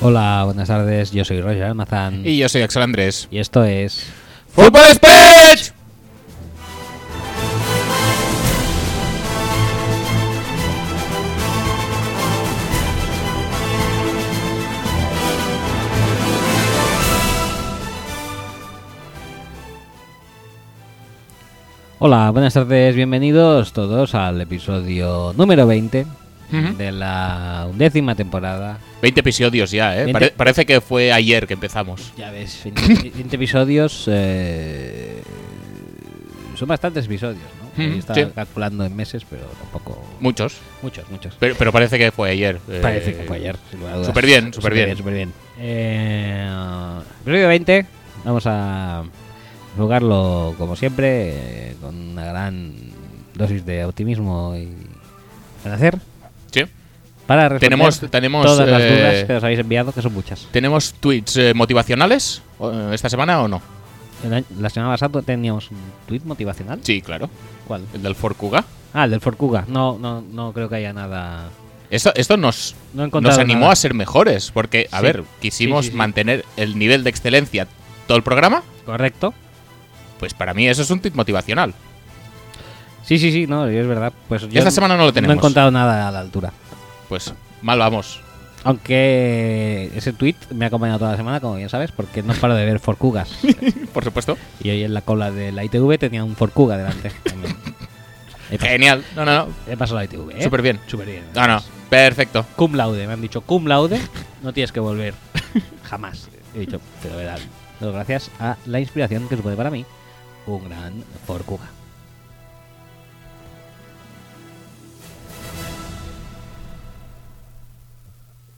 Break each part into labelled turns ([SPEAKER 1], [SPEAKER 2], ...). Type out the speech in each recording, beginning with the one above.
[SPEAKER 1] Hola, buenas tardes. Yo soy Roger Almazán.
[SPEAKER 2] Y yo soy Axel Andrés.
[SPEAKER 1] y esto es.
[SPEAKER 2] ¡Fútbol Speech!
[SPEAKER 1] Hola, buenas tardes. Bienvenidos todos al episodio número 20 de la undécima temporada.
[SPEAKER 2] 20 episodios ya, ¿eh?
[SPEAKER 1] 20.
[SPEAKER 2] Pare- parece que fue ayer que empezamos.
[SPEAKER 1] Ya ves, 20, 20 episodios. eh, son bastantes episodios, ¿no?
[SPEAKER 2] Mm,
[SPEAKER 1] Yo estaba
[SPEAKER 2] sí.
[SPEAKER 1] calculando en meses, pero tampoco.
[SPEAKER 2] Muchos.
[SPEAKER 1] Muchos, muchos.
[SPEAKER 2] Pero, pero parece que fue ayer. eh,
[SPEAKER 1] Parece que fue ayer, sin lugar a dudas.
[SPEAKER 2] súper bien, súper bien.
[SPEAKER 1] Súper bien, Eh, episodio 20, vamos a jugarlo como siempre, eh, con una gran dosis de optimismo y placer.
[SPEAKER 2] Sí.
[SPEAKER 1] Para resolver
[SPEAKER 2] Tenemos- tenemos,
[SPEAKER 1] todas las
[SPEAKER 2] eh,
[SPEAKER 1] dudas que os habéis enviado, que son muchas.
[SPEAKER 2] ¿Tenemos tweets eh, motivacionales eh, esta semana o no?
[SPEAKER 1] El año- la semana pasada teníamos un tuit motivacional.
[SPEAKER 2] Sí, claro.
[SPEAKER 1] ¿Cuál?
[SPEAKER 2] El del Forcuga.
[SPEAKER 1] Ah, el del Forcuga. No, no, no creo que haya nada.
[SPEAKER 2] Esto, esto nos,
[SPEAKER 1] No he encontrado
[SPEAKER 2] nos animó
[SPEAKER 1] nada.
[SPEAKER 2] a ser mejores, porque, a
[SPEAKER 1] Sí.
[SPEAKER 2] ver, quisimos
[SPEAKER 1] Sí, sí, sí.
[SPEAKER 2] mantener el nivel de excelencia todo el programa.
[SPEAKER 1] Correcto.
[SPEAKER 2] Pues para mí eso es un tweet motivacional.
[SPEAKER 1] Sí, sí, sí, no, es verdad. Pues yo
[SPEAKER 2] Esta semana no lo
[SPEAKER 1] No he
[SPEAKER 2] tenemos.
[SPEAKER 1] encontrado nada a la altura.
[SPEAKER 2] Pues mal vamos.
[SPEAKER 1] Aunque ese tweet me ha acompañado toda la semana, como bien sabes, porque no paro de ver Forcugas.
[SPEAKER 2] Por supuesto.
[SPEAKER 1] y hoy en la cola de la ITV tenía un Forcuga delante. también. He, pas-
[SPEAKER 2] Genial. No, no, no.
[SPEAKER 1] he pasado la ITV, ¿eh?
[SPEAKER 2] Eh. Súper bien. Ah,
[SPEAKER 1] Súper bien.
[SPEAKER 2] No, no. Perfecto.
[SPEAKER 1] Cum laude, me han dicho cum laude, no tienes que volver. Jamás. He dicho, te lo voy a dar. Pero gracias a la inspiración que supone para mí un gran Forcuga.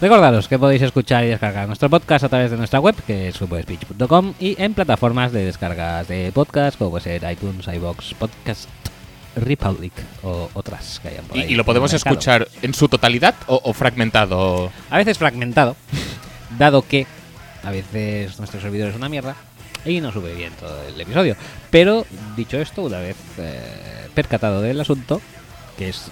[SPEAKER 1] Recordaros que podéis escuchar y descargar nuestro podcast a través de nuestra web, que es superspeech.com, y en plataformas de descargas de podcast, como puede ser iTunes, iBox, Podcast Republic o otras que hayan por
[SPEAKER 2] ¿Y,
[SPEAKER 1] ahí
[SPEAKER 2] y lo
[SPEAKER 1] en
[SPEAKER 2] podemos
[SPEAKER 1] el mercado.
[SPEAKER 2] escuchar en su totalidad o, o fragmentado?
[SPEAKER 1] A veces fragmentado, dado que a veces nuestro servidor es una mierda y no sube bien todo el episodio. Pero dicho esto, una vez eh, percatado del asunto, que es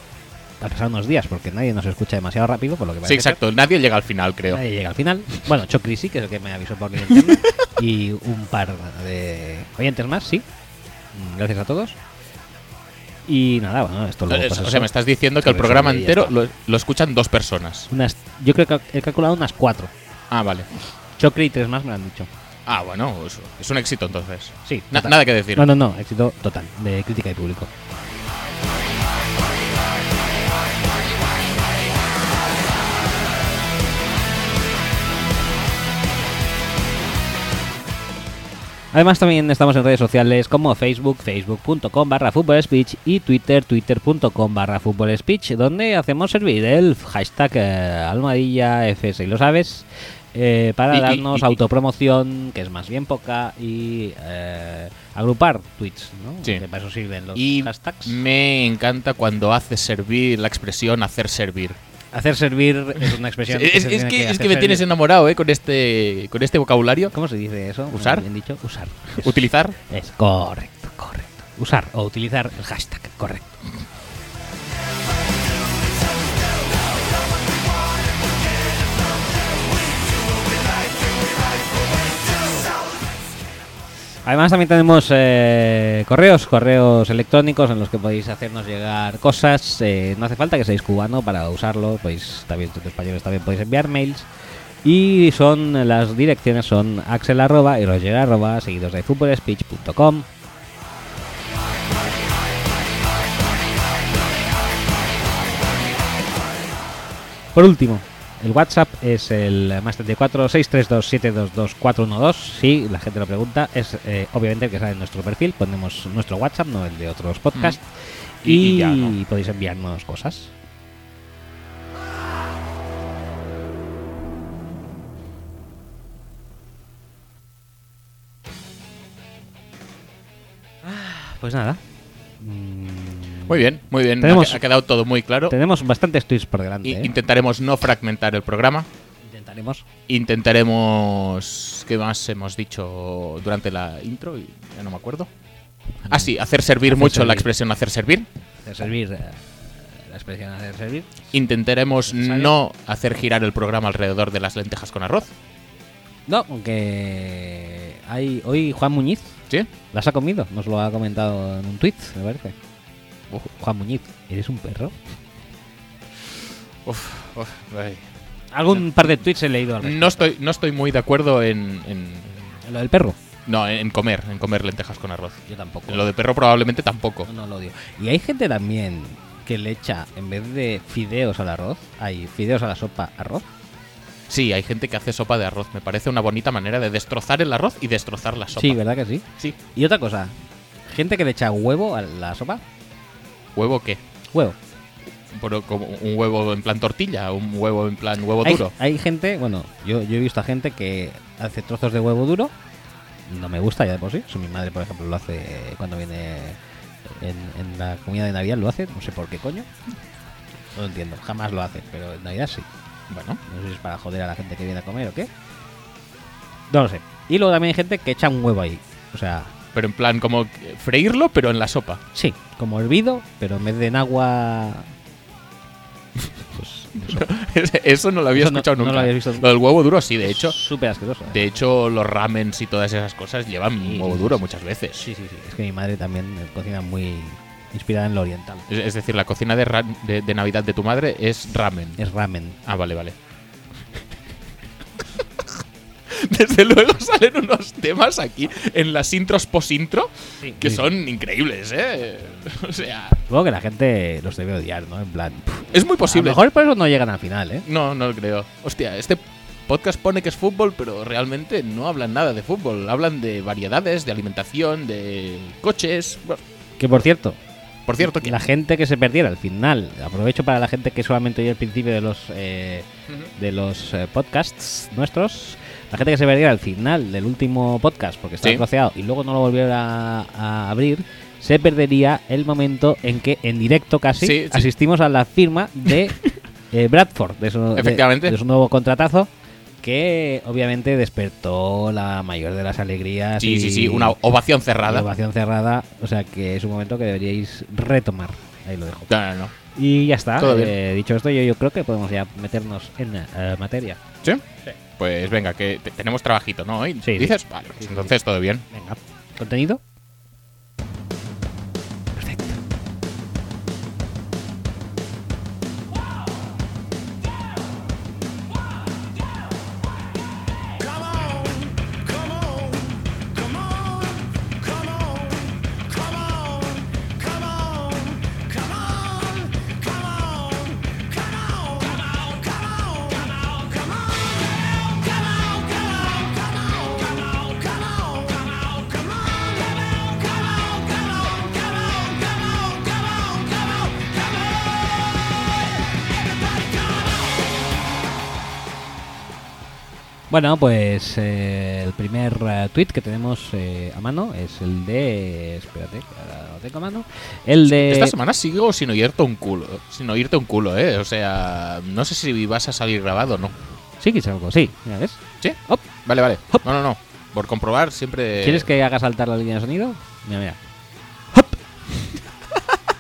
[SPEAKER 1] a pasar unos días porque nadie nos escucha demasiado rápido, por lo que
[SPEAKER 2] Sí,
[SPEAKER 1] parece ser,
[SPEAKER 2] exacto. Nadie llega al final, creo.
[SPEAKER 1] Nadie llega al final. Bueno, Chocri sí, que es el que me avisó por interno. y un par de oyentes más, sí. Mm, Gracias a todos. Y nada, bueno, esto luego
[SPEAKER 2] Eh, Es-
[SPEAKER 1] pasa
[SPEAKER 2] o sea,
[SPEAKER 1] eso.
[SPEAKER 2] me estás diciendo que el
[SPEAKER 1] Resumen
[SPEAKER 2] programa
[SPEAKER 1] y ya
[SPEAKER 2] entero
[SPEAKER 1] está.
[SPEAKER 2] lo, lo escuchan dos personas.
[SPEAKER 1] Unas- yo creo que he calculado unas cuatro.
[SPEAKER 2] Ah, vale.
[SPEAKER 1] Chocri y tres más me lo han dicho.
[SPEAKER 2] Ah, bueno, es, es un éxito entonces.
[SPEAKER 1] Sí.
[SPEAKER 2] Na-
[SPEAKER 1] total.
[SPEAKER 2] nada que decir.
[SPEAKER 1] No, no, no. Éxito total de crítica y público. Además también estamos en redes sociales como Facebook, facebook.com barra Fútbol speech y Twitter, twitter.com barra Fútbol speech, donde hacemos servir el hashtag eh, almohadilla FS y lo sabes, eh, para
[SPEAKER 2] Y- y-
[SPEAKER 1] darnos
[SPEAKER 2] y- y-
[SPEAKER 1] autopromoción, que es más bien poca, y eh, agrupar tweets, ¿no?
[SPEAKER 2] Sí.
[SPEAKER 1] Que para eso sirven los
[SPEAKER 2] Y mm,
[SPEAKER 1] hashtags.
[SPEAKER 2] me encanta cuando hace servir la expresión hacer servir.
[SPEAKER 1] Hacer servir es una expresión.
[SPEAKER 2] Es,
[SPEAKER 1] se
[SPEAKER 2] es
[SPEAKER 1] tiene
[SPEAKER 2] que, es
[SPEAKER 1] hacer
[SPEAKER 2] que me tienes
[SPEAKER 1] servir.
[SPEAKER 2] enamorado, ¿eh? Con este, con este vocabulario.
[SPEAKER 1] ¿Cómo se dice eso? Muy
[SPEAKER 2] ¿Usar?
[SPEAKER 1] Bien dicho, usar. Eso.
[SPEAKER 2] Utilizar.
[SPEAKER 1] Es correcto, correcto. Usar o utilizar el hashtag, correcto. Además también tenemos eh, correos, correos electrónicos en los que podéis hacernos llegar cosas. eh, no hace falta que seáis cubano para usarlo. Podéis también los españoles también podéis enviar mails. Y son las direcciones son axel arroba y roger arroba, seguidos de footballspeech.com. Por último, el WhatsApp es el más 34 632 722 412. Si la gente lo pregunta, es eh, obviamente el que sale en nuestro perfil. Ponemos nuestro WhatsApp, no el de otros podcasts.
[SPEAKER 2] Mm. Y-
[SPEAKER 1] Y,
[SPEAKER 2] y ya, ¿no?
[SPEAKER 1] podéis enviarnos cosas. Pues nada. Mm,
[SPEAKER 2] Muy bien, muy bien.
[SPEAKER 1] Tenemos-
[SPEAKER 2] Ha, ha quedado todo muy claro.
[SPEAKER 1] Tenemos bastantes tweets por delante.
[SPEAKER 2] I-
[SPEAKER 1] ¿eh?
[SPEAKER 2] Intentaremos no fragmentar el programa.
[SPEAKER 1] Intentaremos.
[SPEAKER 2] Intentaremos. ¿Qué más hemos dicho durante la intro? Y Ya no me acuerdo. Ah, sí, hacer servir
[SPEAKER 1] Hacer
[SPEAKER 2] mucho
[SPEAKER 1] servir.
[SPEAKER 2] la expresión hacer servir.
[SPEAKER 1] Hacer servir. eh, la expresión hacer servir.
[SPEAKER 2] Intentaremos
[SPEAKER 1] Necesario.
[SPEAKER 2] no hacer girar el programa alrededor de las lentejas con arroz.
[SPEAKER 1] No, aunque. Hay, hoy Juan Muñiz
[SPEAKER 2] ¿Sí?
[SPEAKER 1] las ha comido. Nos lo ha comentado en un tweet, me parece. Juan Muñiz, ¿eres un perro?
[SPEAKER 2] Uf, uf, ay.
[SPEAKER 1] Algún par de tweets he leído al respecto.
[SPEAKER 2] No estoy, no estoy muy de acuerdo en, en-
[SPEAKER 1] Lo del perro.
[SPEAKER 2] no, en comer, en comer lentejas con arroz.
[SPEAKER 1] Yo tampoco.
[SPEAKER 2] Lo de perro probablemente tampoco.
[SPEAKER 1] No, no lo odio. Y hay gente también que le echa, en vez de fideos al arroz, hay fideos a la sopa arroz.
[SPEAKER 2] Sí, hay gente que hace sopa de arroz. Me parece una bonita manera de destrozar el arroz y destrozar la sopa.
[SPEAKER 1] Sí, ¿verdad que sí?
[SPEAKER 2] Sí.
[SPEAKER 1] Y otra cosa, gente que le echa huevo a la sopa,
[SPEAKER 2] ¿Huevo qué?
[SPEAKER 1] huevo.
[SPEAKER 2] Pero como un huevo en plan tortilla, un huevo en plan huevo
[SPEAKER 1] Hay,
[SPEAKER 2] duro.
[SPEAKER 1] hay gente, bueno, yo, yo he visto a gente que hace trozos de huevo duro. No me gusta ya de por sí. Eso mi madre, por ejemplo, lo hace eh, cuando viene en, en la comida de Navidad, lo hace. No sé por qué coño. No lo entiendo. Jamás lo hace, pero en Navidad sí.
[SPEAKER 2] Bueno,
[SPEAKER 1] No sé si es para joder a la gente que viene a comer o qué. No lo sé. Y luego también hay gente que echa un huevo ahí. O sea,
[SPEAKER 2] pero en plan como freírlo, pero en la sopa.
[SPEAKER 1] sí, como hervido, pero en vez de en agua. Pues, no sé.
[SPEAKER 2] Eso no lo había
[SPEAKER 1] Eso no-
[SPEAKER 2] escuchado
[SPEAKER 1] no lo
[SPEAKER 2] nunca.
[SPEAKER 1] había visto.
[SPEAKER 2] Lo del huevo duro, sí, de hecho.
[SPEAKER 1] súper asqueroso. ¿eh?
[SPEAKER 2] De hecho, los ramens y todas esas cosas llevan
[SPEAKER 1] Sí,
[SPEAKER 2] huevo
[SPEAKER 1] sí,
[SPEAKER 2] duro
[SPEAKER 1] sí.
[SPEAKER 2] muchas veces.
[SPEAKER 1] Sí, sí, sí. Es que mi madre también eh, cocina muy inspirada en lo oriental.
[SPEAKER 2] Es, es decir, la cocina de, ra- de- de Navidad de tu madre es ramen.
[SPEAKER 1] Es ramen.
[SPEAKER 2] Ah, vale, vale. Desde luego salen unos temas aquí en las intros posintro que
[SPEAKER 1] Sí.
[SPEAKER 2] son increíbles, ¿eh? O sea,
[SPEAKER 1] Supongo que la gente los debe odiar, ¿no? En plan. pff.
[SPEAKER 2] es muy
[SPEAKER 1] A lo
[SPEAKER 2] posible.
[SPEAKER 1] mejor por eso no llegan al final, ¿eh?
[SPEAKER 2] No, no lo creo. Hostia, este podcast pone que es fútbol, pero realmente no hablan nada de fútbol. Hablan de variedades, de alimentación, de coches. Bueno,
[SPEAKER 1] Que por cierto,
[SPEAKER 2] por cierto, que
[SPEAKER 1] la gente que se perdiera al final, aprovecho para la gente que solamente oye el principio de los. eh,
[SPEAKER 2] Ujú.
[SPEAKER 1] de los eh, podcasts nuestros. La gente que se perdiera al final del último podcast porque estaba
[SPEAKER 2] Sí.
[SPEAKER 1] bloqueado y luego no lo volviera a, a abrir, se perdería el momento en que en directo casi
[SPEAKER 2] Sí, sí.
[SPEAKER 1] asistimos a la firma de eh, Bradford, de su, de-
[SPEAKER 2] Efectivamente.
[SPEAKER 1] de su nuevo contratazo, que obviamente despertó la mayor de las alegrías.
[SPEAKER 2] sí,
[SPEAKER 1] y,
[SPEAKER 2] sí, sí, una ovación
[SPEAKER 1] y
[SPEAKER 2] cerrada.
[SPEAKER 1] ovación cerrada. O sea que es un momento que deberíais retomar. Ahí lo dejo.
[SPEAKER 2] No, no, no.
[SPEAKER 1] Y ya está.
[SPEAKER 2] Todo bien.
[SPEAKER 1] Eh, dicho esto, yo, yo creo que podemos ya meternos en eh, materia.
[SPEAKER 2] ¿Sí? Pues venga, que te- tenemos trabajito, ¿no? Hoy,
[SPEAKER 1] Sí, sí.
[SPEAKER 2] ¿Dices? Vale, pues
[SPEAKER 1] Sí, sí,
[SPEAKER 2] entonces todo bien.
[SPEAKER 1] Venga. ¿Contenido? Perfecto. Bueno, pues eh, el primer eh, tweet que tenemos eh, a mano es el de. Espérate, que ahora lo tengo a mano. El de.
[SPEAKER 2] Esta semana sigo sin oírte un culo, sin oírte un culo, ¿eh? O sea, no sé si vas a salir grabado o no.
[SPEAKER 1] Sí, que salgo, sí. Mira, ¿ves?
[SPEAKER 2] ¿Sí?
[SPEAKER 1] Hop.
[SPEAKER 2] Vale, vale.
[SPEAKER 1] Hop.
[SPEAKER 2] No, no, no. Por comprobar siempre...
[SPEAKER 1] ¿Quieres que haga saltar la línea de sonido? Mira, mira. ¡Hop!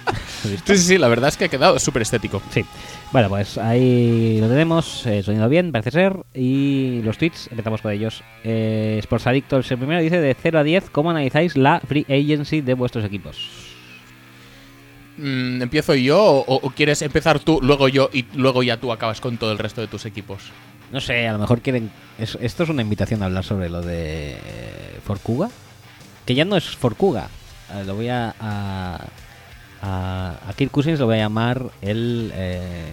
[SPEAKER 1] ¿Has visto?
[SPEAKER 2] Sí, sí, sí, la verdad es que ha quedado súper estético.
[SPEAKER 1] Sí. Bueno, pues ahí lo tenemos, eh, sonido bien, parece ser, y los tweets, empezamos con ellos. Eh, Sports Addictos, el primero dice de 0 a 10, ¿cómo analizáis la free agency de vuestros equipos?
[SPEAKER 2] Mm, ¿Empiezo yo o, o quieres empezar tú, luego yo y luego ya tú acabas con todo el resto de tus equipos?
[SPEAKER 1] No sé, a lo mejor quieren... es- esto es una invitación a hablar sobre lo de eh, Forcuga, que ya no es Forcuga, Eh, lo voy a... a a, a Kirk Cousins lo voy a llamar el, eh,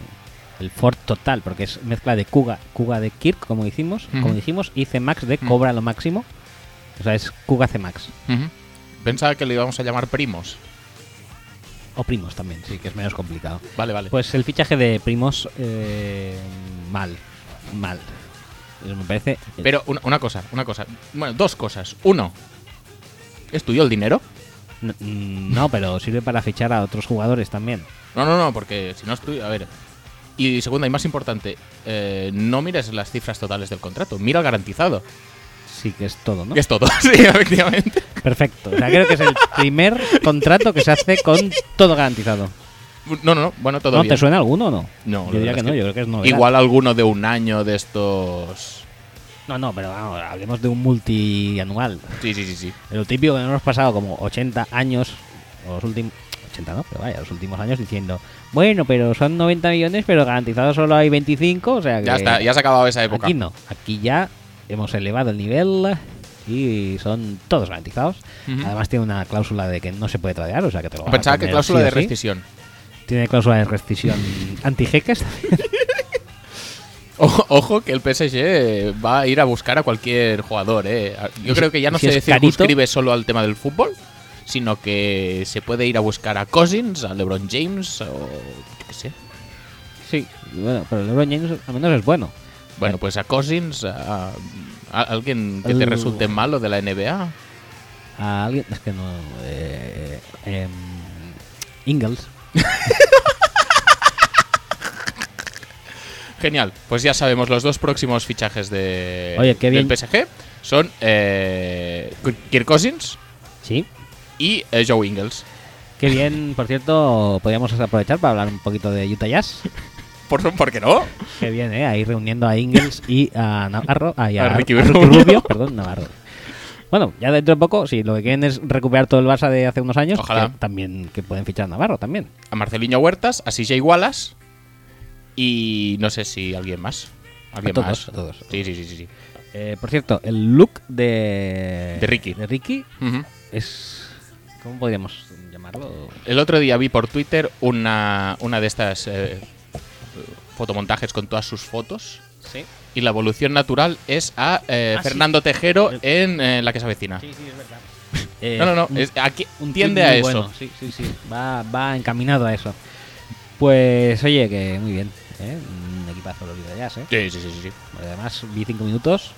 [SPEAKER 1] el Ford Total, porque es mezcla de Kuga, Kuga de Kirk, como dijimos,
[SPEAKER 2] Ujú.
[SPEAKER 1] como dijimos, y C-Max de
[SPEAKER 2] Ujú.
[SPEAKER 1] Cobra lo máximo. O sea, es Kuga C-Max.
[SPEAKER 2] Ujú. Pensaba que le íbamos a llamar primos.
[SPEAKER 1] O primos también, sí, que es menos complicado.
[SPEAKER 2] Vale, vale.
[SPEAKER 1] Pues el fichaje de primos, eh, mal. Mal. Eso me parece.
[SPEAKER 2] Pero una, una cosa, una cosa. Bueno, dos cosas. Uno, ¿es tuyo el dinero?
[SPEAKER 1] N- mm, No, pero sirve para fichar a otros jugadores también.
[SPEAKER 2] No, no, no, porque si no estoy. A ver. Y segunda, y más importante, eh, no mires las cifras totales del contrato, mira el garantizado.
[SPEAKER 1] Sí que es todo, ¿no?
[SPEAKER 2] Que es todo, sí, efectivamente.
[SPEAKER 1] Perfecto. O sea, creo que es el primer contrato que se hace con todo garantizado.
[SPEAKER 2] No, no, no, bueno, todo
[SPEAKER 1] ¿No
[SPEAKER 2] bien.
[SPEAKER 1] te suena alguno o no?
[SPEAKER 2] No, la
[SPEAKER 1] yo diría
[SPEAKER 2] verdad
[SPEAKER 1] que
[SPEAKER 2] es
[SPEAKER 1] no,
[SPEAKER 2] que
[SPEAKER 1] yo creo que es novedad.
[SPEAKER 2] Igual alguno de un año de estos.
[SPEAKER 1] No, no, pero vamos, hablemos de un multianual.
[SPEAKER 2] Sí, sí, sí, sí.
[SPEAKER 1] Lo típico que nos hemos pasado como 80 años, o los últimos. 80 no, pero vaya, los últimos años diciendo, bueno, pero son 90 millones, pero garantizados solo hay 25, o sea que.
[SPEAKER 2] Ya está, ya se ha acabado esa época.
[SPEAKER 1] Aquí no, aquí ya hemos elevado el nivel y son todos garantizados.
[SPEAKER 2] Ujú.
[SPEAKER 1] Además tiene una cláusula de que no se puede tradear, o sea que te lo van a
[SPEAKER 2] Pensaba que
[SPEAKER 1] comer
[SPEAKER 2] cláusula
[SPEAKER 1] sí o
[SPEAKER 2] de
[SPEAKER 1] sí.
[SPEAKER 2] rescisión.
[SPEAKER 1] Tiene cláusula de rescisión anti-jeques.
[SPEAKER 2] Ojo, ojo que el PSG va a ir a buscar a cualquier jugador. ¿eh? Yo
[SPEAKER 1] Y si-
[SPEAKER 2] creo que ya no
[SPEAKER 1] si
[SPEAKER 2] se
[SPEAKER 1] es carito-
[SPEAKER 2] circunscribe solo al tema del fútbol, sino que se puede ir a buscar a Cousins, a LeBron James o yo qué sé.
[SPEAKER 1] Sí, bueno, pero LeBron James al menos es bueno.
[SPEAKER 2] Bueno, pues a Cousins, a, a alguien que te
[SPEAKER 1] Al-
[SPEAKER 2] resulte malo de la NBA.
[SPEAKER 1] A alguien. Es que no. Eh, em, Ingles.
[SPEAKER 2] Genial, pues ya sabemos, los dos próximos fichajes de,
[SPEAKER 1] Oye, qué bien.
[SPEAKER 2] del PSG son eh, Kirk Cousins
[SPEAKER 1] Sí.
[SPEAKER 2] y eh, Joe Ingles.
[SPEAKER 1] Qué bien, por cierto, podríamos aprovechar para hablar un poquito de Utah Jazz.
[SPEAKER 2] ¿Por, ¿por qué no?
[SPEAKER 1] Qué bien, ¿eh? Ahí reuniendo a Ingles y a Navarro. ah, y a,
[SPEAKER 2] A Ricky
[SPEAKER 1] a
[SPEAKER 2] Rubio.
[SPEAKER 1] Perdón, Navarro. Bueno, ya dentro de poco, si lo que quieren es recuperar todo el Barça de hace unos años,
[SPEAKER 2] Ojalá.
[SPEAKER 1] que también que pueden fichar a Navarro también.
[SPEAKER 2] a Marceliño Huertas, a CJ Wallace y no sé si alguien más. ¿Alguien
[SPEAKER 1] todos,
[SPEAKER 2] más?
[SPEAKER 1] a todos.
[SPEAKER 2] Sí, sí, sí, sí. sí.
[SPEAKER 1] Eh, por cierto, el look de,
[SPEAKER 2] De Ricky.
[SPEAKER 1] de Ricky
[SPEAKER 2] Ujú.
[SPEAKER 1] es. ¿Cómo podríamos llamarlo?
[SPEAKER 2] El otro día vi por Twitter una, una de estas eh, fotomontajes con todas sus fotos
[SPEAKER 1] Sí.
[SPEAKER 2] y la evolución natural es a eh,
[SPEAKER 1] Ah, sí.
[SPEAKER 2] Fernando Tejero en eh, La que se avecina.
[SPEAKER 1] sí, Ah. es verdad.
[SPEAKER 2] No, no, no. es- aquí
[SPEAKER 1] un
[SPEAKER 2] tiende
[SPEAKER 1] tuit
[SPEAKER 2] a
[SPEAKER 1] muy
[SPEAKER 2] eso.
[SPEAKER 1] bueno, Sí, sí, sí. Va, va encaminado a eso. Pues oye, que muy bien. ¿eh? Un equipazo los de Jazz, ¿eh?
[SPEAKER 2] Sí, sí, sí, sí, sí.
[SPEAKER 1] Además, vi cinco minutos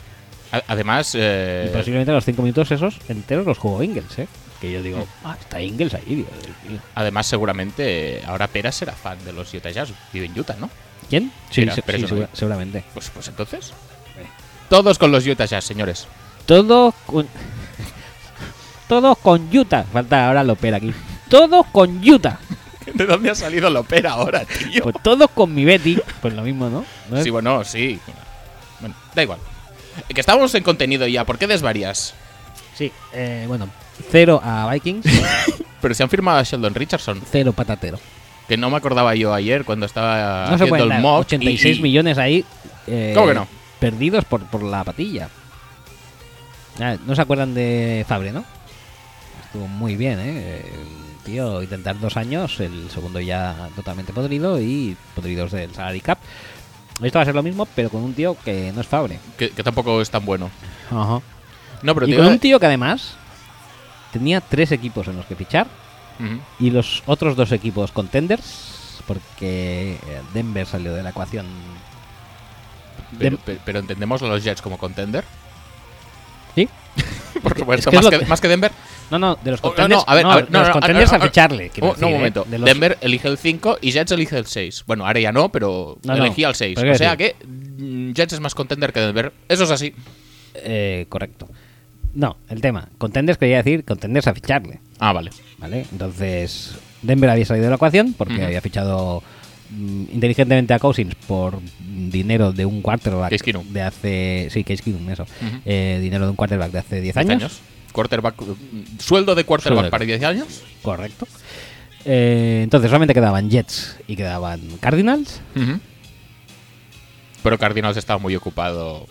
[SPEAKER 2] A- Además, eh,
[SPEAKER 1] y posiblemente los cinco minutos esos enteros los jugó Ingles, ¿eh? Que yo digo,
[SPEAKER 2] Mm.
[SPEAKER 1] ah, está Ingles ahí, digo, Dios mío.
[SPEAKER 2] además seguramente eh, ahora Pera será fan de los Utah Jazz. Vive en Utah, ¿no?
[SPEAKER 1] ¿Quién? Sí,
[SPEAKER 2] Mira,
[SPEAKER 1] se-
[SPEAKER 2] pero
[SPEAKER 1] sí,
[SPEAKER 2] eso no
[SPEAKER 1] segura- seguramente.
[SPEAKER 2] Pues, pues entonces. Todos con los Utah Jazz, señores.
[SPEAKER 1] Todos con. Todos con Utah. Falta ahora Lopera aquí. Todos con Utah.
[SPEAKER 2] ¿De dónde ha salido la Pera ahora, tío?
[SPEAKER 1] Pues todos con mi Betty. Pues lo mismo, ¿no? ¿No es?
[SPEAKER 2] Sí, bueno, sí. Bueno, da igual. Eh, Que estábamos en contenido ya, ¿por qué desvarías?
[SPEAKER 1] Sí, eh, bueno, cero a Vikings,
[SPEAKER 2] Pero se han firmado a Sheldon Richardson,
[SPEAKER 1] cero patatero.
[SPEAKER 2] que no me acordaba yo ayer cuando estaba
[SPEAKER 1] No se
[SPEAKER 2] Ah, haciendo
[SPEAKER 1] pueden
[SPEAKER 2] el
[SPEAKER 1] dar
[SPEAKER 2] mock.
[SPEAKER 1] 86
[SPEAKER 2] y- y-
[SPEAKER 1] millones ahí. eh,
[SPEAKER 2] ¿Cómo que no?
[SPEAKER 1] Perdidos por, por la patilla. Ah, no se acuerdan de Fabre, ¿no? Estuvo muy bien, ¿eh? El Tío, intentar dos años, el segundo ya totalmente podrido y podridos del salary cap. Esto va a ser lo mismo, pero con un tío que no es Fabre.
[SPEAKER 2] Que, que tampoco es tan bueno.
[SPEAKER 1] Ajá.
[SPEAKER 2] No, pero
[SPEAKER 1] Y
[SPEAKER 2] te
[SPEAKER 1] con
[SPEAKER 2] iba-
[SPEAKER 1] un tío que además tenía tres equipos en los que fichar
[SPEAKER 2] Ujú.
[SPEAKER 1] y los otros dos equipos contenders, porque eh, Denver salió de la ecuación.
[SPEAKER 2] pero,
[SPEAKER 1] de-
[SPEAKER 2] pero- pero entendemos a los Jets como contender.
[SPEAKER 1] ¿Sí?
[SPEAKER 2] Por supuesto,
[SPEAKER 1] es que es
[SPEAKER 2] más,
[SPEAKER 1] lo
[SPEAKER 2] que,
[SPEAKER 1] que-
[SPEAKER 2] más que Denver.
[SPEAKER 1] No, no, de los
[SPEAKER 2] Oh, no,
[SPEAKER 1] contenders.
[SPEAKER 2] no, a ver, a ver,
[SPEAKER 1] de
[SPEAKER 2] no,
[SPEAKER 1] los
[SPEAKER 2] no, a-
[SPEAKER 1] contenders
[SPEAKER 2] a-
[SPEAKER 1] a,
[SPEAKER 2] a-
[SPEAKER 1] ficharle.
[SPEAKER 2] Oh,
[SPEAKER 1] quiero
[SPEAKER 2] no,
[SPEAKER 1] decir,
[SPEAKER 2] un
[SPEAKER 1] ¿eh?
[SPEAKER 2] momento.
[SPEAKER 1] De los-
[SPEAKER 2] Denver elige el 5 y Jets elige el 6. Bueno, ahora ya no, pero
[SPEAKER 1] No, no.
[SPEAKER 2] elegía el 6.
[SPEAKER 1] Pero quiero
[SPEAKER 2] O sea que mm, Jets es más contender que Denver. Eso es así.
[SPEAKER 1] eh, correcto. No, el tema. Contenders quería decir contenders a ficharle.
[SPEAKER 2] Ah, vale.
[SPEAKER 1] ¿Vale? Entonces, Denver había salido de la ecuación porque
[SPEAKER 2] Ujú.
[SPEAKER 1] había fichado mm, inteligentemente a Cousins por mm, dinero de un quarterback
[SPEAKER 2] Case Keenum.
[SPEAKER 1] de hace sí Case Keenum, eso
[SPEAKER 2] Ujú.
[SPEAKER 1] Eh, dinero de un quarterback de hace 10
[SPEAKER 2] 10
[SPEAKER 1] años,
[SPEAKER 2] años. Quarterback, mm, sueldo de quarterback
[SPEAKER 1] Sueldo de-
[SPEAKER 2] para 10 años.
[SPEAKER 1] correcto Eh, entonces solamente quedaban Jets y quedaban Cardinals
[SPEAKER 2] Pero Cardinals estaba muy ocupado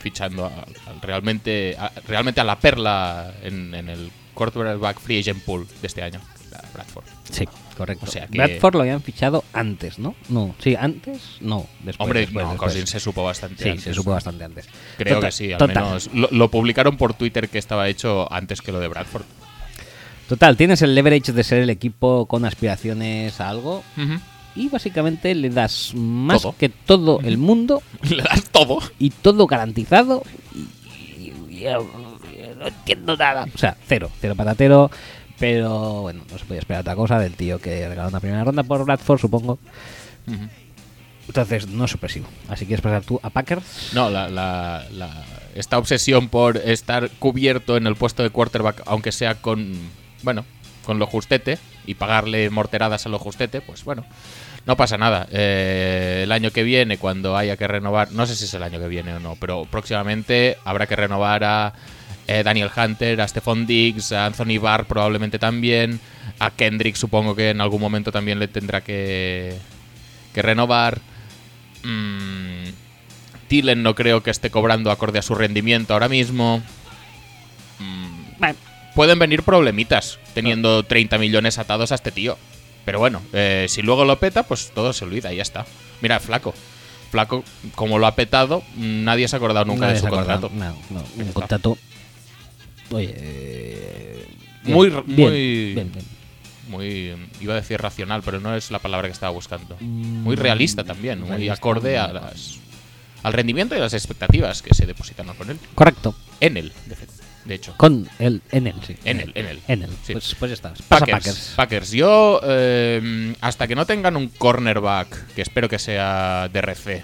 [SPEAKER 2] fichando a- al- realmente, a, realmente a la perla en, en el quarterback free agent pool de este año, a Bradford.
[SPEAKER 1] Sí, correcto.
[SPEAKER 2] O sea que-
[SPEAKER 1] Bradford lo habían fichado antes, ¿no? No, sí, antes, no, después.
[SPEAKER 2] Hombre,
[SPEAKER 1] después,
[SPEAKER 2] no,
[SPEAKER 1] después.
[SPEAKER 2] Cousins se supo bastante.
[SPEAKER 1] Sí,
[SPEAKER 2] antes.
[SPEAKER 1] se supo bastante antes.
[SPEAKER 2] Creo
[SPEAKER 1] Total-
[SPEAKER 2] que sí, al
[SPEAKER 1] total,
[SPEAKER 2] menos lo, lo publicaron por Twitter que estaba hecho antes que lo de Bradford.
[SPEAKER 1] Total, tienes el leverage de ser el equipo con aspiraciones a algo y básicamente le das más
[SPEAKER 2] Todo.
[SPEAKER 1] que todo el mundo
[SPEAKER 2] Le das todo.
[SPEAKER 1] y todo garantizado y, y- y- y- no entiendo nada. O sea, cero, cero patatero. Pero bueno, no se podía esperar otra cosa del tío que regaló una primera ronda por Bradford, supongo.
[SPEAKER 2] Ujú.
[SPEAKER 1] Entonces, no es sorpresivo. Así quieres pasar tú a Packers.
[SPEAKER 2] No, la, la- la- esta obsesión por estar cubierto en el puesto de quarterback, aunque sea con, bueno, con lo justete y pagarle morteradas a lo justete, pues bueno, no pasa nada. Eh, el año que viene, cuando haya que renovar, no sé si es el año que viene o no, pero próximamente habrá que renovar a eh, Daniel Hunter, a Stephon Diggs, a Anthony Barr probablemente también, a Kendrick supongo que en algún momento también le tendrá que, que renovar. Mm, Tillen no creo que esté cobrando acorde a su rendimiento ahora mismo. Mm,
[SPEAKER 1] Bueno,
[SPEAKER 2] pueden venir problemitas teniendo 30 millones atados a este tío. Pero bueno, eh, si luego lo peta, pues todo se olvida y ya está. Mira, Flaco. Flaco, como lo ha petado, nadie se ha acordado nunca
[SPEAKER 1] nadie
[SPEAKER 2] de
[SPEAKER 1] se
[SPEAKER 2] su
[SPEAKER 1] acuerda.
[SPEAKER 2] contrato.
[SPEAKER 1] No, no, un
[SPEAKER 2] está.
[SPEAKER 1] contrato. Oye. eh,
[SPEAKER 2] Muy r-
[SPEAKER 1] bien,
[SPEAKER 2] muy-
[SPEAKER 1] bien, bien.
[SPEAKER 2] Muy, iba a decir racional, pero no es la palabra que estaba buscando.
[SPEAKER 1] Mm,
[SPEAKER 2] Muy realista también, muy
[SPEAKER 1] realista,
[SPEAKER 2] acorde a
[SPEAKER 1] muy-
[SPEAKER 2] las, al rendimiento y a las expectativas que se depositan con él.
[SPEAKER 1] Correcto.
[SPEAKER 2] En él, de fe- de hecho.
[SPEAKER 1] Con el Enel, sí.
[SPEAKER 2] Enel, Enel.
[SPEAKER 1] Enel.
[SPEAKER 2] Sí.
[SPEAKER 1] Pues, pues ya está. Pasa
[SPEAKER 2] Packers,
[SPEAKER 1] Packers.
[SPEAKER 2] Packers. Yo, eh, hasta que no tengan un cornerback, que espero que sea DRC,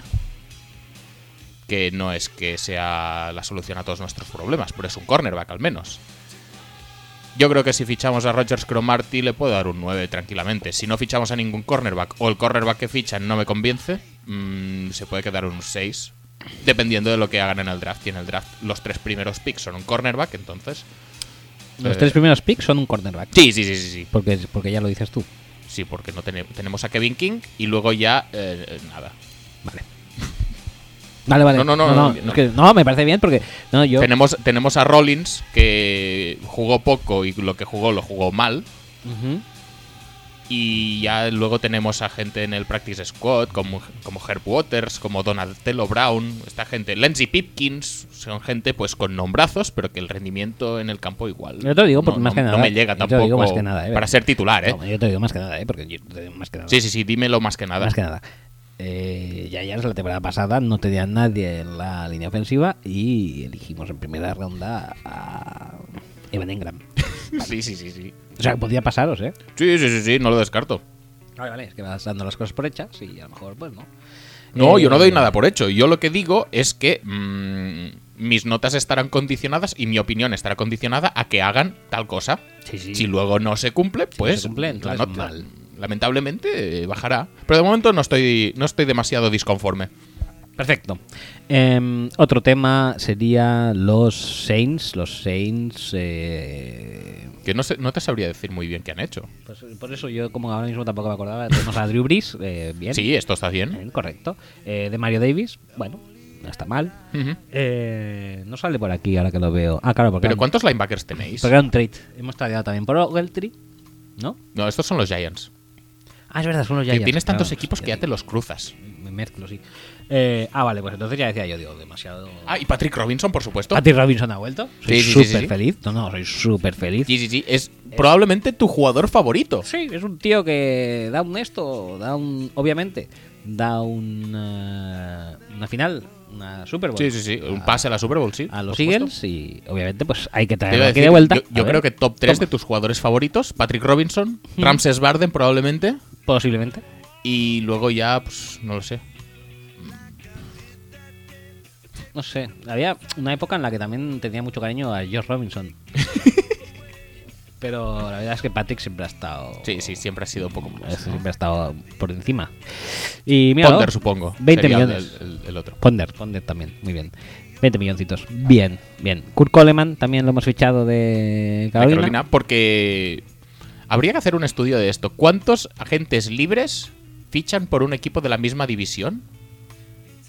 [SPEAKER 2] que no es que sea la solución a todos nuestros problemas, pero es un cornerback al menos. Yo creo que si fichamos a Rogers Cromarty le puedo dar un 9 tranquilamente. Si no fichamos a ningún cornerback o el cornerback que fichan no me convence, mm, se puede quedar un 6. Dependiendo de lo que hagan en el draft. Y en el draft los tres primeros picks son un cornerback, entonces...
[SPEAKER 1] Los
[SPEAKER 2] eh,
[SPEAKER 1] tres primeros picks son un cornerback.
[SPEAKER 2] Sí, sí, sí, sí. sí.
[SPEAKER 1] Porque, porque ya lo dices tú.
[SPEAKER 2] Sí, porque no tene- tenemos a Kevin King y luego ya eh, nada.
[SPEAKER 1] Vale. Vale, vale.
[SPEAKER 2] No, no, no,
[SPEAKER 1] No,
[SPEAKER 2] no, no.
[SPEAKER 1] es que- no, me parece bien porque. No, yo.
[SPEAKER 2] Tenemos, tenemos a Rollins, que jugó poco y lo que jugó lo jugó mal.
[SPEAKER 1] Ujú.
[SPEAKER 2] Y ya luego tenemos a gente en el Practice Squad, como, como Herb Waters, como Donatello Brown, esta gente, Lindsey Pipkins, son gente pues con nombrazos, pero que el rendimiento en el campo igual.
[SPEAKER 1] Yo te lo digo por- más que nada,
[SPEAKER 2] No me llega
[SPEAKER 1] yo te
[SPEAKER 2] tampoco
[SPEAKER 1] lo digo más que nada, eh,
[SPEAKER 2] para ser titular, ¿eh?
[SPEAKER 1] No, yo te digo más que nada, ¿eh? Porque yo te digo más que nada.
[SPEAKER 2] sí, sí, sí, dímelo más que nada.
[SPEAKER 1] Más que nada. Eh, ya, ya es la temporada pasada, no tenía nadie en la línea ofensiva y elegimos en primera ronda a Evan Engram.
[SPEAKER 2] Sí, sí, sí, sí.
[SPEAKER 1] O sea, que podía pasaros, ¿eh?
[SPEAKER 2] Sí, sí, sí, sí, no lo descarto.
[SPEAKER 1] Vale, vale, es que vas dando las cosas por hechas y a lo mejor, pues no.
[SPEAKER 2] No,
[SPEAKER 1] Eh,
[SPEAKER 2] yo no doy nada por hecho. Yo lo que digo es que mm, mis notas estarán condicionadas y mi opinión estará condicionada a que hagan tal cosa.
[SPEAKER 1] Sí, sí.
[SPEAKER 2] Si luego no se cumple, pues
[SPEAKER 1] se cumple,
[SPEAKER 2] la
[SPEAKER 1] entonces
[SPEAKER 2] nota
[SPEAKER 1] mal.
[SPEAKER 2] lamentablemente eh, bajará. Pero de momento no estoy, no estoy demasiado disconforme.
[SPEAKER 1] Perfecto. Em, otro tema sería los Saints. Los Saints. eh,
[SPEAKER 2] Que no, sé- no te sabría decir muy bien qué han hecho.
[SPEAKER 1] pues, por eso yo, como ahora mismo tampoco me acordaba, tenemos a Drew Brees. eh, bien.
[SPEAKER 2] Sí, esto está bien.
[SPEAKER 1] Bien, correcto. Eh, de Mario Davis. Bueno, no está mal.
[SPEAKER 2] Ujú.
[SPEAKER 1] Eh, no sale por aquí ahora que lo veo. Ah, claro, porque,
[SPEAKER 2] Pero
[SPEAKER 1] era,
[SPEAKER 2] ¿cuántos linebackers tenéis?
[SPEAKER 1] porque era un trade. Hemos tradeado también por Ogletree. ¿No?
[SPEAKER 2] No, estos son los Giants.
[SPEAKER 1] Ah, es verdad, son los
[SPEAKER 2] Que
[SPEAKER 1] Giants,
[SPEAKER 2] tienes
[SPEAKER 1] claro,
[SPEAKER 2] tantos equipos que ya
[SPEAKER 1] digo,
[SPEAKER 2] te los cruzas.
[SPEAKER 1] Me mezclo, sí. Eh, ah, vale, pues entonces ya decía yo, digo, demasiado.
[SPEAKER 2] Ah, y Patrick Robinson, por supuesto.
[SPEAKER 1] Patty Robinson ha vuelto. Soy
[SPEAKER 2] Sí, sí, sí,
[SPEAKER 1] súper
[SPEAKER 2] sí, sí.
[SPEAKER 1] feliz. No, no, soy súper feliz.
[SPEAKER 2] Sí, sí, sí. Es probablemente tu jugador favorito.
[SPEAKER 1] Sí, es un tío que da un esto, da un. Obviamente, da un, eh, una final, una Super Bowl.
[SPEAKER 2] Sí, sí, sí. Un
[SPEAKER 1] a-
[SPEAKER 2] pase a la Super Bowl, sí.
[SPEAKER 1] A los
[SPEAKER 2] por supuesto.
[SPEAKER 1] Eagles y obviamente, pues hay que
[SPEAKER 2] Te
[SPEAKER 1] traerlo
[SPEAKER 2] iba a
[SPEAKER 1] aquí
[SPEAKER 2] decir,
[SPEAKER 1] de vuelta.
[SPEAKER 2] Yo, yo
[SPEAKER 1] A
[SPEAKER 2] creo que
[SPEAKER 1] ver,
[SPEAKER 2] top 3
[SPEAKER 1] Toma.
[SPEAKER 2] de tus jugadores favoritos: Patrick Robinson, Ramses Barden, probablemente.
[SPEAKER 1] Posiblemente.
[SPEAKER 2] Y luego ya, pues, no lo sé.
[SPEAKER 1] No sé. Había una época en la que también tenía mucho cariño a Josh Robinson. Pero la verdad es que Patrick siempre ha estado.
[SPEAKER 2] Sí, sí, siempre ha sido un poco
[SPEAKER 1] es-
[SPEAKER 2] más.
[SPEAKER 1] Siempre ha estado por encima. Y mira.
[SPEAKER 2] Ponder, supongo.
[SPEAKER 1] 20
[SPEAKER 2] sería
[SPEAKER 1] millones.
[SPEAKER 2] El, el- el otro.
[SPEAKER 1] Ponder, Ponder también, muy bien. 20 milloncitos. Bien, bien. Kurt Coleman también lo hemos fichado de
[SPEAKER 2] La
[SPEAKER 1] Carolina.
[SPEAKER 2] Carolina, porque habría que hacer un estudio de esto. ¿Cuántos agentes libres fichan por un equipo de la misma división?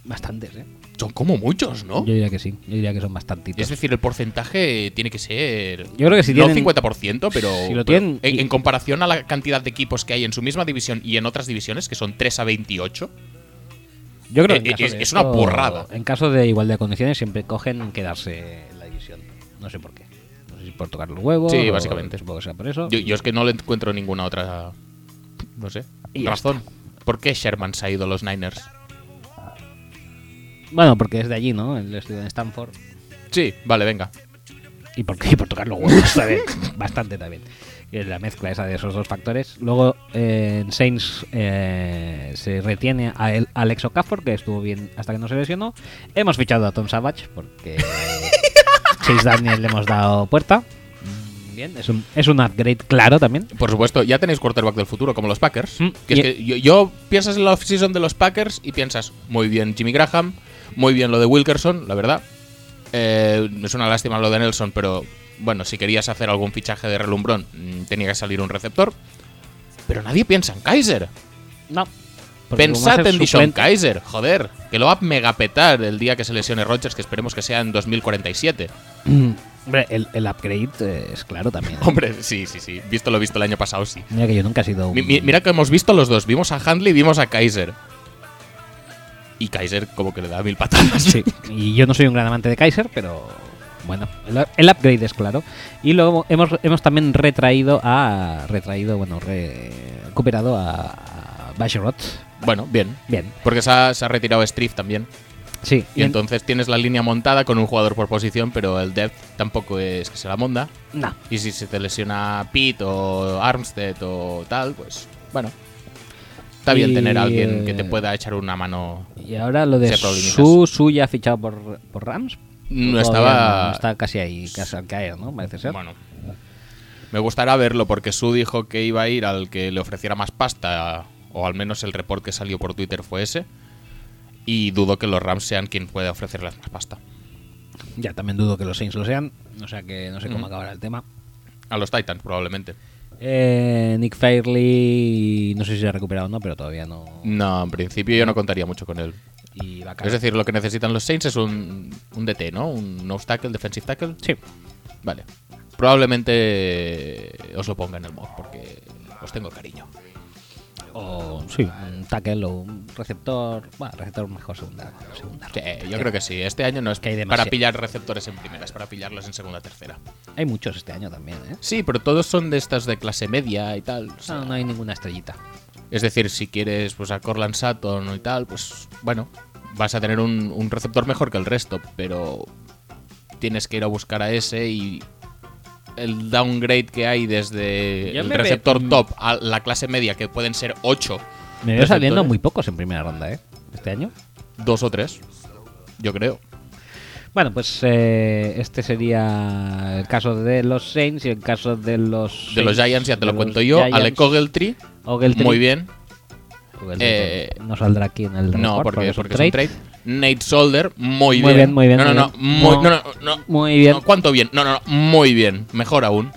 [SPEAKER 1] Bastantes, ¿eh?
[SPEAKER 2] Son como muchos, ¿no?
[SPEAKER 1] Yo diría que sí, yo diría que son
[SPEAKER 2] Es
[SPEAKER 1] bastantitos.
[SPEAKER 2] decir, el porcentaje tiene que ser.
[SPEAKER 1] Yo creo que si
[SPEAKER 2] no
[SPEAKER 1] tienen-
[SPEAKER 2] 50%, pero.
[SPEAKER 1] Si lo
[SPEAKER 2] pero
[SPEAKER 1] tienen-
[SPEAKER 2] en,
[SPEAKER 1] y-
[SPEAKER 2] en comparación a la cantidad de equipos que hay en su misma división y en otras divisiones, que son 3 a 28.
[SPEAKER 1] Yo creo que en
[SPEAKER 2] eh,
[SPEAKER 1] caso
[SPEAKER 2] es-
[SPEAKER 1] de
[SPEAKER 2] es una
[SPEAKER 1] esto,
[SPEAKER 2] burrada.
[SPEAKER 1] En caso de igualdad de condiciones, siempre cogen quedarse en la división. No sé por qué. No sé si por tocar los huevos.
[SPEAKER 2] Sí,
[SPEAKER 1] o
[SPEAKER 2] básicamente.
[SPEAKER 1] Supongo que sea por eso.
[SPEAKER 2] Yo, yo es que no le encuentro ninguna otra. No sé.
[SPEAKER 1] Y ya
[SPEAKER 2] razón. ¿Por qué Sherman se ha ido a los Niners?
[SPEAKER 1] Bueno, porque es de allí, ¿no? Él estudió en Stanford.
[SPEAKER 2] Sí, vale, venga.
[SPEAKER 1] Y por, y por tocar los huevos también. Bastante también. Y es la mezcla esa de esos dos factores. Luego eh, en Saints eh, se retiene a el- a Alex Okafor, que estuvo bien hasta que no se lesionó. Hemos fichado a Tom Savage porque Chase Daniel le hemos dado puerta. Mm, Bien, es un, es un upgrade claro también.
[SPEAKER 2] Por supuesto, ya tenéis quarterback del futuro, como los Packers.
[SPEAKER 1] Mm,
[SPEAKER 2] Que es
[SPEAKER 1] y-
[SPEAKER 2] que yo, yo piensas en la offseason de los Packers y piensas, muy bien Jimmy Graham, muy bien lo de Wilkerson, la verdad. Eh, es una lástima lo de Nelson, pero bueno, si querías hacer algún fichaje de relumbrón, mm, tenía que salir un receptor. Pero nadie piensa en Kaiser.
[SPEAKER 1] No. porque como va a
[SPEAKER 2] Pensad
[SPEAKER 1] ser
[SPEAKER 2] en Dishon
[SPEAKER 1] suplente-
[SPEAKER 2] Kaiser, joder, que lo va a megapetar el día que se lesione Rodgers, que esperemos que sea en 2047.
[SPEAKER 1] Hombre, el, el upgrade eh, es claro también. ¿eh?
[SPEAKER 2] Hombre, sí, sí, sí, visto lo visto el año pasado, sí.
[SPEAKER 1] Mira que yo nunca he sido un...
[SPEAKER 2] Mi- mi- mira que hemos visto los dos. Vimos a Handley y vimos a Kaiser. Y Kaiser como que le da mil patadas.
[SPEAKER 1] Sí, y yo no soy un gran amante de Kaiser, pero bueno, el, el upgrade es claro. Y luego hemos, hemos también retraído a. Retraído, bueno, re- recuperado a, a Basherot.
[SPEAKER 2] Bueno, bien.
[SPEAKER 1] Bien,
[SPEAKER 2] Porque se ha, se ha retirado Striff también.
[SPEAKER 1] sí.
[SPEAKER 2] Y entonces tienes la línea montada con un jugador por posición, pero el depth tampoco es que se la monda.
[SPEAKER 1] No,
[SPEAKER 2] Y si se te lesiona Pitt o Armstead o tal, pues bueno. Está bien
[SPEAKER 1] Y,
[SPEAKER 2] tener a alguien que
[SPEAKER 1] eh,
[SPEAKER 2] te pueda echar una mano.
[SPEAKER 1] y ahora lo de
[SPEAKER 2] Sí, problemillas.
[SPEAKER 1] su, su ya fichado por, por Rams. Todavía
[SPEAKER 2] No estaba.
[SPEAKER 1] no, está casi ahí, casi al caer, ¿no? Parece ser.
[SPEAKER 2] Bueno. Me gustará verlo porque Su dijo que iba a ir al que le ofreciera más pasta, o al menos el report que salió por Twitter fue ese. Y dudo que los Rams sean quien pueda ofrecerles más pasta.
[SPEAKER 1] Ya también dudo que los Saints lo sean, o sea que no sé cómo
[SPEAKER 2] Ujú.
[SPEAKER 1] acabará el tema.
[SPEAKER 2] A los Titans, probablemente.
[SPEAKER 1] Eh, Nick Fairley, no sé si se ha recuperado o no, pero todavía no.
[SPEAKER 2] No, en principio yo no contaría mucho con él.
[SPEAKER 1] Y va a
[SPEAKER 2] Es decir, lo que necesitan los Saints es un, un DT, ¿no? Un obstacle, defensive tackle.
[SPEAKER 1] sí.
[SPEAKER 2] Vale. Probablemente os lo ponga en el mod porque os tengo cariño.
[SPEAKER 1] O sí, un tackle o un receptor. Bueno, receptor mejor segunda. segunda
[SPEAKER 2] Sí,
[SPEAKER 1] ronda.
[SPEAKER 2] yo creo que sí. Este año no es
[SPEAKER 1] Que hay
[SPEAKER 2] para
[SPEAKER 1] demasiado.
[SPEAKER 2] pillar receptores en primera, es para pillarlos en segunda, tercera.
[SPEAKER 1] Hay muchos este año también, ¿eh?
[SPEAKER 2] Sí, pero todos son de estas de clase media y tal. o sea,
[SPEAKER 1] No, no hay ninguna estrellita.
[SPEAKER 2] Es decir, si quieres pues, a Corland Sutton y tal, pues bueno, vas a tener un, un receptor mejor que el resto, pero tienes que ir a buscar a ese y el downgrade que hay desde
[SPEAKER 1] Yo
[SPEAKER 2] el
[SPEAKER 1] me ve-
[SPEAKER 2] receptor top a la clase media, que pueden ser 8,
[SPEAKER 1] Me veo
[SPEAKER 2] Receptores.
[SPEAKER 1] saliendo muy pocos en primera ronda, ¿eh? Este año.
[SPEAKER 2] 2 o 3, yo creo.
[SPEAKER 1] Bueno, pues eh, este sería el caso de los Saints y el caso de los.
[SPEAKER 2] De los
[SPEAKER 1] Saints,
[SPEAKER 2] Giants ya te
[SPEAKER 1] de
[SPEAKER 2] lo
[SPEAKER 1] los
[SPEAKER 2] cuento yo,
[SPEAKER 1] Giants.
[SPEAKER 2] Alec Ogletree,
[SPEAKER 1] Ogletree.
[SPEAKER 2] muy bien.
[SPEAKER 1] Ogletree.
[SPEAKER 2] Eh,
[SPEAKER 1] no saldrá aquí en el.
[SPEAKER 2] No,
[SPEAKER 1] report
[SPEAKER 2] porque,
[SPEAKER 1] es un
[SPEAKER 2] porque es un trade. Nate Solder, muy,
[SPEAKER 1] Muy bien,
[SPEAKER 2] bien.
[SPEAKER 1] muy bien,
[SPEAKER 2] No, no,
[SPEAKER 1] muy
[SPEAKER 2] no,
[SPEAKER 1] bien.
[SPEAKER 2] muy,
[SPEAKER 1] No.
[SPEAKER 2] no, no, no.
[SPEAKER 1] Muy bien.
[SPEAKER 2] No, ¿Cuánto bien? No, no, no, muy bien. Mejor aún.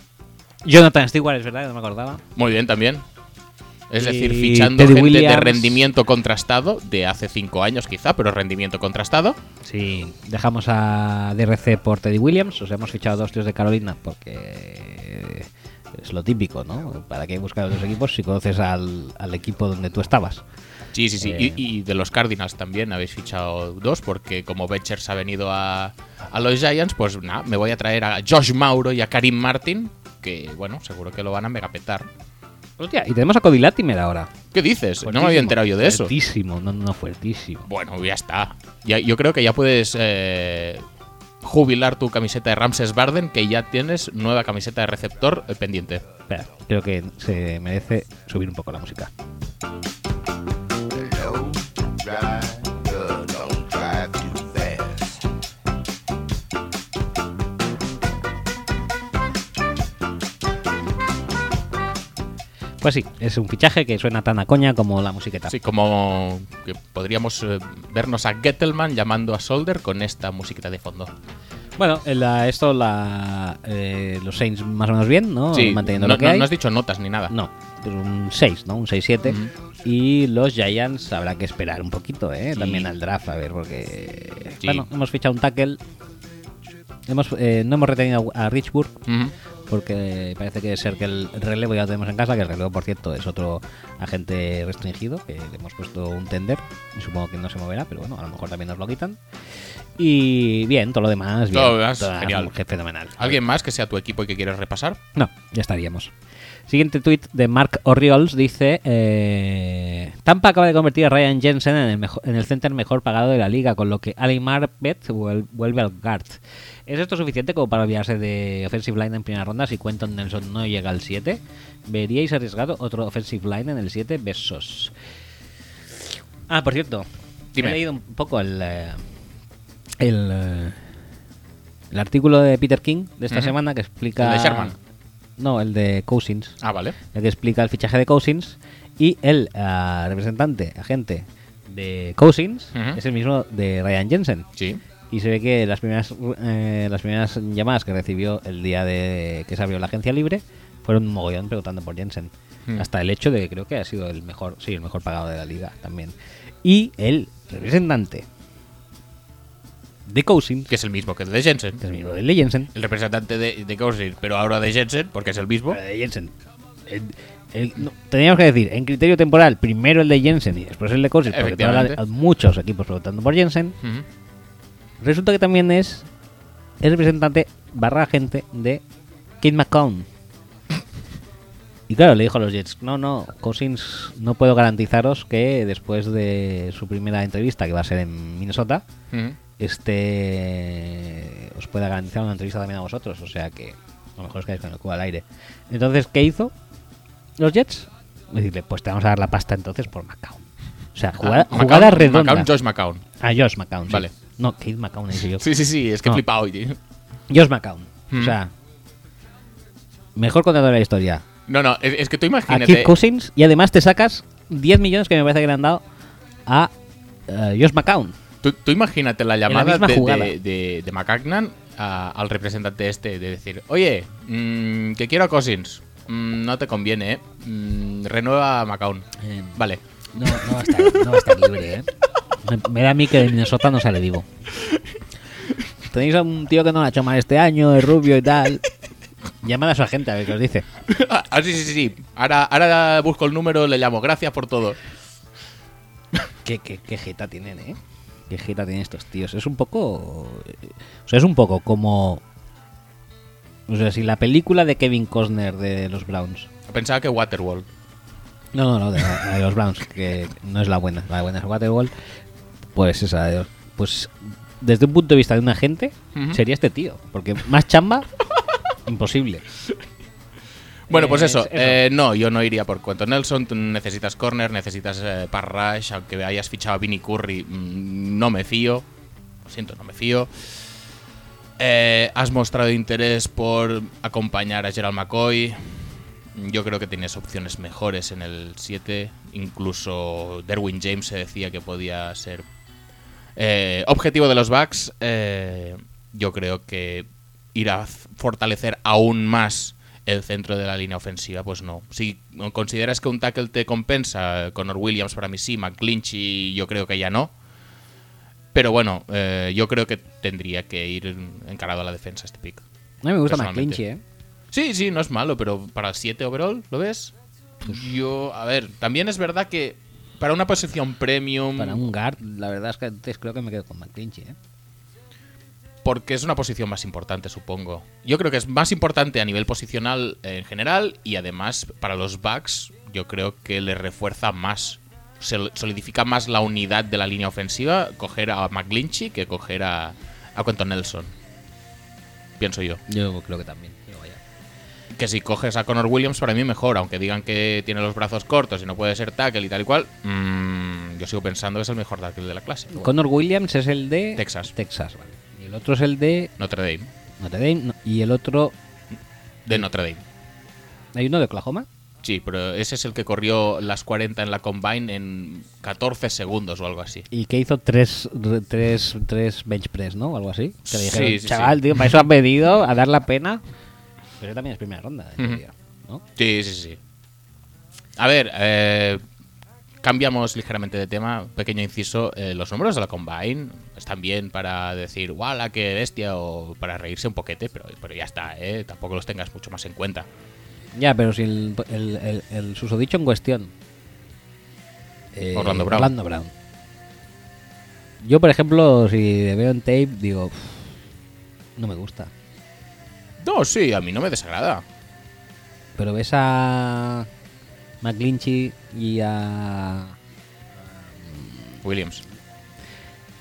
[SPEAKER 1] Jonathan Stewart, es verdad, no me acordaba.
[SPEAKER 2] Muy bien también. Es
[SPEAKER 1] Y
[SPEAKER 2] decir, fichando
[SPEAKER 1] Teddy
[SPEAKER 2] gente de
[SPEAKER 1] Williams.
[SPEAKER 2] rendimiento contrastado, de hace cinco años quizá, pero rendimiento contrastado.
[SPEAKER 1] Sí, dejamos a DRC por Teddy Williams, o sea, hemos fichado dos tíos de Carolina porque es lo típico, ¿no? ¿Para qué buscar otros equipos si conoces al, al equipo donde tú estabas?
[SPEAKER 2] Sí, sí, sí.
[SPEAKER 1] Eh.
[SPEAKER 2] Y, y de los Cardinals también habéis fichado dos, porque como Betchers ha venido a, a los Giants, pues nada, me voy a traer a Josh Mauro y a Karim Martin, que bueno, seguro que lo van a megapetar.
[SPEAKER 1] Hostia, y tenemos a Cody Latimer ahora.
[SPEAKER 2] ¿Qué dices? No me había enterado yo de eso.
[SPEAKER 1] Fuertísimo, no, no, fuertísimo.
[SPEAKER 2] Bueno, ya está. Ya- yo creo que ya puedes eh, jubilar tu camiseta de Ramses Barden, que ya tienes nueva camiseta de receptor eh, pendiente.
[SPEAKER 1] Espera, creo que se merece subir un poco la música.
[SPEAKER 3] Low rider, don't drive too fast.
[SPEAKER 1] Pues sí, es un fichaje que suena tan a coña como la musiqueta.
[SPEAKER 2] Así como que podríamos eh, vernos a Gettelman llamando a Solder con esta musiquita de fondo.
[SPEAKER 1] Bueno, eh, la- esto la, eh, los Saints más o menos bien, ¿no?
[SPEAKER 2] sí,
[SPEAKER 1] Oh, Manteniendo
[SPEAKER 2] no,
[SPEAKER 1] lo que
[SPEAKER 2] no-
[SPEAKER 1] hay.
[SPEAKER 2] no has dicho notas ni nada.
[SPEAKER 1] No, un 6, ¿no? Un 6-7. Y los Giants habrá que esperar un poquito, ¿eh?
[SPEAKER 2] Sí.
[SPEAKER 1] También al draft, a ver, porque...
[SPEAKER 2] Sí.
[SPEAKER 1] Bueno, hemos fichado un tackle. Hemos, eh, no hemos retenido a Richburg
[SPEAKER 2] Ujú.
[SPEAKER 1] porque parece que ser que el relevo ya lo tenemos en casa, que el relevo, por cierto, es otro agente restringido, que le hemos puesto un tender, y supongo que no se moverá, pero bueno, a lo mejor también nos lo quitan. Y bien, todo lo demás, bien.
[SPEAKER 2] Todo lo demás,
[SPEAKER 1] lo
[SPEAKER 2] genial.
[SPEAKER 1] demás, fenomenal.
[SPEAKER 2] ¿Alguien más que sea tu equipo y que quieras repasar?
[SPEAKER 1] No, ya estaríamos. Siguiente tuit de Mark Orioles dice: eh, Tampa acaba de convertir a Ryan Jensen en el, mejo- en el center mejor pagado de la liga, con lo que Ali Marpet vuel- vuelve al guard. ¿Es esto suficiente como para olvidarse de offensive line en primera ronda si Quentin Nelson no llega al 7? ¿Veríais arriesgado otro offensive line en el 7? Besos. Ah, por cierto,
[SPEAKER 2] Dime.
[SPEAKER 1] he leído un poco el, eh, el, eh, el artículo de Peter King de esta
[SPEAKER 2] Ujú.
[SPEAKER 1] semana que explica...
[SPEAKER 2] ¿El de Sherman?
[SPEAKER 1] No, el de Cousins
[SPEAKER 2] Ah, vale.
[SPEAKER 1] el que explica el fichaje de Cousins y el ah, representante, agente de Cousins
[SPEAKER 2] Ujú.
[SPEAKER 1] es el mismo de Ryan Jensen.
[SPEAKER 2] Sí.
[SPEAKER 1] Y se ve que las primeras eh, las primeras llamadas que recibió el día de que se abrió la agencia libre fueron un mogollón preguntando por Jensen.
[SPEAKER 2] Mm.
[SPEAKER 1] Hasta el hecho de que creo que ha sido el mejor, sí, el mejor pagado de la liga también. Y el representante de Cousins,
[SPEAKER 2] Que es el mismo que el de Jensen.
[SPEAKER 1] que es el mismo del de Jensen,
[SPEAKER 2] El representante de, de Cousins, pero ahora de Jensen, porque es el mismo.
[SPEAKER 1] Pero de Jensen. El- el- no, teníamos que decir, en criterio temporal, primero el de Jensen y después el de Cousins, porque toda la-
[SPEAKER 2] Efectivamente.
[SPEAKER 1] muchos equipos preguntando por Jensen.
[SPEAKER 2] Ujú.
[SPEAKER 1] Resulta que también es el representante barra agente de Kid McCown. Y claro, le dijo a los Jets, no, no, Cousins, no puedo garantizaros que después de su primera entrevista, que va a ser en Minnesota,
[SPEAKER 2] Ujú.
[SPEAKER 1] este os pueda garantizar una entrevista también a vosotros. O sea que a lo mejor os quedáis con el cubo al aire. Entonces, ¿qué hizo? Los Jets. Decirle, pues te vamos a dar la pasta entonces por McCown. O sea, jugada,
[SPEAKER 2] Ah,
[SPEAKER 1] jugada
[SPEAKER 2] McCown-
[SPEAKER 1] redonda.
[SPEAKER 2] McCown, Josh McCown.
[SPEAKER 1] A Josh McCown. sí.
[SPEAKER 2] Vale.
[SPEAKER 1] No, Keith McCown, he dicho yo.
[SPEAKER 2] Sí, sí, sí, es que he
[SPEAKER 1] No.
[SPEAKER 2] flipado. tío.
[SPEAKER 1] Josh McCown. O
[SPEAKER 2] Mm.
[SPEAKER 1] sea, mejor contrato de la historia.
[SPEAKER 2] No, no, es, es que tú
[SPEAKER 1] A
[SPEAKER 2] imagínate.
[SPEAKER 1] Kirk Cousins y además te sacas 10 millones que me parece que le han dado a eh, Josh McCown.
[SPEAKER 2] Tú, tú imagínate la
[SPEAKER 1] la
[SPEAKER 2] llamada
[SPEAKER 1] misma
[SPEAKER 2] de,
[SPEAKER 1] jugada.
[SPEAKER 2] de, de- de McCagnan a- al representante este de decir, oye, mm, que quiero a Cousins, Mm, no te conviene, ¿eh? Mm, renueva a McCown.
[SPEAKER 1] Eh,
[SPEAKER 2] Vale.
[SPEAKER 1] No, no, va a estar, no va a estar libre, ¿eh? Me, me da a mí que de Minnesota no sale vivo. Tenéis a un tío que no lo ha hecho mal este año, es rubio y tal. Llamad a su agente a ver qué os dice.
[SPEAKER 2] ah, sí, sí, sí. Ahora, ahora busco el número, le llamo, gracias por todo.
[SPEAKER 1] Qué, qué, qué jeta tienen, ¿eh? Qué jeta tienen estos tíos. Es un poco... O sea, es un poco como... O sea, si la película de Kevin Costner de los Browns.
[SPEAKER 2] Pensaba que Waterworld.
[SPEAKER 1] No, no, no, de, la de los Browns, que no es la buena. La buena es Waterworld. Pues esa de los- Pues desde un punto de vista de un agente,
[SPEAKER 2] Ujú.
[SPEAKER 1] sería este tío. Porque más chamba, imposible.
[SPEAKER 2] Bueno, pues
[SPEAKER 1] Eh,
[SPEAKER 2] eso.
[SPEAKER 1] eso.
[SPEAKER 2] eh, no, yo no iría por cuanto Nelson. Tú necesitas corner, necesitas eh, pass rush, aunque hayas fichado a Vinny Curry. mm, no me fío. Lo siento, no me fío. Eh, has mostrado interés por acompañar a Gerald McCoy. Yo creo que tienes opciones mejores en el 7. Incluso Derwin James se decía que podía ser eh, objetivo de los Bucks, eh, yo creo que ir a f- fortalecer aún más el centro de la línea ofensiva, pues no. Si consideras que un tackle te compensa, Connor Williams para mí sí, McClinchy yo creo que ya no. Pero bueno, eh, yo creo que tendría que ir encarado a la defensa este pick.
[SPEAKER 1] A mí me gusta más
[SPEAKER 2] Personalmente.
[SPEAKER 1] clinchy, ¿eh?
[SPEAKER 2] Sí, sí, no es malo, pero para el 7 overall, ¿lo ves? Yo, a ver, también es verdad que para una posición premium...
[SPEAKER 1] Para un guard, la verdad es que antes creo que me quedo con McClinchy, ¿eh?
[SPEAKER 2] Porque es una posición más importante, supongo. Yo creo que es más importante a nivel posicional eh, en general y además para los backs yo creo que le refuerza más, se lo- solidifica más la unidad de la línea ofensiva coger a McGlinchy que coger a, a Quentin Nelson. Pienso yo.
[SPEAKER 1] Yo creo que también. Yo vaya.
[SPEAKER 2] Que si coges a Connor Williams para mí mejor, aunque digan que tiene los brazos cortos y no puede ser tackle y tal y cual, mm, yo sigo pensando que es el mejor tackle de la clase.
[SPEAKER 1] Connor Williams es el de...
[SPEAKER 2] Texas.
[SPEAKER 1] Texas, vale. Y el otro es el de...
[SPEAKER 2] Notre Dame.
[SPEAKER 1] Notre Dame. no, y el otro...
[SPEAKER 2] De Notre Dame.
[SPEAKER 1] ¿Hay uno de Oklahoma?
[SPEAKER 2] Sí, pero ese es el que corrió las 40 en la Combine en 14 segundos o algo así.
[SPEAKER 1] Y que hizo tres, re- tres, tres bench press, ¿no? O algo así. Que le
[SPEAKER 2] Sí,
[SPEAKER 1] dijeron,
[SPEAKER 2] sí, sí.
[SPEAKER 1] chaval, tío, para eso has venido, a dar la pena. Pero también es primera ronda, en
[SPEAKER 2] Ujú.
[SPEAKER 1] teoría, ¿no?
[SPEAKER 2] Sí, sí, sí. A ver, eh, cambiamos ligeramente de tema. Pequeño inciso. eh, los números de la Combine están bien para decir, ¡wala, qué bestia! o para reírse un poquete, pero, pero ya está, ¿eh? Tampoco los tengas mucho más en cuenta.
[SPEAKER 1] Ya, pero si el, el, el, el susodicho en cuestión. eh,
[SPEAKER 2] Orlando Brown.
[SPEAKER 1] Orlando Brown. Yo, por ejemplo, si le veo en tape, digo. "Uf, No me gusta.
[SPEAKER 2] No, sí, a mí no me desagrada.
[SPEAKER 1] Pero ves a. McGlinchy y a.
[SPEAKER 2] Williams.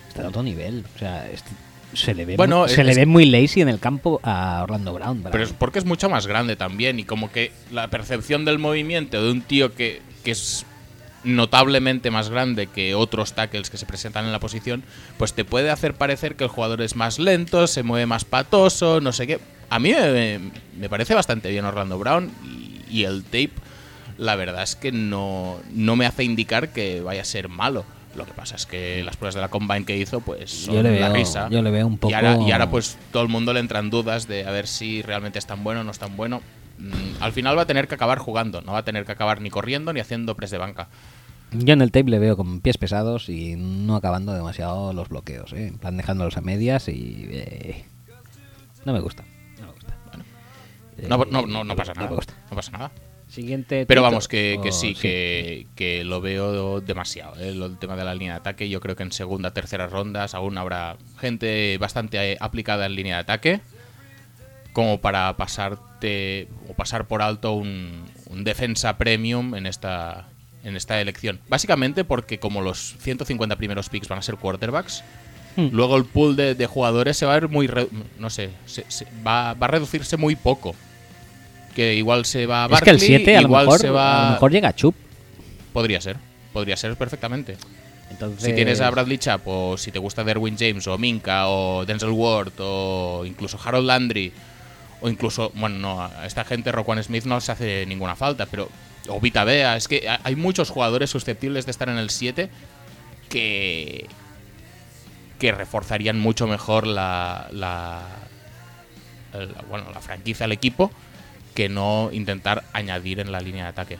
[SPEAKER 1] Está de otro nivel. O sea, este- se le ve,
[SPEAKER 2] Bueno,
[SPEAKER 1] muy-
[SPEAKER 2] es-
[SPEAKER 1] se le
[SPEAKER 2] es-
[SPEAKER 1] ve muy lazy en el campo a Orlando Brown. para
[SPEAKER 2] Pero
[SPEAKER 1] mí.
[SPEAKER 2] es porque es mucho más grande también y como que la percepción del movimiento de un tío que, que es notablemente más grande que otros tackles que se presentan en la posición, pues te puede hacer parecer que el jugador es más lento, se mueve más patoso, no sé qué. A mí me, me parece bastante bien Orlando Brown y, y el tape, la verdad es que no, no me hace indicar que vaya a ser malo. Lo que pasa es que las pruebas de la combine que hizo, pues son
[SPEAKER 1] Yo le
[SPEAKER 2] la
[SPEAKER 1] veo-
[SPEAKER 2] risa.
[SPEAKER 1] yo le veo un
[SPEAKER 2] Y ahora,
[SPEAKER 1] poco-
[SPEAKER 2] y ahora, pues todo el mundo le entran dudas de a ver si realmente es tan bueno o no es tan bueno. Mm, Al final va a tener que acabar jugando, no va a tener que acabar ni corriendo ni haciendo press de banca.
[SPEAKER 1] Yo en el tape le veo con pies pesados y no acabando demasiado los bloqueos, ¿eh? en plan dejándolos a medias y... eh, no me gusta. No me gusta.
[SPEAKER 2] No,
[SPEAKER 1] Eh,
[SPEAKER 2] no, no, no pasa
[SPEAKER 1] no
[SPEAKER 2] nada.
[SPEAKER 1] me gusta.
[SPEAKER 2] No pasa nada.
[SPEAKER 1] Siguiente...
[SPEAKER 2] Pero
[SPEAKER 1] tuit.
[SPEAKER 2] vamos, que, que
[SPEAKER 1] Oh,
[SPEAKER 2] sí, que, que lo veo demasiado. ¿eh? Lo- El tema de la línea de ataque, yo creo que en segunda, tercera rondas aún habrá gente bastante eh, aplicada en línea de ataque como para pasarte o pasar por alto un, un defensa premium en esta, en esta elección. Básicamente porque como los 150 primeros picks van a ser quarterbacks, luego el pool de, de jugadores se va a ver muy... re- no sé, se- se- va, va a reducirse muy poco. Que igual se va a
[SPEAKER 1] Es que el
[SPEAKER 2] Barkley,
[SPEAKER 1] 7 a, lo
[SPEAKER 2] igual
[SPEAKER 1] mejor-
[SPEAKER 2] se va...
[SPEAKER 1] a lo mejor llega a Chup.
[SPEAKER 2] Podría ser, podría ser perfectamente.
[SPEAKER 1] Entonces,
[SPEAKER 2] Si tienes a Bradley Chap o si te gusta Derwin James o Minka o Denzel Ward o incluso Harold Landry o incluso, bueno, no, a esta gente Roquan Smith no se hace ninguna falta, pero o Vita Vea, es que ha- hay muchos jugadores susceptibles de estar en el 7 que que reforzarían mucho mejor la, la, el- bueno, la franquicia al equipo que no intentar añadir en la línea de ataque.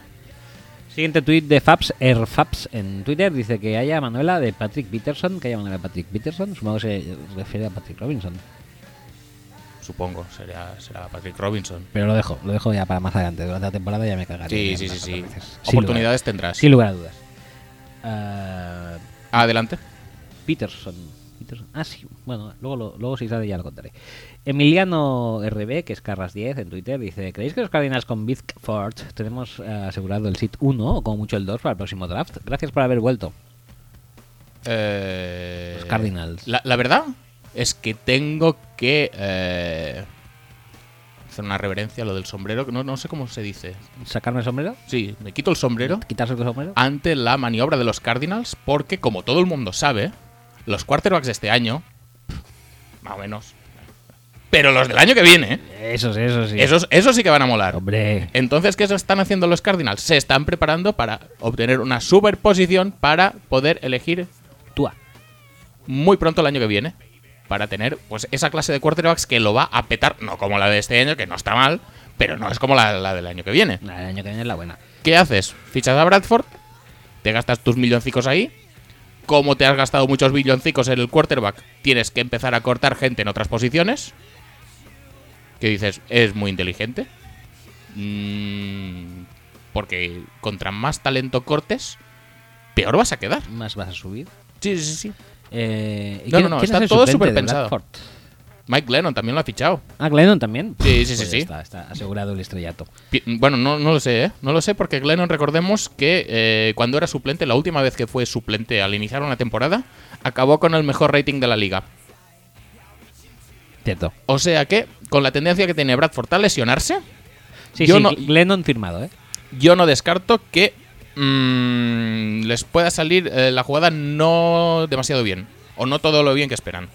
[SPEAKER 1] Siguiente tweet de Fabs, Erfabs en Twitter dice que haya Manuela de Patrick Peterson, que haya Manuela de Patrick Peterson, supongo que se refiere a Patrick Robinson.
[SPEAKER 2] Supongo, será, será Patrick Robinson.
[SPEAKER 1] Pero lo dejo, lo dejo ya para más adelante, durante la temporada ya me cagaré.
[SPEAKER 2] Sí,
[SPEAKER 1] en
[SPEAKER 2] sí, sí,
[SPEAKER 1] las
[SPEAKER 2] sí.
[SPEAKER 1] veces. Sin lugar-
[SPEAKER 2] Oportunidades tendrás.
[SPEAKER 1] Sin lugar a dudas. Ah,
[SPEAKER 2] Adelante.
[SPEAKER 1] Peterson. Peterson. Ah, sí. Bueno, luego, lo- luego si sale ya lo contaré. Emiliano RB, que es Carras10 en Twitter, dice: ¿Creéis que los Cardinals con Bitford tenemos eh, asegurado el sit 1 o como mucho el 2 para el próximo draft? Gracias por haber vuelto.
[SPEAKER 2] Eh,
[SPEAKER 1] Los Cardinals.
[SPEAKER 2] La, la verdad es que tengo que eh, hacer una reverencia a lo del sombrero, que no, no sé cómo se dice.
[SPEAKER 1] ¿Sacarme el sombrero?
[SPEAKER 2] Sí, me quito el sombrero
[SPEAKER 1] ¿Quitarse el sombrero?
[SPEAKER 2] ante la maniobra de los Cardinals porque, como todo el mundo sabe, los quarterbacks de este año, más o menos, pero los del año que viene, ¿eh?
[SPEAKER 1] Eso sí, eso sí.
[SPEAKER 2] esos, esos sí que van a molar.
[SPEAKER 1] Hombre.
[SPEAKER 2] Entonces, ¿qué se están haciendo los Cardinals? Se están preparando para obtener una superposición para poder elegir
[SPEAKER 1] Tua.
[SPEAKER 2] muy pronto el año que viene. Para tener pues esa clase de quarterbacks que lo va a petar, no como la de este año, que no está mal, pero no es como la, la del año que viene.
[SPEAKER 1] La del año que viene es la buena.
[SPEAKER 2] ¿Qué haces? Fichas a Bradford, te gastas tus milloncicos ahí. Como te has gastado muchos billoncicos en el quarterback, tienes que empezar a cortar gente en otras posiciones. Que dices, es muy inteligente. Mm, porque contra más talento cortes, peor vas a quedar.
[SPEAKER 1] Más vas a subir.
[SPEAKER 2] Sí, sí, sí.
[SPEAKER 1] Eh, ¿y
[SPEAKER 2] No,
[SPEAKER 1] quién-
[SPEAKER 2] no, no,
[SPEAKER 1] quién
[SPEAKER 2] está
[SPEAKER 1] es el
[SPEAKER 2] todo
[SPEAKER 1] suplente de
[SPEAKER 2] superpensado.
[SPEAKER 1] Bradford?
[SPEAKER 2] Mike Glennon también lo ha fichado.
[SPEAKER 1] Ah, Glennon también.
[SPEAKER 2] Sí, sí, sí,
[SPEAKER 1] Pues
[SPEAKER 2] sí.
[SPEAKER 1] Está, está asegurado el estrellato.
[SPEAKER 2] Pi- Bueno, no, no lo sé, ¿eh? No lo sé porque Glennon, recordemos que eh, cuando era suplente, la última vez que fue suplente al iniciar una temporada, acabó con el mejor rating de la liga.
[SPEAKER 1] Cierto.
[SPEAKER 2] O sea que, con la tendencia que tiene Bradford a lesionarse,
[SPEAKER 1] Sí,
[SPEAKER 2] Yo
[SPEAKER 1] sí,
[SPEAKER 2] no-
[SPEAKER 1] Glennon firmado, ¿eh?
[SPEAKER 2] yo no descarto que mm, les pueda salir eh, la jugada no demasiado bien. O no todo lo bien que esperan.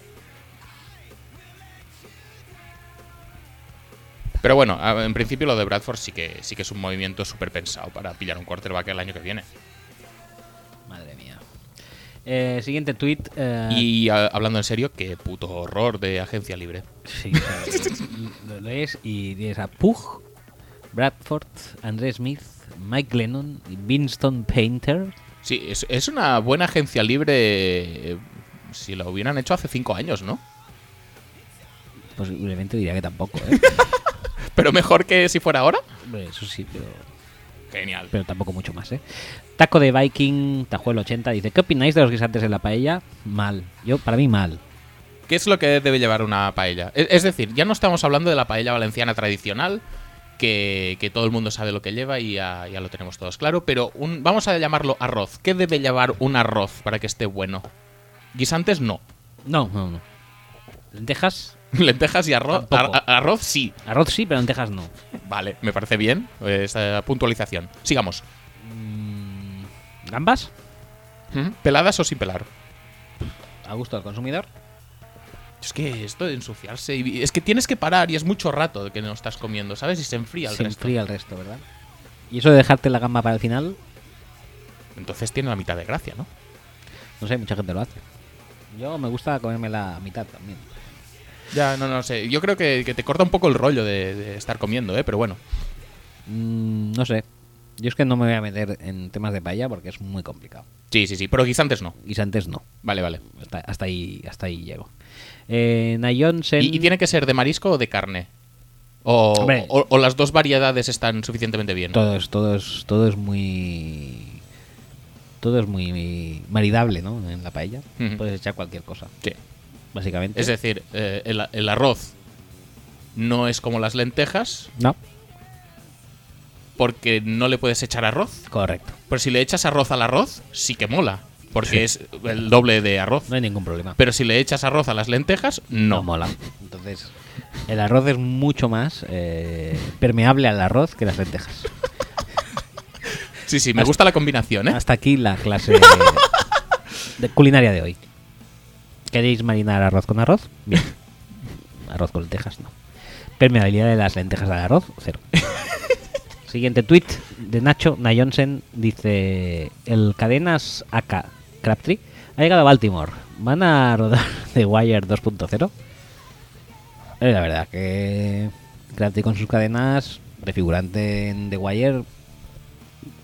[SPEAKER 2] Pero bueno, a- en principio lo de Bradford sí que, sí que es un movimiento súper pensado para pillar un quarterback el año que viene.
[SPEAKER 1] Madre mía. Eh, siguiente tweet. eh,
[SPEAKER 2] Y a- hablando en serio, qué puto horror de agencia libre.
[SPEAKER 1] Sí, lo- lo lees y tienes a Pug, Bradford, Andrés Smith, Mike Glennon y Winston Painter.
[SPEAKER 2] Sí, es, es una buena agencia libre eh, si la hubieran hecho hace cinco años, ¿no?
[SPEAKER 1] Posiblemente diría que tampoco, ¿eh?
[SPEAKER 2] Pero mejor que si fuera ahora.
[SPEAKER 1] Hombre, Eso sí, pero.
[SPEAKER 2] Genial.
[SPEAKER 1] pero tampoco mucho más, ¿eh? Taco de Viking, Tajuelo 80, dice, ¿qué opináis de los guisantes en la paella? Mal. Yo, para mí, mal.
[SPEAKER 2] ¿Qué es lo que debe llevar una paella? E- Es, decir, ya no estamos hablando de la paella valenciana tradicional, que, que todo el mundo sabe lo que lleva y ya, ya lo tenemos todos claro. Pero un, vamos a llamarlo arroz. ¿Qué debe llevar un arroz para que esté bueno? Guisantes no.
[SPEAKER 1] No, no, no. Lentejas,
[SPEAKER 2] Lentejas y arroz.
[SPEAKER 1] Tampoco.
[SPEAKER 2] ar- ar- arroz sí.
[SPEAKER 1] arroz sí, pero lentejas no.
[SPEAKER 2] Vale, me parece bien eh, esta puntualización. Sigamos.
[SPEAKER 1] Mm, ¿Gambas?
[SPEAKER 2] ¿Mm? ¿Peladas o sin pelar?
[SPEAKER 1] A gusto del consumidor.
[SPEAKER 2] Es que esto de ensuciarse. y- es que tienes que parar y es mucho rato de que no estás comiendo, ¿sabes? Y se enfría el
[SPEAKER 1] Se
[SPEAKER 2] resto.
[SPEAKER 1] enfría el resto, ¿verdad? Y eso de dejarte la gamba para el final,
[SPEAKER 2] Entonces tiene la mitad de gracia, ¿no?
[SPEAKER 1] no sé, mucha gente lo hace. Yo me gusta comerme la mitad también.
[SPEAKER 2] Ya, no, no sé. Yo creo que, que te corta un poco el rollo de, de estar comiendo, ¿eh? Pero bueno.
[SPEAKER 1] Mm, no sé. Yo es que no me voy a meter en temas de paella porque es muy complicado.
[SPEAKER 2] Sí, sí, sí. Pero guisantes no.
[SPEAKER 1] Guisantes no.
[SPEAKER 2] Vale, vale.
[SPEAKER 1] Hasta, hasta ahí hasta ahí llego. Eh, Nayon Sen...
[SPEAKER 2] ¿Y, y tiene que ser de marisco o de carne? O,
[SPEAKER 1] Hombre.
[SPEAKER 2] o- o las dos variedades están suficientemente bien.
[SPEAKER 1] Todo es, todo es, todo es muy... Todo es muy maridable, ¿no? En la paella.
[SPEAKER 2] Ujú.
[SPEAKER 1] Puedes echar cualquier cosa,
[SPEAKER 2] Sí.
[SPEAKER 1] básicamente.
[SPEAKER 2] Es decir, eh, el, el arroz no es como las lentejas
[SPEAKER 1] No, porque
[SPEAKER 2] porque no le puedes echar arroz.
[SPEAKER 1] correcto.
[SPEAKER 2] Pero si le echas arroz al arroz, sí que mola. Porque es el doble de arroz.
[SPEAKER 1] No hay ningún problema.
[SPEAKER 2] Pero si le echas arroz a las lentejas,
[SPEAKER 1] no
[SPEAKER 2] no.
[SPEAKER 1] mola. Entonces, el arroz es mucho más eh, permeable al arroz que las lentejas.
[SPEAKER 2] Sí, sí, me
[SPEAKER 1] Hasta-
[SPEAKER 2] gusta la combinación, ¿eh?
[SPEAKER 1] Hasta aquí la clase de culinaria de hoy. ¿Queréis marinar arroz con arroz? Bien. Arroz con lentejas, no. Permeabilidad de las lentejas al arroz, cero. Siguiente tweet de Nacho Nayonsen dice: El cadenas AK Crabtree ha llegado a Baltimore. ¿Van a rodar The Wire 2.0? Eh, la verdad que Crabtree con sus cadenas, de figurante en The Wire,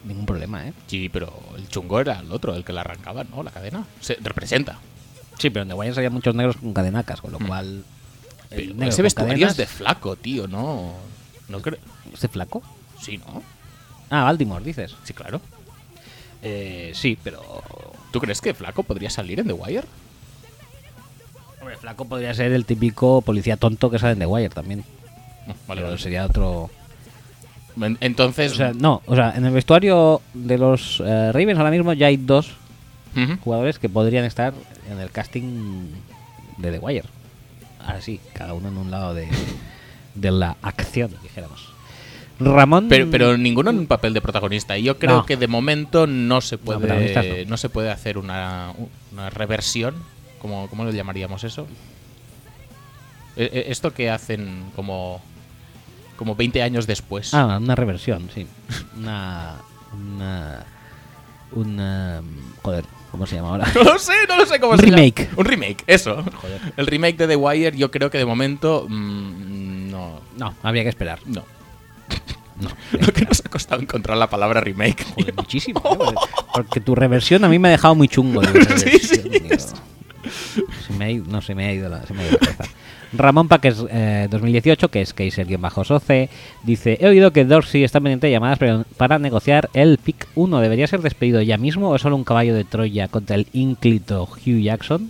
[SPEAKER 1] ningún problema, ¿eh?
[SPEAKER 2] Sí, pero el chungo era el otro, el que la arrancaba, ¿no? La cadena. Se representa.
[SPEAKER 1] Sí, pero en The Wire había muchos negros con cadenacas, con lo
[SPEAKER 2] Mm.
[SPEAKER 1] cual. el
[SPEAKER 2] Pero
[SPEAKER 1] negro
[SPEAKER 2] ese
[SPEAKER 1] con
[SPEAKER 2] vestuario es
[SPEAKER 1] cadenas-
[SPEAKER 2] de flaco, tío, ¿no? No creo.
[SPEAKER 1] ¿Este flaco?
[SPEAKER 2] Sí, ¿no?
[SPEAKER 1] Ah, Baltimore, dices.
[SPEAKER 2] Sí, claro.
[SPEAKER 1] Eh, sí, pero.
[SPEAKER 2] ¿Tú crees que flaco podría salir en The Wire?
[SPEAKER 1] Hombre, flaco podría ser el típico policía tonto que sale en The Wire también.
[SPEAKER 2] No, vale,
[SPEAKER 1] pero
[SPEAKER 2] vale.
[SPEAKER 1] sería otro.
[SPEAKER 2] En- Entonces.
[SPEAKER 1] O sea, no, o sea, en el vestuario de los eh, Ravens ahora mismo ya hay dos
[SPEAKER 2] Ujú.
[SPEAKER 1] jugadores que podrían estar en el casting de The Wire. Ahora sí, cada uno en un lado de, de la acción, dijéramos. Ramón.
[SPEAKER 2] Pero, pero ninguno en un papel de protagonista. Y yo creo
[SPEAKER 1] mm. No.
[SPEAKER 2] que de momento no se
[SPEAKER 1] protagonistas
[SPEAKER 2] puede,
[SPEAKER 1] no.
[SPEAKER 2] no. se puede hacer una, una reversión. ¿Cómo, ¿Cómo lo llamaríamos eso? E- e- Esto que hacen como, como 20 años después.
[SPEAKER 1] Ah, una reversión, sí. Una. Una. Una. Joder, ¿cómo se llama ahora?
[SPEAKER 2] No lo sé, no lo sé cómo
[SPEAKER 1] Un
[SPEAKER 2] se llama.
[SPEAKER 1] remake.
[SPEAKER 2] Un remake, eso.
[SPEAKER 1] Joder.
[SPEAKER 2] El remake de The Wire, yo creo que de momento. mm, no.
[SPEAKER 1] No, habría que esperar.
[SPEAKER 2] No.
[SPEAKER 1] No,
[SPEAKER 2] Lo que nos ha costado encontrar la palabra remake. tío.
[SPEAKER 1] joder, muchísimo. ¿eh? Porque- Porque tu reversión a mí me ha dejado muy chungo. digo, reversión, digo. Se me ha ido, no, se me ha ido la, se me ha ido la cabeza. Ramón Paques eh, 2018, que es Kaiser-Soce, dice: He oído que Dorsey está pendiente de llamadas pero para negociar el pick 1. ¿Debería ser despedido ya mismo o es solo un caballo de Troya contra el ínclito Hugh Jackson?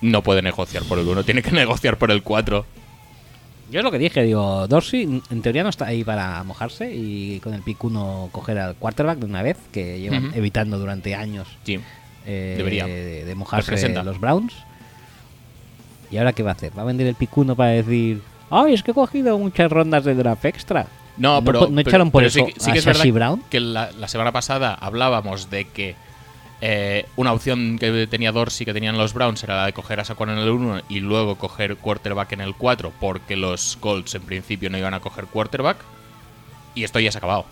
[SPEAKER 2] No puede negociar por el 1, tiene que negociar por el 4.
[SPEAKER 1] Yo es lo que dije, digo, Dorsey en teoría no está ahí para mojarse y con el pick 1 coger al quarterback de una vez, que llevan
[SPEAKER 2] Ujú.
[SPEAKER 1] evitando durante años
[SPEAKER 2] Sí.
[SPEAKER 1] eh,
[SPEAKER 2] Debería.
[SPEAKER 1] de, de mojarse
[SPEAKER 2] Representa.
[SPEAKER 1] los Browns. ¿Y ahora qué va a hacer? ¿Va a vender el pick 1 para decir, ay, es que he cogido muchas rondas de draft extra?
[SPEAKER 2] No, pero.
[SPEAKER 1] po- no
[SPEAKER 2] pero-
[SPEAKER 1] echaron por
[SPEAKER 2] pero
[SPEAKER 1] eso
[SPEAKER 2] que- que
[SPEAKER 1] a
[SPEAKER 2] es verdad
[SPEAKER 1] Shashi Brown.
[SPEAKER 2] Que la, la semana pasada hablábamos de que eh, una opción que tenía Dorsey, que tenían los Browns, era la de coger a Saquon en el 1 y luego coger quarterback en el 4, porque los Colts en principio no iban a coger quarterback. Y esto ya se ha acabado.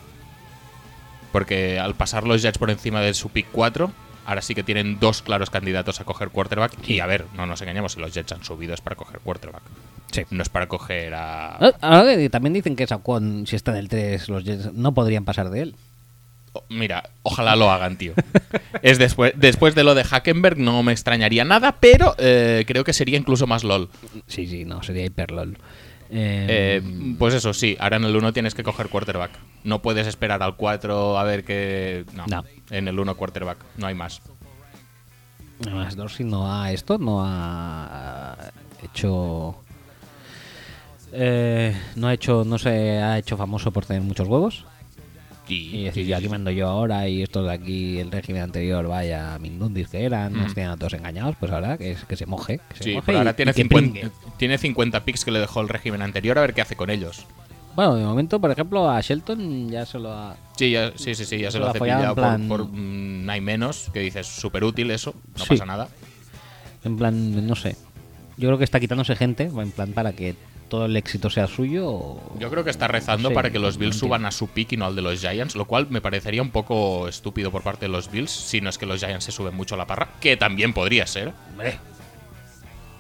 [SPEAKER 2] Porque al pasar los Jets por encima de su pick 4, ahora sí que tienen dos claros candidatos a coger quarterback. Y a ver, no nos engañemos, si los Jets han subido es para coger quarterback.
[SPEAKER 1] Sí.
[SPEAKER 2] No es para coger a.
[SPEAKER 1] Ahora que Ah, eh, también dicen que Saquon, si está en el 3, los Jets no podrían pasar de él.
[SPEAKER 2] O- Oh, Mira, ojalá lo hagan, tío. es después, después de lo de Hackenberg, no me extrañaría nada, pero eh, creo que sería incluso más LOL.
[SPEAKER 1] Sí, sí, no, sería hiperlol. Eh,
[SPEAKER 2] Eh, pues eso, sí, ahora en el 1 tienes que coger quarterback. No puedes esperar al 4 a ver qué. No,
[SPEAKER 1] No.
[SPEAKER 2] en el 1 quarterback, no hay más.
[SPEAKER 1] Además, Dorsey no ha esto, no ha hecho eh, no ha hecho, no se ha hecho famoso por tener muchos huevos. Y decir, yo aquí mando yo ahora y estos de aquí, el régimen anterior, vaya, mindundis que eran, nos
[SPEAKER 2] Mm.
[SPEAKER 1] tenían a todos engañados, pues ahora que, es- que se moje. Que se
[SPEAKER 2] Sí,
[SPEAKER 1] moje y-
[SPEAKER 2] pero ahora
[SPEAKER 1] y
[SPEAKER 2] tiene
[SPEAKER 1] que
[SPEAKER 2] 50,
[SPEAKER 1] pringue.
[SPEAKER 2] tiene 50 pics que le dejó el régimen anterior, a ver qué hace con ellos.
[SPEAKER 1] Bueno, de momento, por ejemplo, a Shelton ya se lo ha...
[SPEAKER 2] Sí, ya, sí, sí, sí, ya se
[SPEAKER 1] Se
[SPEAKER 2] lo
[SPEAKER 1] lo ha
[SPEAKER 2] ha
[SPEAKER 1] follado
[SPEAKER 2] cepillado
[SPEAKER 1] en
[SPEAKER 2] por,
[SPEAKER 1] plan-
[SPEAKER 2] por mm, hay menos, que dices, súper útil eso, no
[SPEAKER 1] Sí.
[SPEAKER 2] pasa nada.
[SPEAKER 1] En plan, no sé. Yo creo que está quitándose gente, en plan, para que todo el éxito sea suyo. o-
[SPEAKER 2] Yo creo que está rezando
[SPEAKER 1] Sí,
[SPEAKER 2] para que los Bills
[SPEAKER 1] entiendo.
[SPEAKER 2] suban a su pick y no al de los Giants, lo cual me parecería un poco estúpido por parte de los Bills, si no es que los Giants se suben mucho a la parra, que también podría ser.
[SPEAKER 1] Hombre.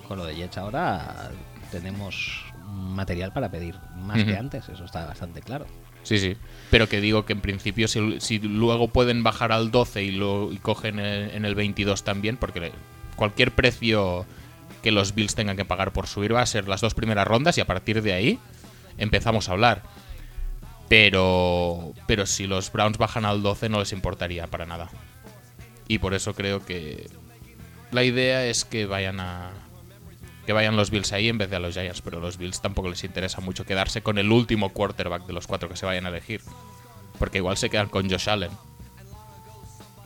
[SPEAKER 1] Con lo de Jets ahora tenemos material para pedir más
[SPEAKER 2] Ujú.
[SPEAKER 1] que antes, eso está bastante claro.
[SPEAKER 2] Sí, sí. Pero que digo que en principio, si, si luego pueden bajar al 12 y, lo, y cogen el- en el 22 también, porque le- cualquier precio que los Bills tengan que pagar por subir va a ser las dos primeras rondas y a partir de ahí empezamos a hablar. Pero, pero si los Browns bajan al 12 no les importaría para nada. Y por eso creo que la idea es que vayan a que vayan los Bills ahí en vez de a los Giants, pero a los Bills tampoco les interesa mucho quedarse con el último quarterback de los cuatro que se vayan a elegir, porque igual se quedan con Josh Allen.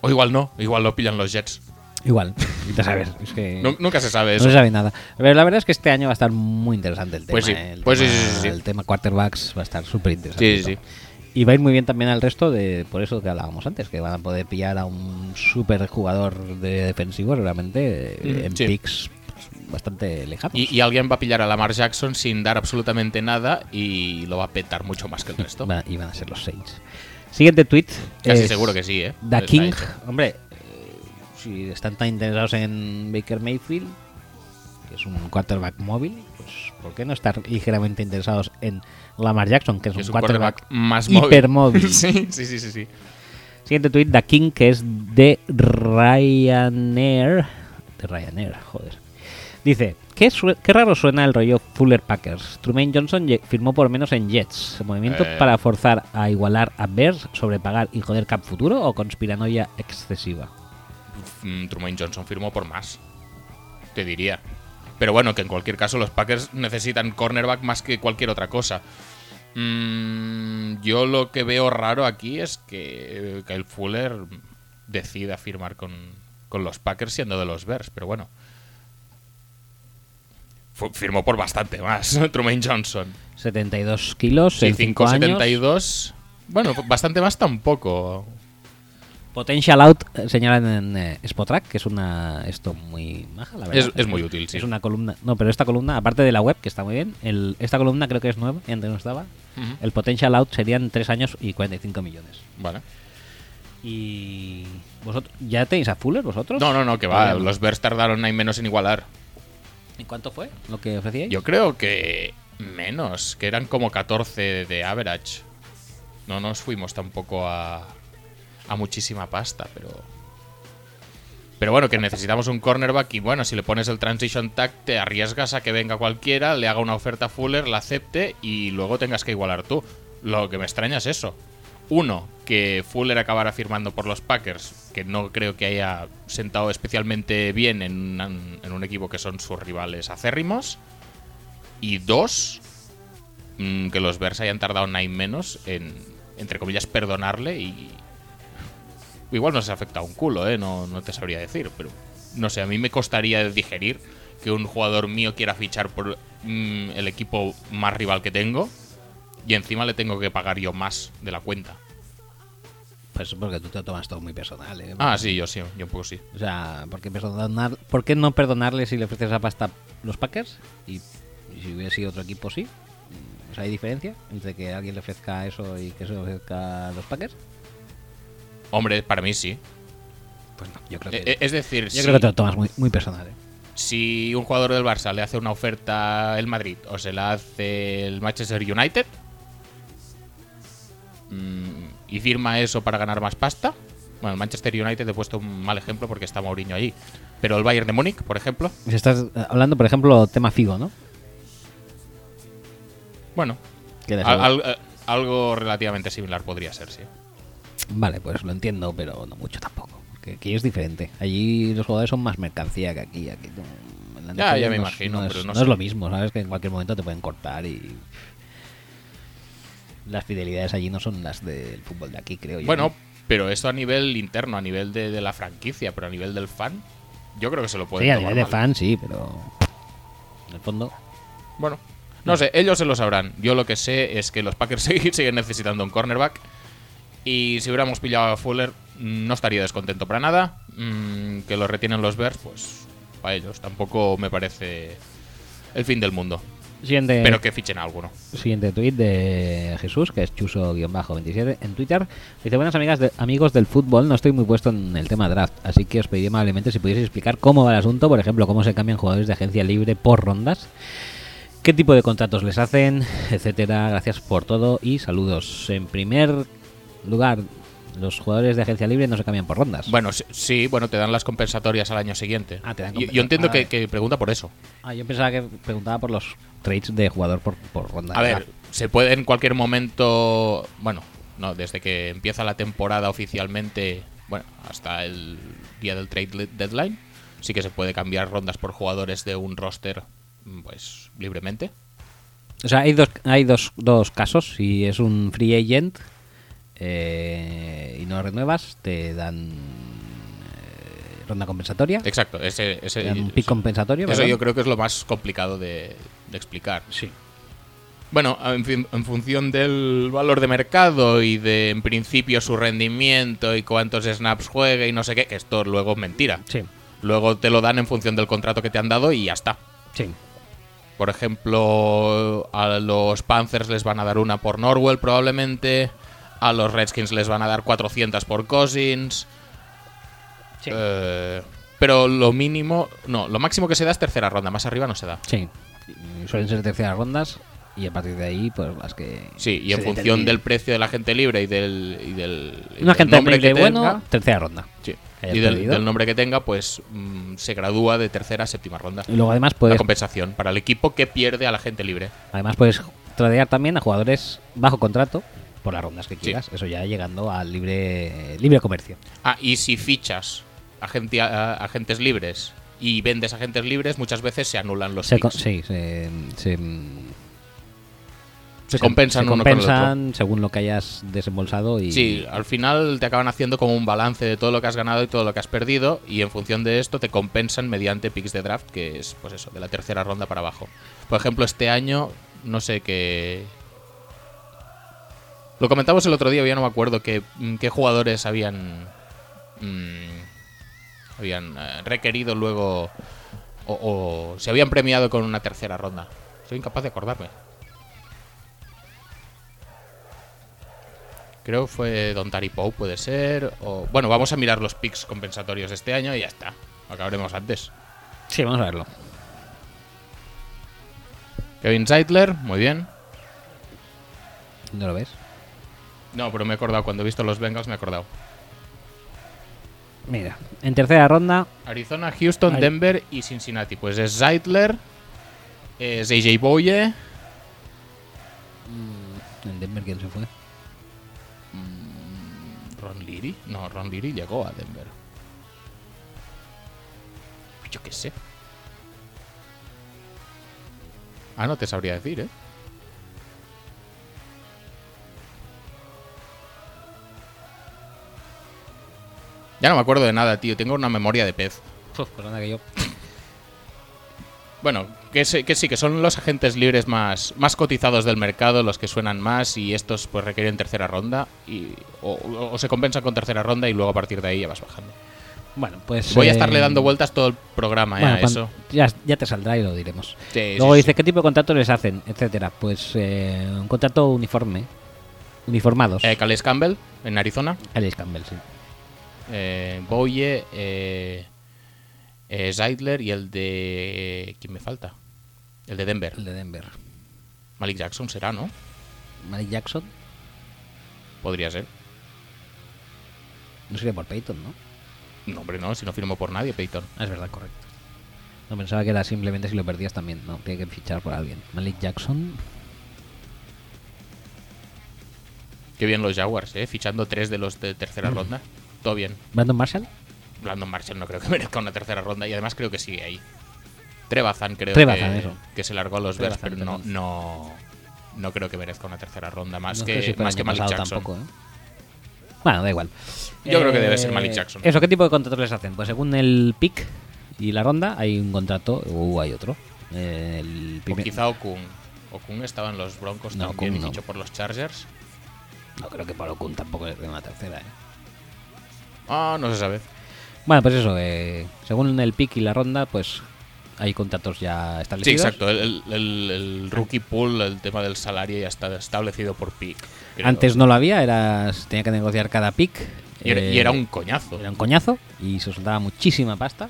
[SPEAKER 2] O igual no, igual lo pillan los Jets.
[SPEAKER 1] Igual, ya sabes, es que
[SPEAKER 2] Nu-
[SPEAKER 1] no,
[SPEAKER 2] nunca se sabe eso.
[SPEAKER 1] se sabe nada. Pero la verdad es que este año va a estar muy interesante el tema.
[SPEAKER 2] Pues sí,
[SPEAKER 1] ¿eh? El
[SPEAKER 2] pues sí,
[SPEAKER 1] tema,
[SPEAKER 2] sí, sí, sí.
[SPEAKER 1] El tema quarterbacks va a estar súper interesante.
[SPEAKER 2] Sí, sí, sí.
[SPEAKER 1] Y va a ir muy bien también al resto de, por eso que hablábamos antes, que van a poder pillar a un super jugador de defensivo seguramente eh,
[SPEAKER 2] Mm,
[SPEAKER 1] en
[SPEAKER 2] sí.
[SPEAKER 1] picks pues, bastante lejanos.
[SPEAKER 2] Y, y alguien va a pillar a Lamar Jackson sin dar absolutamente nada y lo va a petar mucho más que el resto.
[SPEAKER 1] Van a- y van a ser los Saints. Siguiente tweet.
[SPEAKER 2] Casi seguro que sí, ¿eh?
[SPEAKER 1] Da
[SPEAKER 2] Está
[SPEAKER 1] King.
[SPEAKER 2] hecho.
[SPEAKER 1] Hombre, eh, si están tan interesados en Baker Mayfield, que es un quarterback móvil, pues ¿por qué no estar ligeramente interesados en Lamar Jackson, que es,
[SPEAKER 2] Es
[SPEAKER 1] un
[SPEAKER 2] un
[SPEAKER 1] quarterback,
[SPEAKER 2] quarterback más móvil.
[SPEAKER 1] hipermóvil?
[SPEAKER 2] sí, sí, sí, sí, sí.
[SPEAKER 1] Siguiente tweet, Da King, que es de Ryanair. De Ryanair, joder. Dice, ¿qué, sue- qué raro suena el rollo Fuller Packers. Truman Johnson ye- firmó por menos en Jets. ¿Movimiento
[SPEAKER 2] Eh.
[SPEAKER 1] para forzar a igualar a Bears, sobrepagar y joder Cap Futuro o conspiranoia excesiva?
[SPEAKER 2] Mm, Truman Johnson firmó por más. Te diría. Pero bueno, que en cualquier caso los Packers necesitan cornerback más que cualquier otra cosa. Mm, yo lo que veo raro aquí es que eh, Kyle Fuller decida firmar con, con los Packers siendo de los Bears, pero bueno. Fu- firmó por bastante más Truman Johnson.
[SPEAKER 1] 72 kilos,
[SPEAKER 2] Sí,
[SPEAKER 1] en cinco años.
[SPEAKER 2] 5,72. Bueno, bastante más tampoco.
[SPEAKER 1] Potential Out eh, señalan en eh, Spotrack, que es una esto muy maja, la verdad.
[SPEAKER 2] Es- es muy útil, sí.
[SPEAKER 1] Es una columna. No, pero esta columna, aparte de la web, que está muy bien, el- esta columna creo que es nueva, y antes no estaba.
[SPEAKER 2] Ujú.
[SPEAKER 1] El Potential Out serían 3 años y 45 millones.
[SPEAKER 2] Vale.
[SPEAKER 1] Y vosotros ya tenéis a Fuller vosotros?
[SPEAKER 2] No, no, no, que va.
[SPEAKER 1] Todavía no.
[SPEAKER 2] Los Bears tardaron ahí menos en igualar.
[SPEAKER 1] ¿Y cuánto fue lo que ofrecíais?
[SPEAKER 2] Yo creo que menos, que eran como 14 de average. No nos fuimos tampoco a, a muchísima pasta, pero. Pero bueno, que necesitamos un cornerback y bueno, si le pones el transition tag, te arriesgas a que venga cualquiera, le haga una oferta a Fuller, la acepte y luego tengas que igualar tú. Lo que me extraña es eso. Uno, que Fuller acabara firmando por los Packers, que no creo que haya sentado especialmente bien en, una- en un equipo que son sus rivales acérrimos. Y dos, mm, que los Bears hayan tardado nine menos en, entre comillas, perdonarle y... Igual nos ha afectado un culo, ¿eh? No, no te sabría decir, pero... No sé, a mí me costaría digerir que un jugador mío quiera fichar por mm, el equipo más rival que tengo y encima le tengo que pagar yo más de la cuenta.
[SPEAKER 1] Pues porque tú te lo tomas todo muy personal, ¿eh?
[SPEAKER 2] Ah, sí, yo sí, yo un poco sí.
[SPEAKER 1] O sea, ¿por qué, perdonar, ¿por qué no perdonarle si le ofreces esa pasta los Packers? Y, y si hubiera sido otro equipo, sí. O sea, ¿Hay diferencia entre que alguien le ofrezca eso y que se lo ofrezca a los Packers?
[SPEAKER 2] Hombre, para mí sí.
[SPEAKER 1] Pues no, yo creo que,
[SPEAKER 2] E- e- Es decir,
[SPEAKER 1] yo
[SPEAKER 2] sí.
[SPEAKER 1] creo que te lo tomas muy, muy personal. ¿eh?
[SPEAKER 2] si un jugador del Barça le hace una oferta el Madrid o se la hace el Manchester United mm, y firma eso para ganar más pasta. Bueno, el Manchester United he puesto un mal ejemplo porque está Mourinho allí. Pero el Bayern de Múnich, por ejemplo,
[SPEAKER 1] Si estás hablando, por ejemplo, tema Figo, ¿no?
[SPEAKER 2] bueno,
[SPEAKER 1] Que les-
[SPEAKER 2] al- al- eh, algo relativamente similar podría ser, sí.
[SPEAKER 1] Vale, pues lo entiendo, pero no mucho tampoco. Porque aquí es diferente. Allí los jugadores son más mercancía que aquí. aquí no- en la en
[SPEAKER 2] Ya, ya
[SPEAKER 1] Netflix
[SPEAKER 2] me
[SPEAKER 1] no es-
[SPEAKER 2] imagino,
[SPEAKER 1] no es,
[SPEAKER 2] pero no
[SPEAKER 1] no
[SPEAKER 2] sé.
[SPEAKER 1] es lo mismo, ¿sabes? Que en cualquier momento te pueden cortar y. Las fidelidades allí no son las del fútbol de aquí, creo yo. ¿eh?
[SPEAKER 2] Bueno,
[SPEAKER 1] ¿no?
[SPEAKER 2] pero eso a nivel interno, a nivel de, de la franquicia, pero a nivel del fan, yo creo que se lo pueden
[SPEAKER 1] Sí, a
[SPEAKER 2] tomar
[SPEAKER 1] nivel de
[SPEAKER 2] mal.
[SPEAKER 1] fan, sí, pero. En el fondo.
[SPEAKER 2] Bueno, no sé, ellos se lo sabrán. Yo lo que sé es que los Packers sig- siguen necesitando un cornerback. Y si hubiéramos pillado a Fuller, mm, no estaría descontento para nada. Mm, que lo retienen los Bears, pues para ellos. Tampoco me parece el fin del mundo.
[SPEAKER 1] Siguiente,
[SPEAKER 2] Pero que fichen a alguno.
[SPEAKER 1] siguiente tweet de Jesús, que es chuso-27 en Twitter. Dice: Buenas amigas de- amigos del fútbol, no estoy muy puesto en el tema draft, así que os pediría amablemente si pudieseis explicar cómo va el asunto, por ejemplo, cómo se cambian jugadores de agencia libre por rondas. ¿Qué tipo de contratos les hacen? Etcétera. Gracias por todo y saludos. En primer lugar, los jugadores de agencia libre no se cambian por rondas.
[SPEAKER 2] Bueno, sí- sí, bueno, te dan las compensatorias al año siguiente.
[SPEAKER 1] Ah, te dan
[SPEAKER 2] Yo- yo,
[SPEAKER 1] compensa-
[SPEAKER 2] entiendo
[SPEAKER 1] ah,
[SPEAKER 2] que,
[SPEAKER 1] vale.
[SPEAKER 2] que pregunta por eso.
[SPEAKER 1] Ah, yo pensaba que preguntaba por los trades de jugador por, por ronda.
[SPEAKER 2] A ver, se puede en cualquier momento. Bueno, no, desde que empieza la temporada oficialmente, bueno, hasta el día del trade le- deadline, sí que se puede cambiar rondas por jugadores de un roster, mm, pues libremente.
[SPEAKER 1] O sea, hay dos, hay dos, dos casos. Si es un free agent eh, y no renuevas, te dan eh, ronda compensatoria.
[SPEAKER 2] Exacto, ese. ese-
[SPEAKER 1] Te dan un pick compensatorio.
[SPEAKER 2] eh, eso
[SPEAKER 1] perdón.
[SPEAKER 2] yo creo que es lo más complicado de, de explicar.
[SPEAKER 1] Sí.
[SPEAKER 2] Bueno, en, fin- en función del valor de mercado y de, en principio, su rendimiento y cuántos snaps juegue y no sé qué, que esto luego es mentira.
[SPEAKER 1] Sí.
[SPEAKER 2] Luego te lo dan en función del contrato que te han dado y ya está.
[SPEAKER 1] Sí.
[SPEAKER 2] Por ejemplo, a los Panthers les van a dar una por Norwell probablemente. A los Redskins les van a dar 400 por Cousins.
[SPEAKER 1] Sí.
[SPEAKER 2] Eh, pero lo mínimo, no, lo máximo que se da es tercera ronda, más arriba no se da.
[SPEAKER 1] Sí. Y Suelen ser terceras rondas y a partir de ahí, pues las que.
[SPEAKER 2] Sí, y en
[SPEAKER 1] se
[SPEAKER 2] función
[SPEAKER 1] determinen.
[SPEAKER 2] del precio de la gente libre y del, y del, y
[SPEAKER 1] Una
[SPEAKER 2] del
[SPEAKER 1] gente
[SPEAKER 2] nombre
[SPEAKER 1] libre
[SPEAKER 2] que
[SPEAKER 1] bueno,
[SPEAKER 2] tenga,
[SPEAKER 1] tercera ronda.
[SPEAKER 2] sí,
[SPEAKER 1] que haya
[SPEAKER 2] y del,
[SPEAKER 1] perdido.
[SPEAKER 2] del nombre que tenga, pues mm, se gradúa de tercera a séptima ronda.
[SPEAKER 1] Y luego además
[SPEAKER 2] La
[SPEAKER 1] puedes
[SPEAKER 2] compensación para el equipo que pierde a la gente libre.
[SPEAKER 1] Además, puedes tradear también a jugadores bajo contrato por las rondas que
[SPEAKER 2] Sí.
[SPEAKER 1] quieras. Eso ya llegando al libre libre comercio.
[SPEAKER 2] Ah, y si fichas agente- a- agentes libres y vendes agentes libres, muchas veces se anulan los
[SPEAKER 1] Se, co-
[SPEAKER 2] picks.
[SPEAKER 1] sí, se, se-
[SPEAKER 2] Se compensan
[SPEAKER 1] se
[SPEAKER 2] uno con el otro.
[SPEAKER 1] compensan según lo que hayas desembolsado y
[SPEAKER 2] Sí, al final te acaban haciendo como un balance de todo lo que has ganado y todo lo que has perdido y en función de esto te compensan mediante picks de draft, que es pues eso, de la tercera ronda para abajo. Por ejemplo, este año no sé qué Lo comentamos el otro día, ya no me acuerdo qué, mm, qué jugadores habían mm, habían eh, requerido luego o, o se habían premiado con una tercera ronda. Soy incapaz de acordarme. Creo fue Don Tari Pou, puede ser. O... Bueno, vamos a mirar los picks compensatorios de este año y ya está. Acabaremos antes.
[SPEAKER 1] Sí, vamos a verlo.
[SPEAKER 2] Kevin Zeitler, muy bien.
[SPEAKER 1] ¿No lo ves?
[SPEAKER 2] No, pero me he acordado, cuando he visto los Bengals me he acordado.
[SPEAKER 1] Mira, en tercera ronda,
[SPEAKER 2] Arizona, Houston,
[SPEAKER 1] Ari-
[SPEAKER 2] Denver y Cincinnati. Pues es Zeitler, es AJ Boye,
[SPEAKER 1] en Denver quién se fue.
[SPEAKER 2] Ron Leary. No, Ron Leary llegó a Denver. Yo qué sé. Ah, no te sabría decir, ¿eh? Ya no me acuerdo de nada, tío. Tengo una memoria de pez.
[SPEAKER 1] Puf, pues anda que yo.
[SPEAKER 2] Bueno, que, sí- que sí, que son los agentes libres más, más cotizados del mercado, los que suenan más y estos pues requieren tercera ronda y, o, o se compensan con tercera ronda y luego a partir de ahí ya vas bajando.
[SPEAKER 1] Bueno, pues
[SPEAKER 2] Voy a
[SPEAKER 1] eh,
[SPEAKER 2] estarle dando vueltas todo el programa eh,
[SPEAKER 1] bueno,
[SPEAKER 2] a
[SPEAKER 1] cuando-
[SPEAKER 2] eso.
[SPEAKER 1] ya, ya te saldrá y lo diremos.
[SPEAKER 2] Sí,
[SPEAKER 1] Luego
[SPEAKER 2] sí,
[SPEAKER 1] dice, ¿qué tipo de contratos les hacen? Etcétera. Pues eh, un contrato uniforme. Uniformados.
[SPEAKER 2] sí. Eh, Calais Campbell en Arizona,
[SPEAKER 1] Alex Campbell, sí.
[SPEAKER 2] eh, Boye, eh, eh, Zeidler y el de... ¿Quién me falta? El de Denver.
[SPEAKER 1] El de Denver.
[SPEAKER 2] Malik Jackson será, ¿no?
[SPEAKER 1] Malik Jackson
[SPEAKER 2] Podría ser.
[SPEAKER 1] no sería por Peyton, ¿no?
[SPEAKER 2] No, hombre, no, si no firmó por nadie, Peyton.
[SPEAKER 1] Ah, es verdad, correcto. No pensaba que era simplemente si lo perdías también. No, tiene que fichar por alguien. Malik Jackson.
[SPEAKER 2] Qué bien los Jaguars, ¿eh? Fichando tres de los de tercera
[SPEAKER 1] Mm.
[SPEAKER 2] ronda. Todo bien.
[SPEAKER 1] Brandon Marshall.
[SPEAKER 2] Brandon Marshall no creo que merezca una tercera ronda y además creo que sigue ahí. Trebazan creo
[SPEAKER 1] Trebazan,
[SPEAKER 2] que,
[SPEAKER 1] eso.
[SPEAKER 2] que se largó a los Bears,
[SPEAKER 1] Trebazan,
[SPEAKER 2] pero no,
[SPEAKER 1] perdón.
[SPEAKER 2] no, no creo que merezca una tercera ronda más
[SPEAKER 1] No
[SPEAKER 2] Ah, que,
[SPEAKER 1] sé si fue
[SPEAKER 2] más
[SPEAKER 1] el
[SPEAKER 2] que
[SPEAKER 1] año
[SPEAKER 2] Malik
[SPEAKER 1] pasado
[SPEAKER 2] Jackson.
[SPEAKER 1] tampoco, ¿eh? Bueno, da igual. Eh,
[SPEAKER 2] Yo creo que debe ser Malik Jackson.
[SPEAKER 1] Eso, ¿qué tipo de contratos les hacen? Pues según el pick y la ronda, hay un contrato o hay otro. Eh, El
[SPEAKER 2] O
[SPEAKER 1] primer-
[SPEAKER 2] Pues quizá Okun. Okun estaba en los Broncos
[SPEAKER 1] No,
[SPEAKER 2] también
[SPEAKER 1] Okung
[SPEAKER 2] y
[SPEAKER 1] no.
[SPEAKER 2] fichó por los Chargers.
[SPEAKER 1] No creo que para Okun tampoco le den una tercera. ¿eh?
[SPEAKER 2] Ah, no se sabe.
[SPEAKER 1] Bueno, pues eso, eh, según el pick y la ronda, pues hay contratos ya
[SPEAKER 2] Sí,
[SPEAKER 1] establecidos.
[SPEAKER 2] exacto. El, el- el- el rookie pool, el tema del salario ya está establecido por pick. creo.
[SPEAKER 1] Antes no lo había, era, tenía que negociar cada pick.
[SPEAKER 2] Y era, y
[SPEAKER 1] eh,
[SPEAKER 2] era un coñazo.
[SPEAKER 1] era un coñazo y se soltaba muchísima pasta.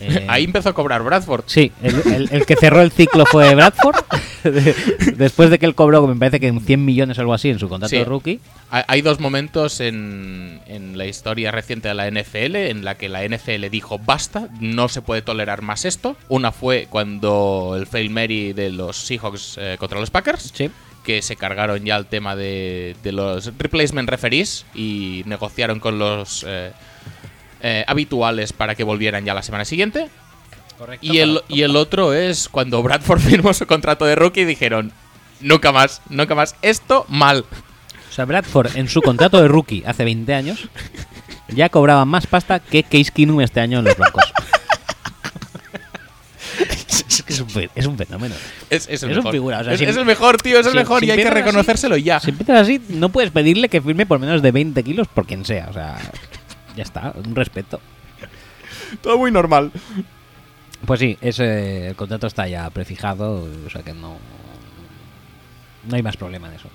[SPEAKER 1] Eh,
[SPEAKER 2] Ahí empezó a cobrar Bradford.
[SPEAKER 1] Sí, el, el- el que cerró el ciclo fue Bradford. de- después de que él cobró, me parece que en 100 millones o algo así en su contrato
[SPEAKER 2] Sí.
[SPEAKER 1] de rookie.
[SPEAKER 2] Ha- Hay dos momentos en, en la historia reciente de la NFL en la que la NFL dijo basta, no se puede tolerar más esto. Una fue cuando el fail Mary de los Seahawks eh, contra los Packers,
[SPEAKER 1] Sí.
[SPEAKER 2] que se cargaron ya el tema de, de los replacement referees y negociaron con los eh, eh, habituales para que volvieran ya la semana siguiente.
[SPEAKER 1] Correcto.
[SPEAKER 2] Y el, y el otro es cuando Bradford firmó su contrato de rookie y dijeron, nunca más, nunca más, esto mal.
[SPEAKER 1] O sea, Bradford en su contrato de rookie hace 20 años ya cobraba más pasta que Case Keenum este año en los Broncos. es, que es un, fe- es un fenómeno.
[SPEAKER 2] Es, es el
[SPEAKER 1] Es un
[SPEAKER 2] mejor.
[SPEAKER 1] figura, o sea,
[SPEAKER 2] es,
[SPEAKER 1] si-
[SPEAKER 2] es el mejor, tío, es el
[SPEAKER 1] si-
[SPEAKER 2] mejor
[SPEAKER 1] si
[SPEAKER 2] y hay que
[SPEAKER 1] empiezas así-
[SPEAKER 2] reconocérselo ya.
[SPEAKER 1] Si empiezas así, no puedes pedirle que firme por menos de 20 kilos por quien sea. O sea, ya está, un respeto.
[SPEAKER 2] Todo muy normal.
[SPEAKER 1] Pues sí, ese, el contrato está ya prefijado, o sea que no, no hay más problema en eso.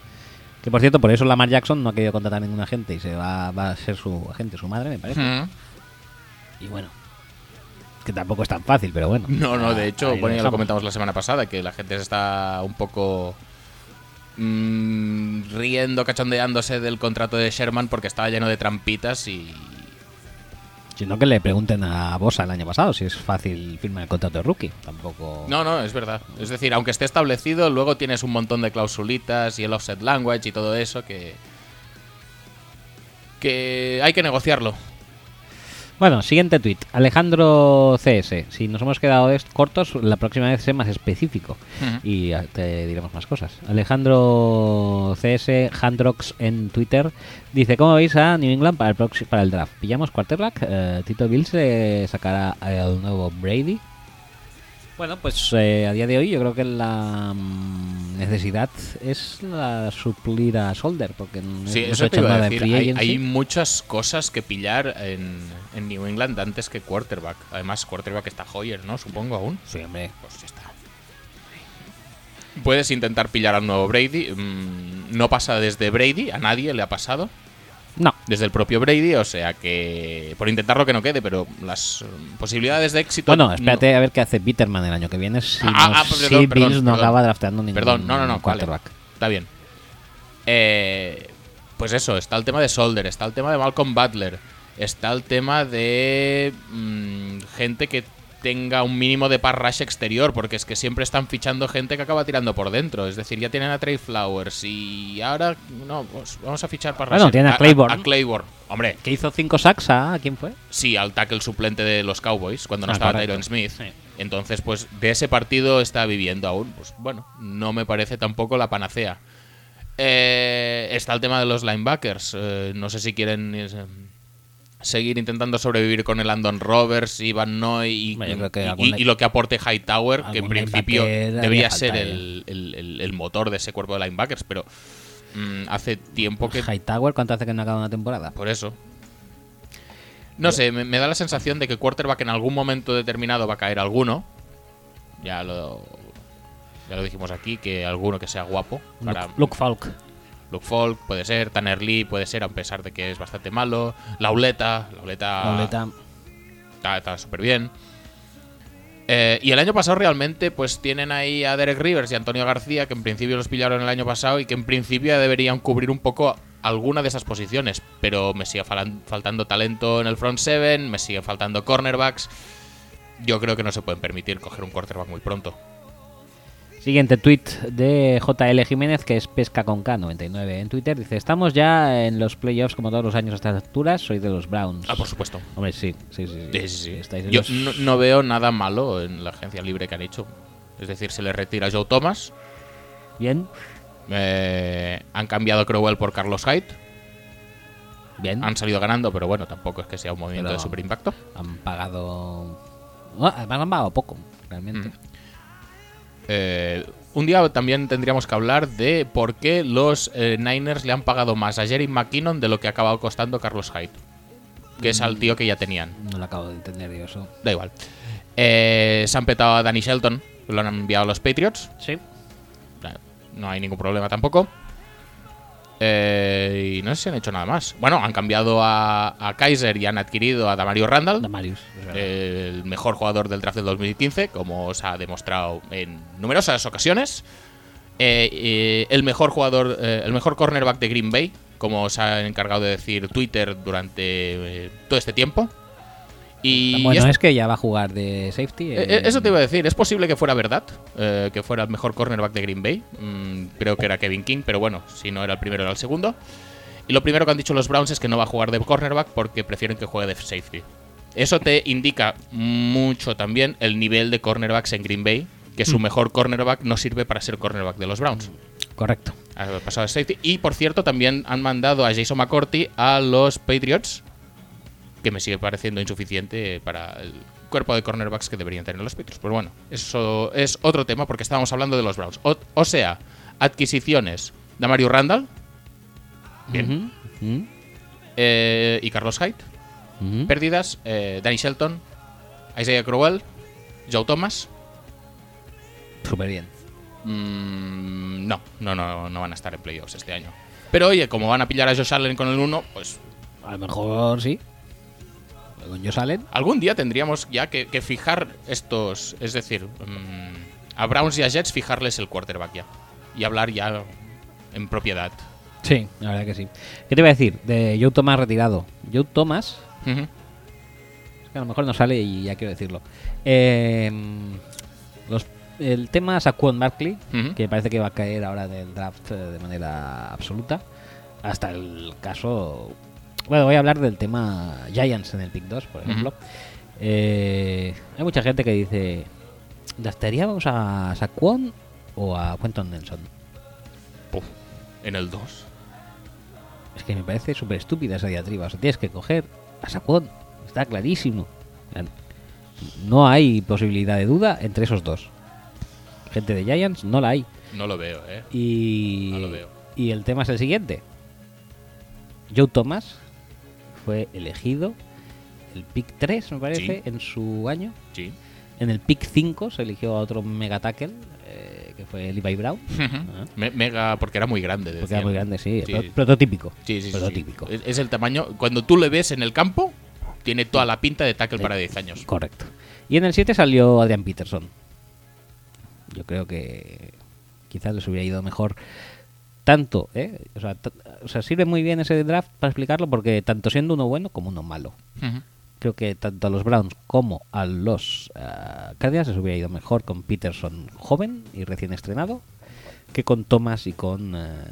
[SPEAKER 1] Que por cierto, por eso Lamar Jackson no ha querido contratar a ningún agente y se va, va a ser su agente, su madre, me parece.
[SPEAKER 2] Hmm.
[SPEAKER 1] Y bueno, que tampoco es tan fácil, pero bueno.
[SPEAKER 2] No, no,
[SPEAKER 1] Ah,
[SPEAKER 2] de hecho,
[SPEAKER 1] ahí
[SPEAKER 2] bueno, ya lo
[SPEAKER 1] dejamos.
[SPEAKER 2] comentamos la semana pasada, que la gente se está un poco mm, riendo, cachondeándose del contrato de Sherman porque estaba lleno de trampitas y...
[SPEAKER 1] Sino que le pregunten a Bosa el año pasado si es fácil firmar el contrato de rookie. Tampoco.
[SPEAKER 2] No, no, es verdad. Es decir, aunque esté establecido, luego tienes un montón de clausulitas y el offset language y todo eso que... Que hay que negociarlo.
[SPEAKER 1] Bueno, siguiente tweet. Alejandro CS. Si nos hemos quedado est- cortos, la próxima vez sé más específico.
[SPEAKER 2] Ujú.
[SPEAKER 1] y a- te diremos más cosas. Alejandro CS Handrox en Twitter dice, ¿cómo veis a New England para el, proxi- para el draft? ¿Pillamos quarterback? Eh, ¿Tito Bill se sacará el nuevo Brady? Bueno, pues eh, a día de hoy yo creo que la mm, necesidad es la suplir a Solder, porque no
[SPEAKER 2] Sí,
[SPEAKER 1] no se
[SPEAKER 2] eso
[SPEAKER 1] ha
[SPEAKER 2] te
[SPEAKER 1] hecho
[SPEAKER 2] iba a
[SPEAKER 1] nada en
[SPEAKER 2] decir.
[SPEAKER 1] free
[SPEAKER 2] Hay,
[SPEAKER 1] agency.
[SPEAKER 2] hay muchas cosas que pillar en, en New England antes que quarterback. Además, quarterback está Hoyer, ¿no? Supongo aún.
[SPEAKER 1] Sí, hombre.
[SPEAKER 2] Pues ya está. Puedes intentar pillar al nuevo Brady. Mm, no pasa desde Brady, a nadie le ha pasado.
[SPEAKER 1] No,
[SPEAKER 2] Desde el propio Brady, o sea que. Por intentarlo que no quede, pero las mm, posibilidades de éxito.
[SPEAKER 1] bueno,
[SPEAKER 2] no-
[SPEAKER 1] espérate a ver qué hace Peterman el año que viene si,
[SPEAKER 2] Ah,
[SPEAKER 1] no-
[SPEAKER 2] ah,
[SPEAKER 1] si
[SPEAKER 2] perdón, perdón,
[SPEAKER 1] Bills no
[SPEAKER 2] perdón.
[SPEAKER 1] acaba drafteando ningún
[SPEAKER 2] Perdón, no, no, no. vale.
[SPEAKER 1] quarterback.
[SPEAKER 2] Está bien. Eh, pues eso, está el tema de Solder, está el tema de Malcolm Butler, está el tema de mm, gente que tenga un mínimo de parrash exterior, porque es que siempre están fichando gente que acaba tirando por dentro. Es decir, ya tienen a Trey Flowers y ahora no, pues vamos a fichar parrash.
[SPEAKER 1] Bueno, tienen a Claiborne.
[SPEAKER 2] A, Claiborne. Hombre,
[SPEAKER 1] Que hizo 5 sacks a... ¿Quién fue?
[SPEAKER 2] sí, al tackle suplente de los Cowboys cuando no
[SPEAKER 1] Ah,
[SPEAKER 2] estaba
[SPEAKER 1] correcto.
[SPEAKER 2] Tyron Smith.
[SPEAKER 1] Sí.
[SPEAKER 2] Entonces, pues de ese partido está viviendo aún. Pues bueno, no me parece tampoco la panacea. Eh, está el tema de los linebackers. Eh, no sé si quieren eh, seguir intentando sobrevivir con el Andon Roberts, Ivan Noy y,
[SPEAKER 1] Hombre, yo creo que
[SPEAKER 2] y-
[SPEAKER 1] algún
[SPEAKER 2] y-
[SPEAKER 1] line-
[SPEAKER 2] y lo que aporte Hightower, que en
[SPEAKER 1] algún
[SPEAKER 2] principio
[SPEAKER 1] linebacker haría
[SPEAKER 2] debería
[SPEAKER 1] falta
[SPEAKER 2] ser
[SPEAKER 1] ya.
[SPEAKER 2] el, el- el- el motor de ese cuerpo de linebackers, pero mm, hace tiempo que
[SPEAKER 1] Hightower, ¿cuánto hace que no acaba una temporada?
[SPEAKER 2] por eso. No sé, me, me da la sensación de que quarterback en algún momento determinado va a caer alguno. Ya lo, ya lo dijimos aquí, que alguno que sea guapo. Para
[SPEAKER 1] Luke, Luke Falk.
[SPEAKER 2] Luke Falk puede ser, Tanner Lee puede ser, a pesar de que es bastante malo. Lauleta, Lauleta,
[SPEAKER 1] Pauleta.
[SPEAKER 2] está- está súper bien. Eh, y el año pasado realmente pues tienen ahí a Derek Rivers y Antonio García, que en principio los pillaron el año pasado y que en principio ya deberían cubrir un poco alguna de esas posiciones. Pero me sigue falan- faltando talento en el front seven, me siguen faltando cornerbacks. Yo creo que no se pueden permitir coger un quarterback muy pronto.
[SPEAKER 1] Siguiente tweet de JL Jiménez, que es Pesca con K99 en Twitter. Dice: Estamos ya en los playoffs como todos los años a estas alturas. Soy de los Browns.
[SPEAKER 2] Ah, por supuesto.
[SPEAKER 1] Hombre, sí, sí, sí.
[SPEAKER 2] Sí, sí, sí.
[SPEAKER 1] Estáis en
[SPEAKER 2] Yo
[SPEAKER 1] los-
[SPEAKER 2] no, no veo nada malo en la agencia libre que han hecho. Es decir, se le retira Joe Thomas.
[SPEAKER 1] Bien,
[SPEAKER 2] eh, han cambiado a Crowell por Carlos Hyde.
[SPEAKER 1] bien.
[SPEAKER 2] Han salido ganando, pero bueno, tampoco es que sea un movimiento
[SPEAKER 1] Pero-
[SPEAKER 2] de super impacto.
[SPEAKER 1] Han pagado. No, además han pagado poco, realmente.
[SPEAKER 2] Mm. Eh, un día también tendríamos que hablar de por qué los eh, Niners le han pagado más a Jerry McKinnon de lo que ha acabado costando Carlos Hyde. Que es al tío que ya tenían.
[SPEAKER 1] No lo acabo de entender yo eso.
[SPEAKER 2] Da igual. Eh, se han petado a Danny Shelton, que lo han enviado a los Patriots.
[SPEAKER 1] Sí.
[SPEAKER 2] Claro, No hay ningún problema tampoco. Eh, y no sé si han hecho nada más. Bueno, han cambiado a, a Kaiser y han adquirido a Damario Randall,
[SPEAKER 1] Damarius. es verdad.
[SPEAKER 2] eh, el mejor jugador del draft del 2015, como os ha demostrado en numerosas ocasiones. Eh, eh, el mejor jugador, eh, el mejor cornerback de Green Bay, como os ha encargado de decir Twitter durante eh, todo este tiempo. Y
[SPEAKER 1] bueno,
[SPEAKER 2] ya
[SPEAKER 1] es que ya va a jugar de safety.
[SPEAKER 2] eh, eh, Eso te iba a decir, es posible que fuera verdad, eh, que fuera el mejor cornerback de Green Bay. Mm, creo que era Kevin King, pero bueno, si no era el primero, era el segundo. Y lo primero que han dicho los Browns es que no va a jugar de cornerback porque prefieren que juegue de safety. Eso te indica mucho también el nivel de cornerbacks en Green Bay, que su mejor cornerback no sirve para ser cornerback de los Browns.
[SPEAKER 1] Correcto.
[SPEAKER 2] Ha pasado a safety. Y por cierto, también han mandado a Jason McCourty a los Patriots, que me sigue pareciendo insuficiente para el cuerpo de cornerbacks que deberían tener los Patriots. Pero bueno, eso es otro tema porque estábamos hablando de los Browns. O, o sea, adquisiciones de Mario Randall Bien.
[SPEAKER 1] Ujú, ujú,
[SPEAKER 2] eh, y Carlos Hyde.
[SPEAKER 1] ujú.
[SPEAKER 2] Pérdidas, eh, Danny Shelton, Isaiah Crowell, Joe Thomas.
[SPEAKER 1] Súper bien.
[SPEAKER 2] Mm, no, no, no, no van a estar en playoffs este año. Pero oye, como van a pillar a Josh Allen con el 1, pues
[SPEAKER 1] A lo mejor sí. Con Josh Allen.
[SPEAKER 2] Algún día tendríamos ya que, que fijar estos. Es decir, mm, a Browns y a Jets fijarles el quarterback ya. Y hablar ya en propiedad.
[SPEAKER 1] Sí, la verdad que sí. ¿Qué te iba a decir? De Joe Thomas retirado. Joe Thomas,
[SPEAKER 2] Ujú.
[SPEAKER 1] es que a lo mejor no sale y ya quiero decirlo. Eh, los- el tema Saquon Barkley,
[SPEAKER 2] Ujú.
[SPEAKER 1] que parece que va a caer ahora del draft eh, de manera absoluta. Hasta el caso. Bueno, voy a hablar del tema Giants en el pick 2, por ejemplo. Eh, hay mucha gente que dice: ¿Gastaríamos a Saquon o a Quentin Nelson?
[SPEAKER 2] Puf. En el 2.
[SPEAKER 1] Es que me parece súper estúpida esa diatriba. O sea, tienes que coger a Saquon. Está clarísimo. No hay posibilidad de duda entre esos dos. Gente de Giants no la hay.
[SPEAKER 2] No lo veo, ¿eh?
[SPEAKER 1] Y,
[SPEAKER 2] No lo veo.
[SPEAKER 1] y el tema es el siguiente. Joe Thomas fue elegido el pick 3, me parece,
[SPEAKER 2] Sí.
[SPEAKER 1] en su año.
[SPEAKER 2] Sí.
[SPEAKER 1] En el pick 5 se eligió a otro mega tackle, eh, que fue Levi Brown. Ah.
[SPEAKER 2] Eh? Me- mega, porque era muy grande.
[SPEAKER 1] Porque
[SPEAKER 2] decían.
[SPEAKER 1] era muy grande, Pues sí.
[SPEAKER 2] Sí.
[SPEAKER 1] pro- Prototípico.
[SPEAKER 2] Sí, sí, sí, sí.
[SPEAKER 1] prototípico.
[SPEAKER 2] Es, es el tamaño. Cuando tú le ves en el campo, tiene toda la pinta de tackle para 10 años.
[SPEAKER 1] Correcto. Y en el 7 salió Adrian Peterson. Yo creo que quizás les hubiera ido mejor tanto, ¿eh? O sea, t- o sea, sirve muy bien ese draft para explicarlo porque tanto siendo uno bueno como uno malo.
[SPEAKER 2] Ujú.
[SPEAKER 1] Creo que tanto a los Browns como a los ah, Cardinals les hubiera ido mejor con Peterson joven y recién estrenado que con Thomas y con ah,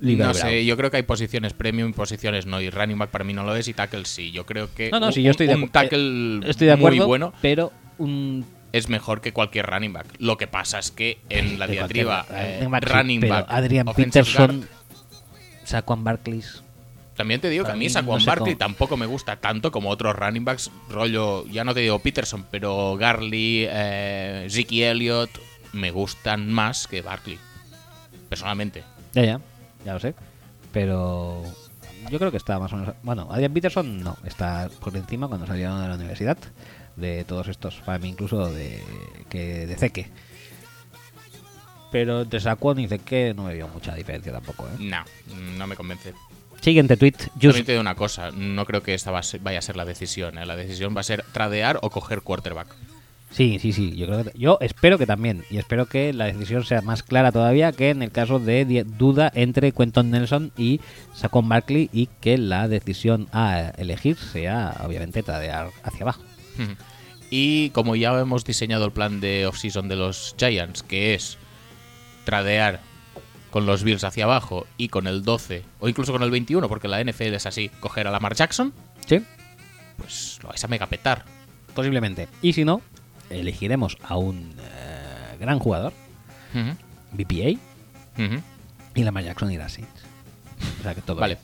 [SPEAKER 1] Levi
[SPEAKER 2] No
[SPEAKER 1] Brown.
[SPEAKER 2] sé, yo creo que hay posiciones premium y posiciones no. Y running back para mí no lo es y tackle sí. Yo creo que
[SPEAKER 1] No, no,
[SPEAKER 2] un,
[SPEAKER 1] sí, yo estoy de
[SPEAKER 2] un
[SPEAKER 1] acu- eh,
[SPEAKER 2] tackle
[SPEAKER 1] Estoy de acuerdo,
[SPEAKER 2] muy bueno
[SPEAKER 1] pero un
[SPEAKER 2] es mejor que cualquier running back. Lo que pasa es que en la
[SPEAKER 1] de
[SPEAKER 2] diatriba
[SPEAKER 1] cualquier-
[SPEAKER 2] eh,
[SPEAKER 1] running back, sí,
[SPEAKER 2] running
[SPEAKER 1] pero
[SPEAKER 2] back,
[SPEAKER 1] Adrian
[SPEAKER 2] offensive
[SPEAKER 1] Peterson,
[SPEAKER 2] guard,
[SPEAKER 1] Saquon Barclays.
[SPEAKER 2] también te digo que a
[SPEAKER 1] para
[SPEAKER 2] mí
[SPEAKER 1] mí
[SPEAKER 2] Saquon
[SPEAKER 1] no sé
[SPEAKER 2] Barkley
[SPEAKER 1] cómo.
[SPEAKER 2] tampoco me gusta tanto como otros running backs, rollo, ya no te digo Peterson, pero Garley, eh, Zeke Elliott, me gustan más que Barkley, personalmente.
[SPEAKER 1] Ya, ya, ya lo sé. Pero yo creo que está más o menos. Bueno, Adrian Peterson no, está por encima cuando salieron de la universidad. De todos estos, para mí incluso de, que, de Zeke. Pero entre Saquon y Zeke no me vio mucha diferencia tampoco. ¿eh?
[SPEAKER 2] No, no me convence.
[SPEAKER 1] Siguiente tweet,
[SPEAKER 2] También
[SPEAKER 1] Just.
[SPEAKER 2] te digo una cosa, no creo que esta va a ser- vaya a ser la decisión. ¿eh? La decisión va a ser tradear o coger quarterback.
[SPEAKER 1] Sí, sí, sí. Yo, creo que- yo espero que también. Y espero que la decisión sea más clara todavía que en el caso de di- duda entre Quentin Nelson y Saquon Barkley y que la decisión a elegir sea, obviamente, tradear hacia abajo.
[SPEAKER 2] Y como ya hemos diseñado el plan de off-season de los Giants, que es tradear con los Bills hacia abajo y con el 12, o incluso con el 21, porque la NFL es así, coger a Lamar Jackson,
[SPEAKER 1] Sí,
[SPEAKER 2] pues lo vais a megapetar.
[SPEAKER 1] posiblemente. Y si no, elegiremos a un eh, gran jugador,
[SPEAKER 2] Ujú,
[SPEAKER 1] BPA,
[SPEAKER 2] ujú.
[SPEAKER 1] y Lamar Jackson irá así. O sea que todo.
[SPEAKER 2] Vale.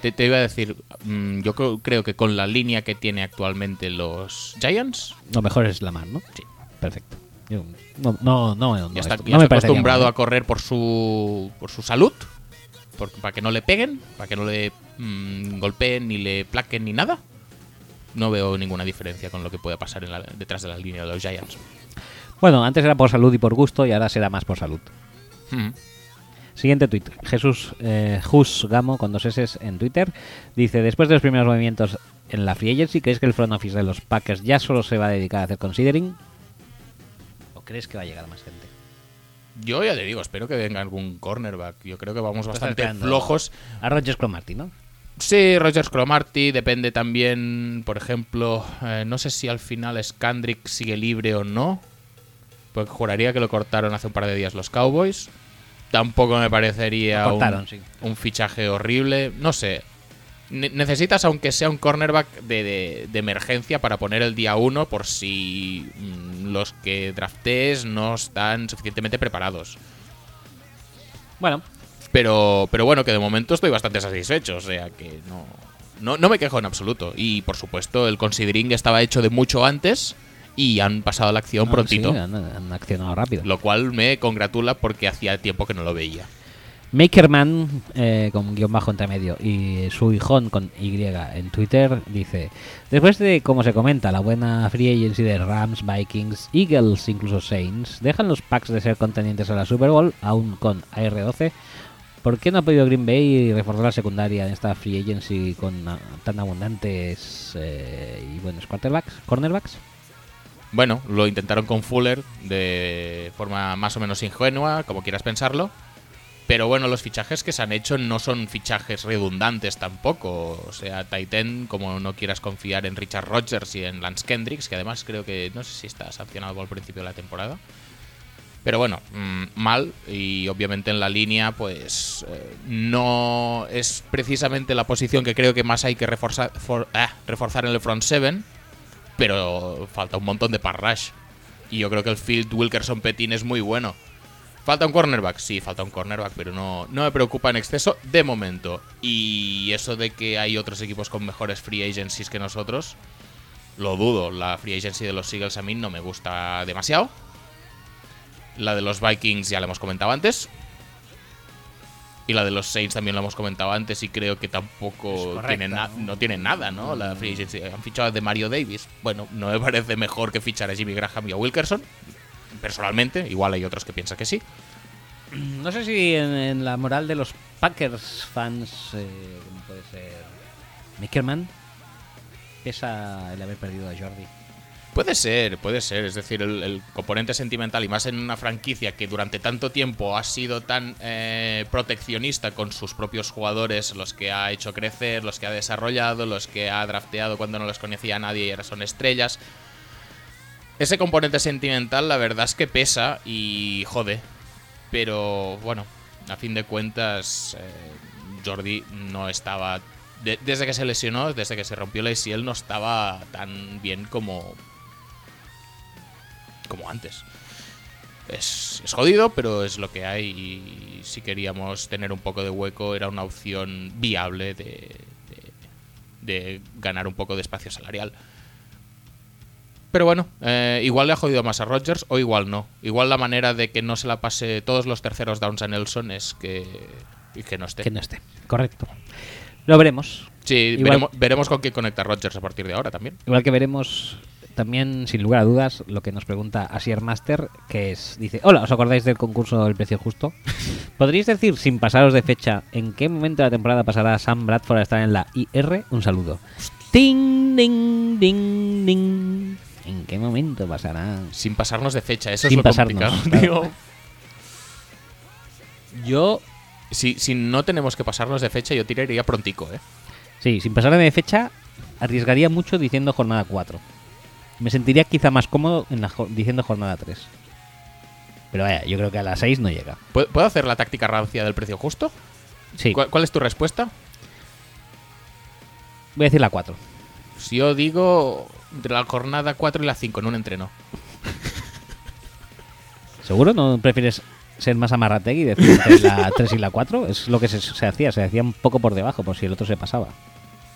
[SPEAKER 2] Te, te iba a decir, mm, yo creo, creo que con la línea que tiene actualmente los Giants,
[SPEAKER 1] bien. Lo mejor es Lamar, ¿no?
[SPEAKER 2] Sí.
[SPEAKER 1] Perfecto. Yo- no, no, no, no,
[SPEAKER 2] ya está,
[SPEAKER 1] esto-
[SPEAKER 2] ya
[SPEAKER 1] no
[SPEAKER 2] está
[SPEAKER 1] me parece
[SPEAKER 2] acostumbrado
[SPEAKER 1] mal,
[SPEAKER 2] a correr por su, por su salud, por- para que no le peguen, para que no le mm, golpeen, ni le plaquen, ni nada. No veo ninguna diferencia con lo que puede pasar en la- detrás de la línea de los Giants.
[SPEAKER 1] ¿no? Bueno, antes era por salud y por gusto y ahora será más por salud. Hmm.
[SPEAKER 2] Mm.
[SPEAKER 1] Siguiente tuit. Jesús eh, Jus Gamo con dos S en Twitter dice: Después de los primeros movimientos en la free agency, ¿crees que el front office de los Packers ya solo se va a dedicar a hacer considering? ¿O crees que va a llegar más gente?
[SPEAKER 2] Yo ya te digo, espero que venga algún cornerback. Yo creo que vamos
[SPEAKER 1] Estás
[SPEAKER 2] bastante
[SPEAKER 1] esperando
[SPEAKER 2] flojos.
[SPEAKER 1] A Rogers Cromarty, ¿no?
[SPEAKER 2] Sí, Rogers Cromarty, depende también, por ejemplo, eh, no sé si al final Scandrick sigue libre o no. Pues juraría que lo cortaron hace un par de días los Cowboys. Tampoco me parecería
[SPEAKER 1] Lo cortaron,
[SPEAKER 2] un,
[SPEAKER 1] sí.
[SPEAKER 2] un fichaje horrible. No sé. Ne- necesitas, aunque sea un cornerback de, de- de emergencia, para poner el día uno por si mm, los que draftees no están suficientemente preparados.
[SPEAKER 1] Bueno,
[SPEAKER 2] Pero, pero bueno, que de momento estoy bastante satisfecho, o sea que no, no, no me quejo en absoluto. Y por supuesto, el considering estaba hecho de mucho antes y han pasado a la acción
[SPEAKER 1] no,
[SPEAKER 2] prontito,
[SPEAKER 1] Ah, sí, han, han accionado rápido.
[SPEAKER 2] lo cual me congratula porque hacía tiempo que no lo veía.
[SPEAKER 1] Makerman, eh, con guión bajo entre medio, y su hijón con Y en Twitter, dice: Después de, como se comenta, la buena free agency de Rams, Vikings, Eagles, incluso Saints, dejan los packs de ser contendientes a la Super Bowl, aún con AR-12. ¿Por qué no ha podido Green Bay reforzar la secundaria en esta free agency con ah, tan abundantes eh, y buenos quarterbacks, cornerbacks?
[SPEAKER 2] Bueno, lo intentaron con Fuller de forma más o menos ingenua, como quieras pensarlo. Pero bueno, los fichajes que se han hecho no son fichajes redundantes tampoco. O sea, Titan, como no quieras confiar en Richard Rogers y en Lance Kendricks, que además creo que no sé si está sancionado al principio de la temporada. Pero bueno, mm, mal y obviamente en la línea pues eh, no es precisamente la posición que creo que más hay que reforzar, for- ah, reforzar en el front seven, pero falta un montón de parrash. Y yo creo que el field Wilkerson Petin es muy bueno. ¿Falta un cornerback? Sí, falta un cornerback, pero no, no me preocupa en exceso de momento. Y eso de que hay otros equipos con mejores free agencies que nosotros, lo dudo. La free agency de los Eagles a mí no me gusta demasiado. La de los Vikings ya la hemos comentado antes. Y la de los Saints también la hemos comentado antes y creo que
[SPEAKER 1] Es
[SPEAKER 2] tampoco
[SPEAKER 1] correcta,
[SPEAKER 2] tiene, na-
[SPEAKER 1] ¿no? Mm.
[SPEAKER 2] no tiene nada, ¿no? La free agency. Han fichado a de Mario Davis. Bueno, no me parece mejor que fichar a Jimmy Graham y a Wilkerson. Personalmente, igual hay otros que piensan que sí.
[SPEAKER 1] No sé si en, en la moral de los Packers fans, eh, como puede ser Mickerman, pesa el haber perdido a Jordi.
[SPEAKER 2] Puede ser, puede ser. Es decir, el, el componente sentimental y más en una franquicia que durante tanto tiempo ha sido tan eh, proteccionista con sus propios jugadores, los que ha hecho crecer, los que ha desarrollado, los que ha drafteado cuando no los conocía nadie y ahora son estrellas. Ese componente sentimental la verdad es que pesa y jode. Pero bueno, a fin de cuentas eh, Jordi no estaba... de- desde que se lesionó, desde que se rompió la ACL no estaba tan bien como como antes. Es, es jodido, pero es lo que hay y si queríamos tener un poco de hueco era una opción viable de, de- de ganar un poco de espacio salarial. Pero bueno, eh, igual le ha jodido más a Rodgers o igual no. Igual la manera de que no se la pase todos los terceros downs a Nelson es que, y que no esté.
[SPEAKER 1] Que no esté. Correcto. Lo veremos.
[SPEAKER 2] Sí,
[SPEAKER 1] Igual-
[SPEAKER 2] veremos, veremos con qué conecta Rodgers a partir de ahora también.
[SPEAKER 1] Igual que veremos también, sin lugar a dudas, lo que nos pregunta Asier Master, que es, dice, hola, ¿os acordáis del concurso del precio justo? ¿Podríais decir, sin pasaros de fecha, en qué momento de la temporada pasará Sam Bradford a estar en la IR? Un saludo. Ding, ding, ding, ding. ¿En qué momento pasará?
[SPEAKER 2] Sin pasarnos de fecha, eso
[SPEAKER 1] Sin
[SPEAKER 2] es lo
[SPEAKER 1] pasarnos,
[SPEAKER 2] complicado,
[SPEAKER 1] claro.
[SPEAKER 2] tío.
[SPEAKER 1] Yo,
[SPEAKER 2] Si, si no tenemos que pasarnos de fecha, yo tiraría prontico, ¿eh?
[SPEAKER 1] sí, sin pasarme de fecha, arriesgaría mucho diciendo jornada 4. Me sentiría quizá más cómodo en la jo- diciendo jornada 3. Pero vaya, yo creo que a las 6 no llega.
[SPEAKER 2] ¿Puedo puedo hacer la táctica rancia del precio justo?
[SPEAKER 1] Sí,
[SPEAKER 2] ¿Cuál, cuál es tu respuesta?
[SPEAKER 1] voy a decir la 4.
[SPEAKER 2] Si yo digo entre la jornada 4 y la 5 en un entreno.
[SPEAKER 1] ¿Seguro? ¿No prefieres ser más amarrategui y decir entre la 3 y la 4? Es lo que se, se hacía, se hacía un poco por debajo, por si el otro se pasaba.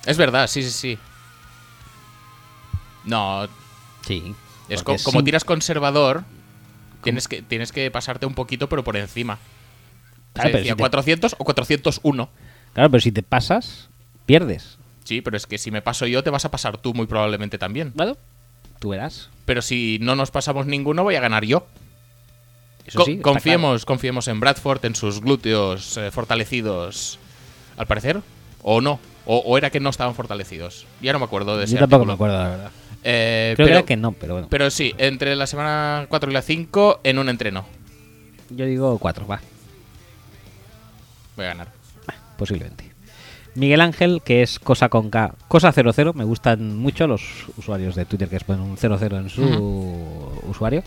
[SPEAKER 2] Es verdad, sí, sí, sí. No,
[SPEAKER 1] Sí.
[SPEAKER 2] es co-
[SPEAKER 1] porque
[SPEAKER 2] como
[SPEAKER 1] sin-
[SPEAKER 2] tiras conservador, tienes que, tienes que pasarte un poquito, pero por encima.
[SPEAKER 1] Claro, Ah,
[SPEAKER 2] Se
[SPEAKER 1] pero
[SPEAKER 2] decía
[SPEAKER 1] si te-
[SPEAKER 2] 400 o 401.
[SPEAKER 1] Claro, pero si te pasas, pierdes.
[SPEAKER 2] Sí, pero es que si me paso yo, te vas a pasar tú muy probablemente también.
[SPEAKER 1] ¿Vale? Tú verás.
[SPEAKER 2] Pero si no nos pasamos ninguno, voy a ganar yo.
[SPEAKER 1] Eso
[SPEAKER 2] Co-
[SPEAKER 1] sí, está
[SPEAKER 2] confiemos, confiemos en Bradford, en sus glúteos eh, fortalecidos, al parecer, o no. O, o era que no estaban fortalecidos. Ya no me acuerdo
[SPEAKER 1] claro.
[SPEAKER 2] de ese
[SPEAKER 1] Yo tampoco
[SPEAKER 2] artículo.
[SPEAKER 1] me acuerdo, la verdad.
[SPEAKER 2] Eh,
[SPEAKER 1] Creo que
[SPEAKER 2] pero,
[SPEAKER 1] era que no, pero bueno.
[SPEAKER 2] pero sí, entre la semana 4 y la 5 en un entreno.
[SPEAKER 1] Yo digo 4, va.
[SPEAKER 2] Voy a ganar.
[SPEAKER 1] posiblemente. Miguel Ángel, que es cosa con K, cosa 00, me gustan mucho los usuarios de Twitter que ponen un 00 en su usuario.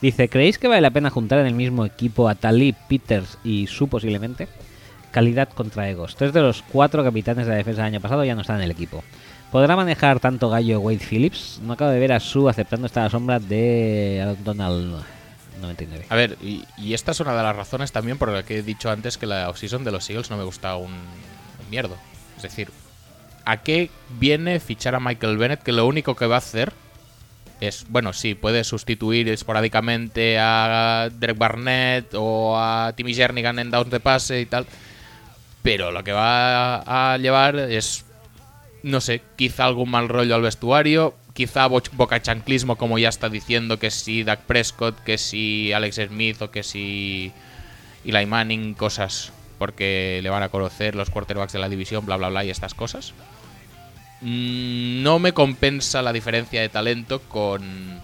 [SPEAKER 1] Dice, ¿creéis que vale la pena juntar en el mismo equipo a Talib, Peters y su posiblemente? Calidad contra egos. Tres de los cuatro capitanes de la defensa del año pasado ya no están en el equipo. ¿Podrá manejar tanto Gallo Wade Phillips? No acabo de ver a Su aceptando esta sombra de Donald 99.
[SPEAKER 2] A ver, y, y esta es una de las razones también por la que he dicho antes que la offseason de los Eagles no me gusta un un mierdo. Es decir, ¿a qué viene fichar a Michael Bennett que lo único que va a hacer es, bueno, sí, puede sustituir esporádicamente a Derek Barnett o a Timmy Jernigan en downs de pase y tal, pero lo que va a llevar es, no sé, quizá algún mal rollo al vestuario, quizá bo- bocachanclismo, como ya está diciendo, que si Dak Prescott, que si Alex Smith o que si Eli Manning, cosas, porque le van a conocer los quarterbacks de la división, bla, bla, bla, y estas cosas. Mm, No me compensa la diferencia de talento con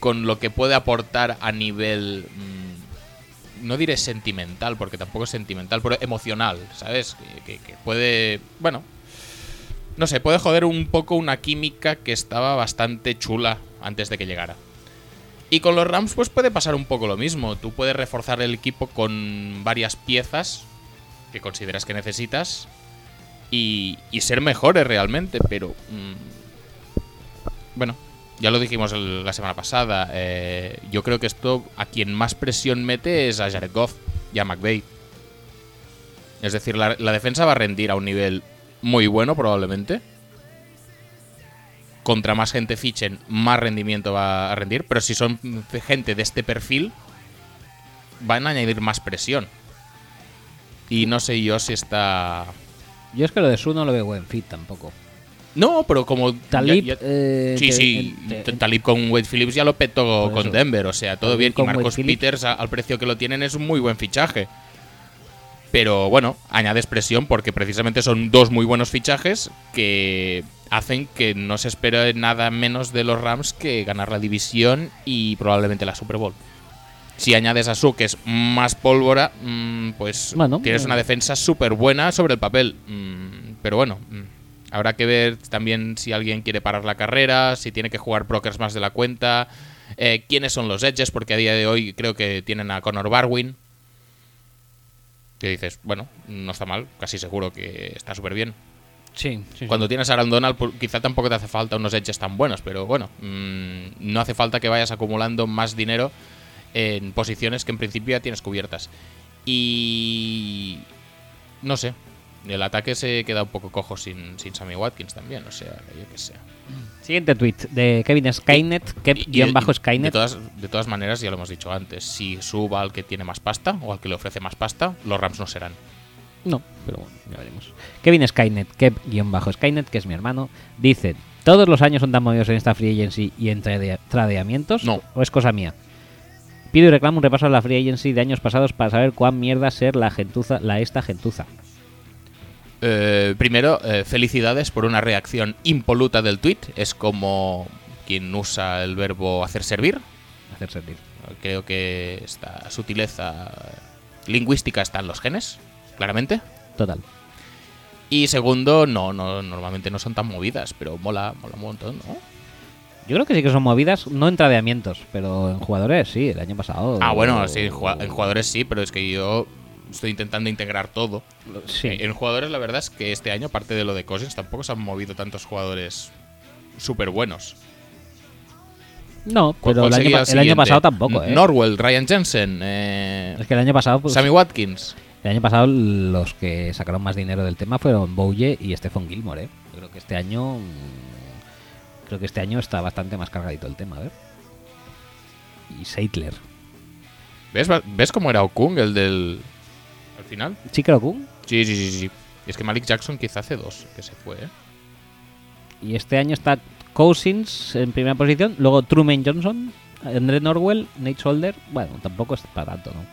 [SPEAKER 2] con lo que puede aportar a nivel mm, no diré sentimental porque tampoco es sentimental pero emocional sabes que, que- que puede bueno no sé puede joder un poco una química que estaba bastante chula antes de que llegara y con los Rams pues puede pasar un poco lo mismo tú puedes reforzar el equipo con varias piezas que consideras que necesitas y, y ser mejores realmente pero mm, bueno, ya lo dijimos el- la semana pasada. eh, yo creo que esto a quien más presión mete es a Jared Goff y a McVeigh. Es decir, la, la defensa va a rendir a un nivel muy bueno probablemente. Contra más gente fichen, más rendimiento va a rendir. Pero si son gente de este perfil, van a añadir más presión. Y no sé yo si está...
[SPEAKER 1] Yo es que lo de Su no lo veo buen fit tampoco.
[SPEAKER 2] No, pero como...
[SPEAKER 1] Talib...
[SPEAKER 2] ya- ya-
[SPEAKER 1] eh,
[SPEAKER 2] Sí,
[SPEAKER 1] te-
[SPEAKER 2] sí,
[SPEAKER 1] te-
[SPEAKER 2] T- Talib con Wade Phillips ya lo petó
[SPEAKER 1] Por
[SPEAKER 2] con
[SPEAKER 1] eso.
[SPEAKER 2] Denver, o sea, todo
[SPEAKER 1] Talib
[SPEAKER 2] bien. Y
[SPEAKER 1] con Wade
[SPEAKER 2] Marcos
[SPEAKER 1] Phillips.
[SPEAKER 2] Peters, a- al precio que lo tienen, es un muy buen fichaje. Pero bueno, añades presión porque precisamente son dos muy buenos fichajes que hacen que no se espere nada menos de los Rams que ganar la división y probablemente la Super Bowl. Si añades a Su, que es más pólvora, mm, pues
[SPEAKER 1] Bueno,
[SPEAKER 2] tienes
[SPEAKER 1] eh.
[SPEAKER 2] una defensa súper buena sobre el papel. Mm, Pero bueno, mm, habrá que ver también si alguien quiere parar la carrera, si tiene que jugar brokers más de la cuenta, eh, quiénes son los edges, porque a día de hoy creo que tienen a Conor Barwin. Que dices, bueno, no está mal, casi seguro que está súper bien.
[SPEAKER 1] Sí, sí, sí.
[SPEAKER 2] Cuando tienes a Aaron Donald, pues, quizá tampoco te hace falta unos edges tan buenos, pero bueno, mm, no hace falta que vayas acumulando más dinero en posiciones que en principio ya tienes cubiertas. Y. No sé. El ataque se queda un poco cojo sin, sin Sammy Watkins también, o sea, yo qué sé.
[SPEAKER 1] Siguiente tweet de Kevin Skynet,
[SPEAKER 2] Y- y-
[SPEAKER 1] Kep-Skynet.
[SPEAKER 2] y- De todas, de todas maneras, ya lo hemos dicho antes, si suba al que tiene más pasta o al que le ofrece más pasta, los Rams no serán.
[SPEAKER 1] No, pero bueno, ya veremos. Kevin Skynet, Kev-Skynet, que es mi hermano, dice: ¿Todos los años son tan movidos en esta free agency y en trade- tradeamientos?
[SPEAKER 2] No.
[SPEAKER 1] ¿O es cosa mía? Pido y reclamo un repaso a la free agency de años pasados para saber cuán mierda ser la gentuza, la esta gentuza.
[SPEAKER 2] Eh, primero, eh, felicidades por una reacción impoluta del tweet. Es como quien usa el verbo hacer servir.
[SPEAKER 1] Hacer sentir.
[SPEAKER 2] Creo que esta sutileza lingüística está en los genes, claramente.
[SPEAKER 1] Total.
[SPEAKER 2] Y segundo, no, no, normalmente no son tan movidas, pero mola, mola un montón, ¿no?
[SPEAKER 1] Yo creo que sí que son movidas, no en tradeamientos, pero en jugadores sí, el año pasado.
[SPEAKER 2] Ah, bueno, sí, en jua- en jugadores sí, pero es que yo estoy intentando integrar todo.
[SPEAKER 1] Sí.
[SPEAKER 2] Eh, En jugadores, la verdad es que este año, aparte de lo de Cousins, tampoco se han movido tantos jugadores súper buenos.
[SPEAKER 1] No,
[SPEAKER 2] ¿Cuál-
[SPEAKER 1] pero
[SPEAKER 2] cuál
[SPEAKER 1] el año,
[SPEAKER 2] sería
[SPEAKER 1] pa-
[SPEAKER 2] el
[SPEAKER 1] el año
[SPEAKER 2] siguiente?
[SPEAKER 1] pasado tampoco,
[SPEAKER 2] N-
[SPEAKER 1] ¿eh?
[SPEAKER 2] Norwell, Ryan Jensen, eh,
[SPEAKER 1] Es que el año pasado, pues,
[SPEAKER 2] Sammy Watkins.
[SPEAKER 1] el año pasado los que sacaron más dinero del tema fueron Bouye y Stephen Gilmore, ¿eh? Yo creo que este año. mm, Creo que este año está bastante más cargadito el tema, a ver. Y Seitler.
[SPEAKER 2] ¿Ves, ¿Ves cómo era Okung el del. al final?
[SPEAKER 1] Chikarokum.
[SPEAKER 2] Sí, sí, sí, sí. Es que Malik Jackson quizá hace dos que se fue, ¿eh?
[SPEAKER 1] Y este año está Cousins en primera posición, luego Truman Johnson, André Norwell, Nate Solder. Bueno, tampoco es para tanto, ¿no?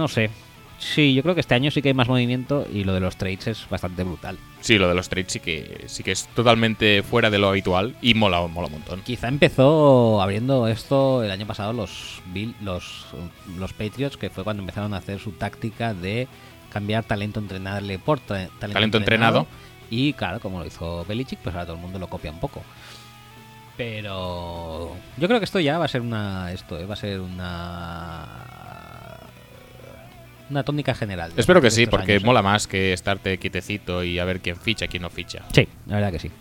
[SPEAKER 1] No sé. Sí, yo creo que este año sí que hay más movimiento y lo de los trades es bastante brutal.
[SPEAKER 2] Sí, lo de los trades sí que, sí que es totalmente fuera de lo habitual y mola, mola un montón.
[SPEAKER 1] Quizá empezó abriendo esto el año pasado los Bill- los, los Patriots, que fue cuando empezaron a hacer su táctica de cambiar talento entrenable por tra- talento,
[SPEAKER 2] Talento entrenado.
[SPEAKER 1] Y claro, como lo hizo Belichick, pues ahora todo el mundo lo copia un poco. Pero yo creo que esto ya va a ser una esto eh, va a ser una una tónica general. de
[SPEAKER 2] Espero que
[SPEAKER 1] estos
[SPEAKER 2] sí, porque
[SPEAKER 1] años, ¿eh?
[SPEAKER 2] mola más que estarte quietecito y a ver quién ficha, quién no ficha.
[SPEAKER 1] Sí, la verdad que sí.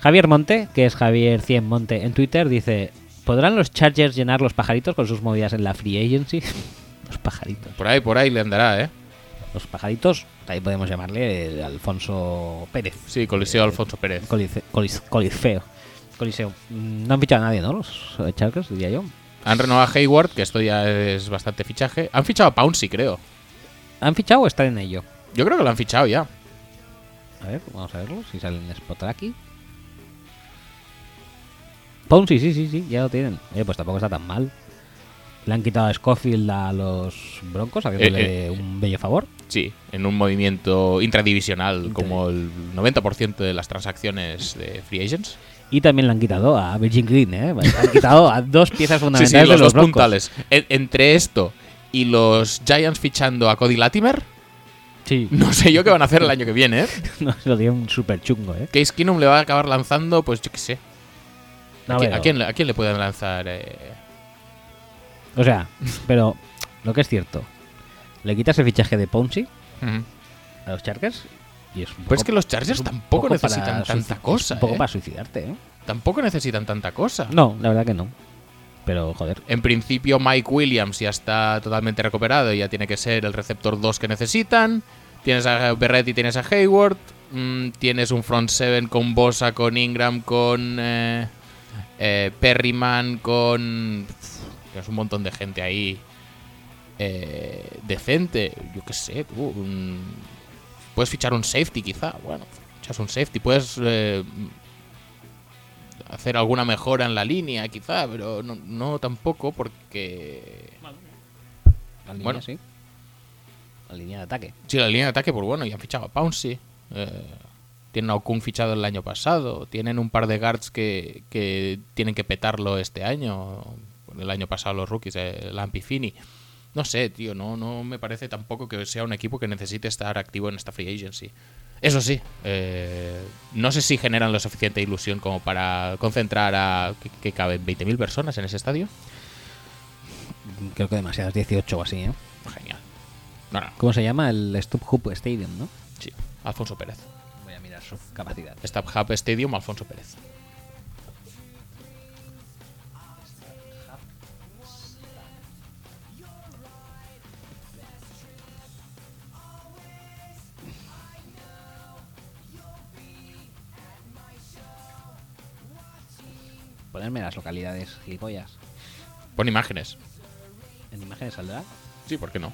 [SPEAKER 1] Javier Monte, que es Javier 100 Monte en Twitter, dice: ¿Podrán los Chargers llenar los pajaritos con sus movidas en la free agency? los pajaritos.
[SPEAKER 2] Por ahí, por ahí le andará, ¿eh?
[SPEAKER 1] Los pajaritos, ahí podemos llamarle el Alfonso Pérez. Eh,
[SPEAKER 2] Sí, Coliseo Alfonso Pérez.
[SPEAKER 1] Colice- colis- colisfeo. Coliseo. Mm, No han fichado a nadie, ¿no? Los eh, Chargers, diría yo.
[SPEAKER 2] Han renovado a Hayward, que esto ya es bastante fichaje. Han fichado a Pouncy, creo.
[SPEAKER 1] ¿Han fichado o están en ello?
[SPEAKER 2] Yo creo que lo han fichado ya.
[SPEAKER 1] A ver, vamos a verlo, si sale en Spotraki. Ponzi, sí, sí, sí, ya lo tienen. Oye, pues tampoco está tan mal. Le han quitado a Schofield a los Broncos,
[SPEAKER 2] Eh,
[SPEAKER 1] haciéndole un bello favor.
[SPEAKER 2] Sí, en un movimiento intradivisional,
[SPEAKER 1] Intradi-
[SPEAKER 2] como el 90% de las transacciones de Free Agents.
[SPEAKER 1] Y también le han quitado a Virgin Green, ¿eh? Le han quitado a dos piezas
[SPEAKER 2] Sí,
[SPEAKER 1] fundamentales
[SPEAKER 2] sí, los,
[SPEAKER 1] de los
[SPEAKER 2] dos
[SPEAKER 1] Broncos.
[SPEAKER 2] puntales. En- entre esto y los Giants fichando a Cody Latimer,
[SPEAKER 1] Sí,
[SPEAKER 2] no sé yo qué van a hacer el año que viene, ¿eh?
[SPEAKER 1] no, se lo dio un súper chungo, ¿eh?
[SPEAKER 2] Case Keenum le va a acabar lanzando, pues yo qué sé. ¿A,
[SPEAKER 1] No,
[SPEAKER 2] quién,
[SPEAKER 1] pero-
[SPEAKER 2] a quién le- a quién le pueden lanzar? eh?
[SPEAKER 1] O sea, pero lo que es cierto, le quitas el fichaje de Ponzi
[SPEAKER 2] Ujú.
[SPEAKER 1] a los Chargers y es un
[SPEAKER 2] Pero Pues es
[SPEAKER 1] poco-
[SPEAKER 2] que los Chargers
[SPEAKER 1] un
[SPEAKER 2] tampoco
[SPEAKER 1] poco para
[SPEAKER 2] necesitan
[SPEAKER 1] suici-
[SPEAKER 2] tanta cosa.
[SPEAKER 1] Un poco
[SPEAKER 2] ¿eh?
[SPEAKER 1] para suicidarte, ¿eh?
[SPEAKER 2] Tampoco necesitan tanta cosa.
[SPEAKER 1] No, la verdad que no. Pero, joder.
[SPEAKER 2] En principio, Mike Williams ya está totalmente recuperado y ya tiene que ser el receptor 2 que necesitan. Tienes a Berrett y tienes a Hayward. Mm, tienes un front 7 con Bosa, con Ingram, con eh, eh, Perryman, con. Pff, Tienes un montón de gente ahí. eh, decente. Yo qué sé, tú. un- puedes fichar un safety, quizá. Bueno, fichas un safety. Puedes. eh, hacer alguna mejora en la línea, quizá, pero no, no tampoco porque...
[SPEAKER 1] La línea,
[SPEAKER 2] Bueno.
[SPEAKER 1] sí. La línea de ataque.
[SPEAKER 2] Sí, la línea de ataque, pues bueno, ya han fichado a Pouncy. eh, tienen a Okun fichado el año pasado. Tienen un par de guards que, que tienen que petarlo este año. El año pasado los rookies, el Ampifini. No sé, tío, no, no me parece tampoco que sea un equipo que necesite estar activo en esta free agency. Eso sí, eh, no sé si generan la suficiente ilusión como para concentrar a que, que caben 20.000 personas en ese estadio.
[SPEAKER 1] Creo que demasiadas, 18 o así, ¿eh?
[SPEAKER 2] Genial. No, no,
[SPEAKER 1] ¿Cómo se llama? El Stub Hoop Stadium, ¿no?
[SPEAKER 2] sí. Alfonso Pérez.
[SPEAKER 1] Voy a mirar su capacidad.
[SPEAKER 2] StubHub Stadium, Alfonso Pérez.
[SPEAKER 1] Ponerme las localidades gilipollas.
[SPEAKER 2] Pon imágenes.
[SPEAKER 1] ¿En imágenes saldrá?
[SPEAKER 2] Sí, ¿por qué no?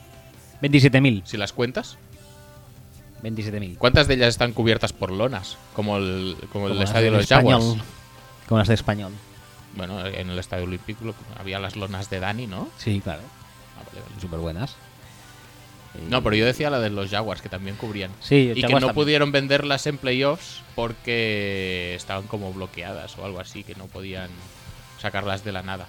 [SPEAKER 1] 27.000.
[SPEAKER 2] Si las cuentas,
[SPEAKER 1] 27.000.
[SPEAKER 2] ¿cuántas de ellas están cubiertas por lonas? Como el, como el
[SPEAKER 1] las
[SPEAKER 2] estadio de
[SPEAKER 1] del
[SPEAKER 2] los Jaguars.
[SPEAKER 1] Como las de español.
[SPEAKER 2] Bueno, en el estadio olímpico lo- había las lonas de Dani, ¿no?
[SPEAKER 1] Sí, claro.
[SPEAKER 2] Ah, vale, vale.
[SPEAKER 1] Súper buenas.
[SPEAKER 2] No, pero yo decía la de los Jaguars, que también cubrían.
[SPEAKER 1] Sí,
[SPEAKER 2] Y que no
[SPEAKER 1] Jaguars también.
[SPEAKER 2] pudieron venderlas en playoffs porque estaban como bloqueadas o algo así, que no podían sacarlas de la nada.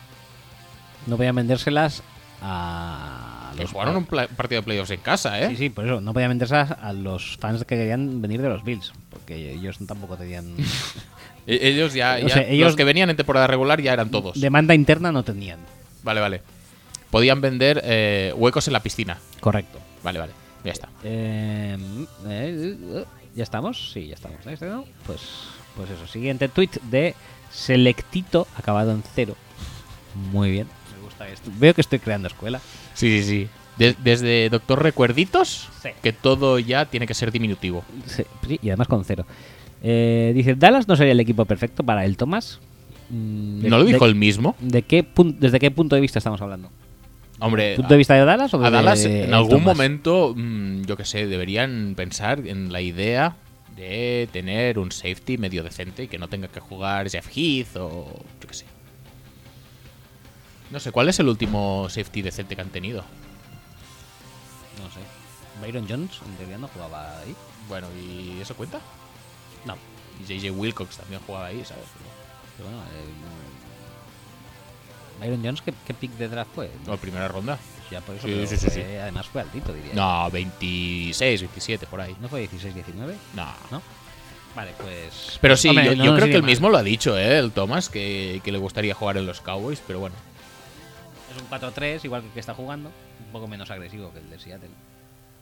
[SPEAKER 1] No podían vendérselas a
[SPEAKER 2] Que
[SPEAKER 1] los
[SPEAKER 2] jugaron un pla- partido de playoffs en casa, ¿eh?
[SPEAKER 1] Sí, sí, por eso no podían venderse a, a los fans que querían venir de los Bills, porque ellos tampoco tenían
[SPEAKER 2] E- Ellos ya,
[SPEAKER 1] No
[SPEAKER 2] ya-
[SPEAKER 1] sé, ellos-
[SPEAKER 2] los que venían en temporada regular ya eran todos.
[SPEAKER 1] demanda interna no tenían.
[SPEAKER 2] Vale, vale. Podían vender eh, huecos en la piscina.
[SPEAKER 1] Correcto.
[SPEAKER 2] Vale, vale. Ya está.
[SPEAKER 1] Eh, eh, eh, ¿Ya estamos? Sí, ya estamos. ¿no? ¿Este no? Pues, pues eso. Siguiente tweet de Selectito, acabado en cero. Muy bien. Me gusta esto. Veo que estoy creando escuela.
[SPEAKER 2] Sí, sí, sí. De- desde Doctor Recuerditos,
[SPEAKER 1] Sí.
[SPEAKER 2] que todo ya tiene que ser diminutivo.
[SPEAKER 1] Sí, sí, y además con cero. Eh, dice, Dallas no sería el equipo perfecto para el Thomas. Mm, de-
[SPEAKER 2] ¿No lo dijo
[SPEAKER 1] de-
[SPEAKER 2] él mismo?
[SPEAKER 1] ¿de qué pun- ¿Desde qué punto de vista estamos hablando?
[SPEAKER 2] Hombre,
[SPEAKER 1] ¿Punto de vista de Dallas o
[SPEAKER 2] Eh, a
[SPEAKER 1] de
[SPEAKER 2] Dallas
[SPEAKER 1] de
[SPEAKER 2] en algún
[SPEAKER 1] Thomas?
[SPEAKER 2] momento, mm, yo qué sé, deberían pensar en la idea de tener un safety medio decente y que no tenga que jugar Jeff Heath o yo qué sé. No sé, ¿cuál es el último safety decente que han tenido?
[SPEAKER 1] No sé. Byron Jones, en teoría, no jugaba ahí.
[SPEAKER 2] Bueno, ¿y eso cuenta?
[SPEAKER 1] No.
[SPEAKER 2] Y JJ Wilcox también jugaba ahí, ¿sabes?
[SPEAKER 1] Pero bueno, eh, Byron Jones, ¿qué, qué pick de draft fue? Pues
[SPEAKER 2] No, primera ronda.
[SPEAKER 1] Ya por eso,
[SPEAKER 2] Sí,
[SPEAKER 1] pero
[SPEAKER 2] sí, sí,
[SPEAKER 1] fue- además fue altito, diría.
[SPEAKER 2] No, 26, 27, por ahí.
[SPEAKER 1] ¿No fue 16-19?
[SPEAKER 2] No.
[SPEAKER 1] ¿No? Vale, pues...
[SPEAKER 2] Pero sí,
[SPEAKER 1] Hombre,
[SPEAKER 2] yo,
[SPEAKER 1] no
[SPEAKER 2] yo
[SPEAKER 1] nos
[SPEAKER 2] creo que
[SPEAKER 1] iría
[SPEAKER 2] el
[SPEAKER 1] mal.
[SPEAKER 2] mismo lo ha dicho, ¿eh? El Thomas, que, que le gustaría jugar en los Cowboys, pero bueno.
[SPEAKER 1] Es un 4-3, igual que el que está jugando. Un poco menos agresivo que el de Seattle.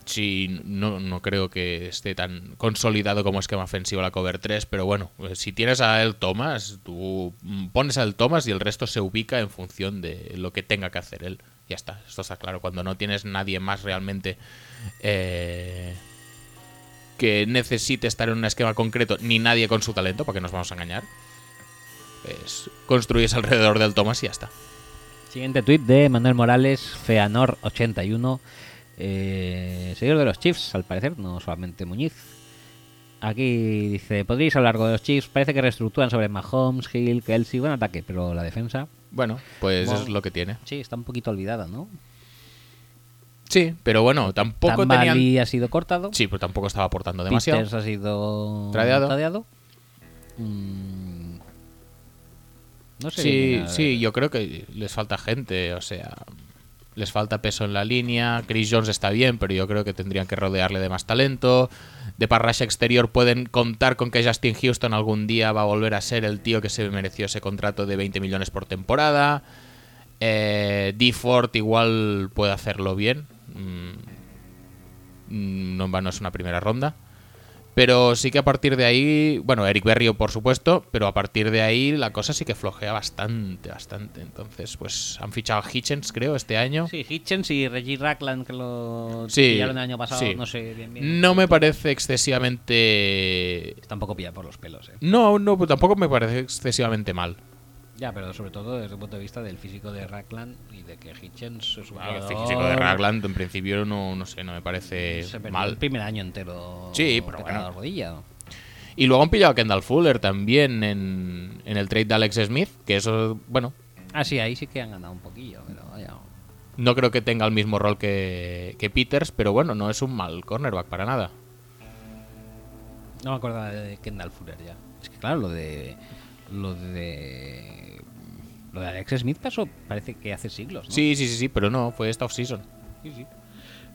[SPEAKER 2] Sí, no, no creo que esté tan consolidado como esquema ofensivo la cover 3, pero bueno, eh, si tienes a el Thomas, tú mm, pones al Thomas y el resto se ubica en función de lo que tenga que hacer él. Ya está, esto está claro. Cuando no tienes nadie más realmente eh, que necesite estar en un esquema concreto, ni nadie con su talento, porque nos vamos a engañar, pues construyes alrededor del Thomas y ya está.
[SPEAKER 1] Siguiente tweet de Manuel Morales, Feanor81. Eh, seguidor de los Chiefs, al parecer, no solamente Muñiz. Aquí dice, podríais hablar de los Chiefs. Parece que reestructuran sobre Mahomes, Hill, Kelsey. Buen ataque, pero la defensa...
[SPEAKER 2] Bueno, pues
[SPEAKER 1] Bueno.
[SPEAKER 2] es lo que tiene.
[SPEAKER 1] Sí, está un poquito olvidada, ¿no?
[SPEAKER 2] Sí, pero bueno, tampoco tenían...
[SPEAKER 1] Tambali ha sido cortado.
[SPEAKER 2] Sí, pero tampoco estaba aportando demasiado.
[SPEAKER 1] Peters ha sido
[SPEAKER 2] Tradeado.
[SPEAKER 1] Mm, No sé.
[SPEAKER 2] Sí,
[SPEAKER 1] bien, a
[SPEAKER 2] sí,
[SPEAKER 1] ver.
[SPEAKER 2] yo creo que les falta gente, o sea, les falta peso en la línea. Chris Jones está bien, pero yo creo que tendrían que rodearle de más talento. De parrasha exterior pueden contar con que Justin Houston algún día va a volver a ser el tío que se mereció ese contrato de 20 millones por temporada. Eh, D. Ford igual puede hacerlo bien. Mm, mm, No en vano es una primera ronda. Pero sí que a partir de ahí, bueno, Eric Berrio por supuesto, pero a partir de ahí la cosa sí que flojea bastante, bastante. Entonces, pues han fichado a Hitchens, creo, este año.
[SPEAKER 1] Sí, Hitchens y Reggie Rackland, que lo
[SPEAKER 2] Sí,
[SPEAKER 1] pillaron el año pasado,
[SPEAKER 2] sí. Mm.
[SPEAKER 1] no sé bien bien.
[SPEAKER 2] No me parece excesivamente...
[SPEAKER 1] Tampoco pilla por los pelos, eh.
[SPEAKER 2] No, no, pues tampoco me parece excesivamente mal.
[SPEAKER 1] Ya, pero sobre todo desde el punto de vista del físico de Rackland y de que Hitchens es un
[SPEAKER 2] El
[SPEAKER 1] jugador-
[SPEAKER 2] físico de Ragland en principio no, no sé, no me parece
[SPEAKER 1] Se perdió el
[SPEAKER 2] mal.
[SPEAKER 1] primer año entero.
[SPEAKER 2] Sí, pero
[SPEAKER 1] que
[SPEAKER 2] bueno.
[SPEAKER 1] la rodilla.
[SPEAKER 2] Y luego han pillado a Kendall Fuller también en, en el trade de Alex Smith, que eso, bueno,
[SPEAKER 1] Ah, sí, ahí sí que han ganado un poquillo, pero vaya.
[SPEAKER 2] no creo que tenga el mismo rol que, que Peters, pero bueno, no es un mal cornerback para nada.
[SPEAKER 1] No me acuerdo de Kendall Fuller ya. Es que claro, lo de. Lo de. Lo de Alex Smith pasó, parece que hace siglos, ¿no?
[SPEAKER 2] Sí, sí, sí, sí, pero no, fue esta offseason.
[SPEAKER 1] Sí, sí.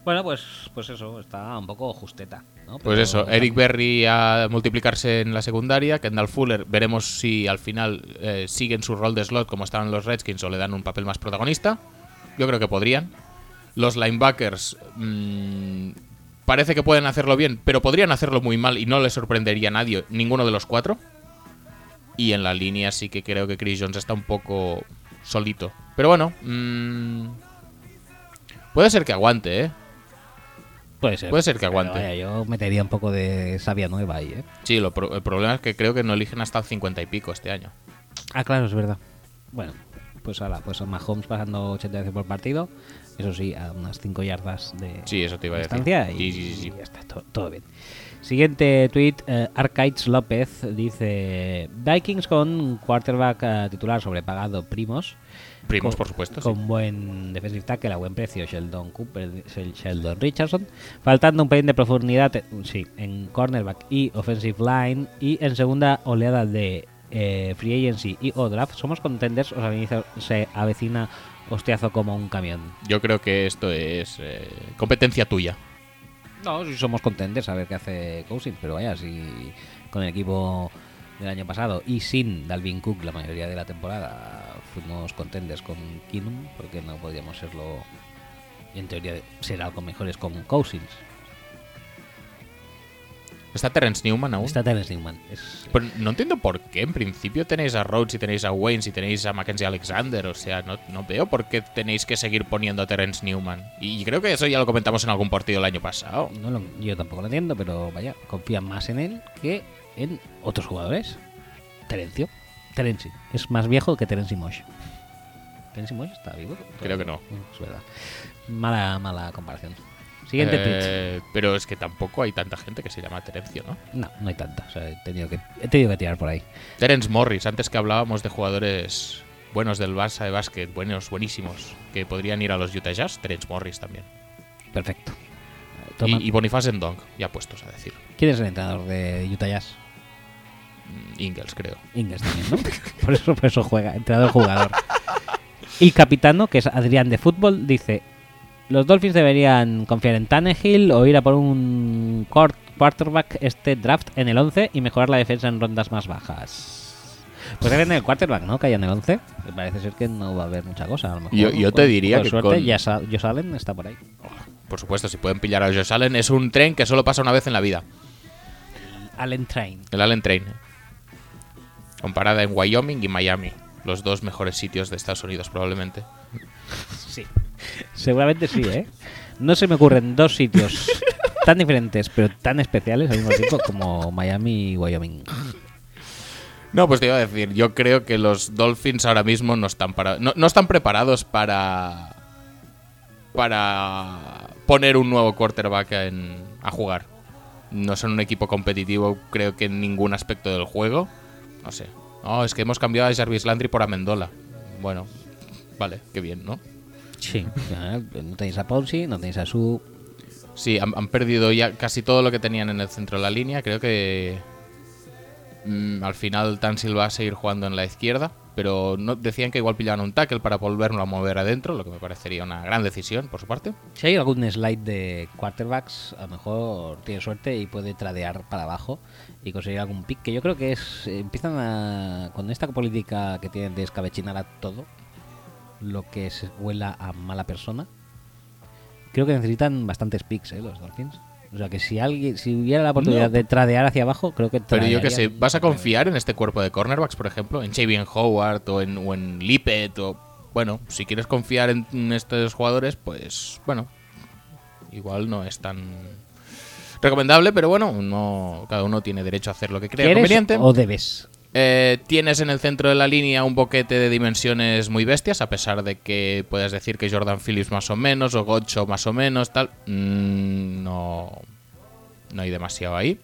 [SPEAKER 1] Bueno, pues, pues eso, está un poco justeta, ¿no?
[SPEAKER 2] Pues
[SPEAKER 1] Pero-
[SPEAKER 2] eso, Eric Berry a multiplicarse en la secundaria, Kendall Fuller, veremos si al final eh, siguen su rol de slot como estaban los Redskins o le dan un papel más protagonista. Yo creo que podrían. Los linebackers mm, parece que pueden hacerlo bien, pero podrían hacerlo muy mal y no les sorprendería a nadie, ninguno de los cuatro. Y en la línea sí que creo que Chris Jones está un poco solito. Pero bueno, mm, puede ser que aguante, ¿eh?
[SPEAKER 1] Puede ser.
[SPEAKER 2] puede ser que aguante.
[SPEAKER 1] Pero vaya, yo metería un poco de savia nueva ahí, ¿eh?
[SPEAKER 2] Sí, lo pro- el problema es que creo que no eligen hasta el 50 y pico este año.
[SPEAKER 1] Ah, claro, es verdad. Bueno, pues ahora, pues a Mahomes pasando 80 veces por partido, eso sí, a unas 5 yardas de
[SPEAKER 2] Sí, eso te iba a decir.
[SPEAKER 1] distancia y,
[SPEAKER 2] Sí, sí, sí, sí.
[SPEAKER 1] y ya está, to- todo, bien. Siguiente tweet, eh, Arcaids López dice: Vikings con quarterback eh, titular sobrepagado, primos.
[SPEAKER 2] Primos,
[SPEAKER 1] Con-
[SPEAKER 2] por supuesto. sí.
[SPEAKER 1] Con buen defensive tackle a buen precio, Sheldon Cooper, Shel- Sheldon Richardson. Faltando un pelín de profundidad, eh, sí, en cornerback y offensive line. Y en segunda oleada de eh, free agency y o draft, somos contenders, o se aveniza- se avecina hostiazo como un camión.
[SPEAKER 2] Yo creo que esto es eh, competencia tuya.
[SPEAKER 1] No, si somos contenders a ver qué hace Cousins, pero vaya, si con el equipo del año pasado y sin Dalvin Cook la mayoría de la temporada fuimos contenders con Kinum, porque no podíamos serlo, y en teoría será con mejores con Cousins.
[SPEAKER 2] ¿Está Terrence Newman aún?
[SPEAKER 1] Está Terence Newman. Es,
[SPEAKER 2] Pero no entiendo por qué. En principio tenéis a Rhodes y tenéis a Wayne y tenéis a Mackenzie Alexander. O sea, no, no veo por qué tenéis que seguir poniendo a Terence Newman. Y creo que eso ya lo comentamos en algún partido el año pasado.
[SPEAKER 1] Oh, no lo- yo tampoco lo entiendo, pero vaya, confía más en él que en otros jugadores. Terencio. Terenci. Es más viejo que Terenci Mosh. ¿Terenci Mosh está vivo? Mm,
[SPEAKER 2] Creo que no.
[SPEAKER 1] Es verdad. Mala, mala comparación. Siguiente tweet.
[SPEAKER 2] Eh, Pero es que tampoco hay tanta gente que se llama Terencio, ¿no?
[SPEAKER 1] No, no hay tanta. O sea, he, tenido que, he tenido que tirar por ahí.
[SPEAKER 2] Terence Morris, antes que hablábamos de jugadores buenos del Barça de básquet, buenos, buenísimos, que podrían ir a los Utah Jazz, Terence Morris también.
[SPEAKER 1] Perfecto. Eh, Toma.
[SPEAKER 2] Y, y Boniface Ndong, ya puestos a decir.
[SPEAKER 1] ¿Quién es el entrenador de Utah Jazz?
[SPEAKER 2] Mm, Ingles, creo.
[SPEAKER 1] Inglés también, ¿no? por, eso, por eso juega, entrenador-jugador. Y Capitano, que es Adrián de Fútbol, dice: Los Dolphins deberían confiar en Tannehill o ir a por un quart- quarterback este draft en el 11 y mejorar la defensa en rondas más bajas. Pues depende del quarterback, ¿no? Que haya en el 11. Parece ser que no va a haber mucha cosa. A lo mejor,
[SPEAKER 2] Yo- yo te
[SPEAKER 1] con-
[SPEAKER 2] diría
[SPEAKER 1] con
[SPEAKER 2] que
[SPEAKER 1] suerte,
[SPEAKER 2] con-
[SPEAKER 1] ya sa- Josh Allen está por ahí.
[SPEAKER 2] Por supuesto, si pueden pillar a Josh Allen, es un tren que solo pasa una vez en la vida.
[SPEAKER 1] Allen Train.
[SPEAKER 2] El Allen Train. Comparada en Wyoming y Miami. Los dos mejores sitios de Estados Unidos, probablemente.
[SPEAKER 1] Sí. Seguramente sí, ¿eh? No se me ocurren dos sitios tan diferentes, pero tan especiales al mismo tiempo como Miami y Wyoming.
[SPEAKER 2] No, pues te iba a decir, yo creo que los Dolphins ahora mismo no están, para, no, no están preparados para. para poner un nuevo quarterback en- a jugar. No son un equipo competitivo, creo que en ningún aspecto del juego. No sé. No, es que hemos cambiado a Jarvis Landry por Amendola. Bueno, vale, qué bien, ¿no?
[SPEAKER 1] Sí. Ah, No tenéis a Ponzi, no tenéis a Su.
[SPEAKER 2] Sí, han, han perdido ya casi todo lo que tenían en el centro de la línea. Creo que mm, al final Tansil va a seguir jugando en la izquierda. Pero no, decían que igual pillaban un tackle para volverlo a mover adentro, lo que me parecería una gran decisión por su parte.
[SPEAKER 1] Si hay algún slide de quarterbacks, a lo mejor tiene suerte y puede tradear para abajo y conseguir algún pick, que yo creo que es... Empiezan a... Con esta política que tienen de escabechinar a todo, lo que se huela a mala persona, creo que necesitan bastantes picks, ¿eh? Los Dolphins. O sea que si alguien, si hubiera la oportunidad de tradear hacia abajo, creo que
[SPEAKER 2] Pero
[SPEAKER 1] tradearían.
[SPEAKER 2] yo qué sé, ¿vas a confiar en este cuerpo de cornerbacks, por ejemplo? ¿En Javier Howard o en, o en Lippet? O, bueno, si quieres confiar en, en estos jugadores, pues bueno, igual no es tan recomendable, pero bueno, no, cada uno tiene derecho a hacer lo que crea
[SPEAKER 1] ¿Quieres
[SPEAKER 2] conveniente.
[SPEAKER 1] o debes?
[SPEAKER 2] Eh, tienes en el centro de la línea un boquete de dimensiones muy bestias, a pesar de que puedes decir que Jordan Phillips más o menos, o Gocho más o menos, tal. Mm, no, no hay demasiado ahí.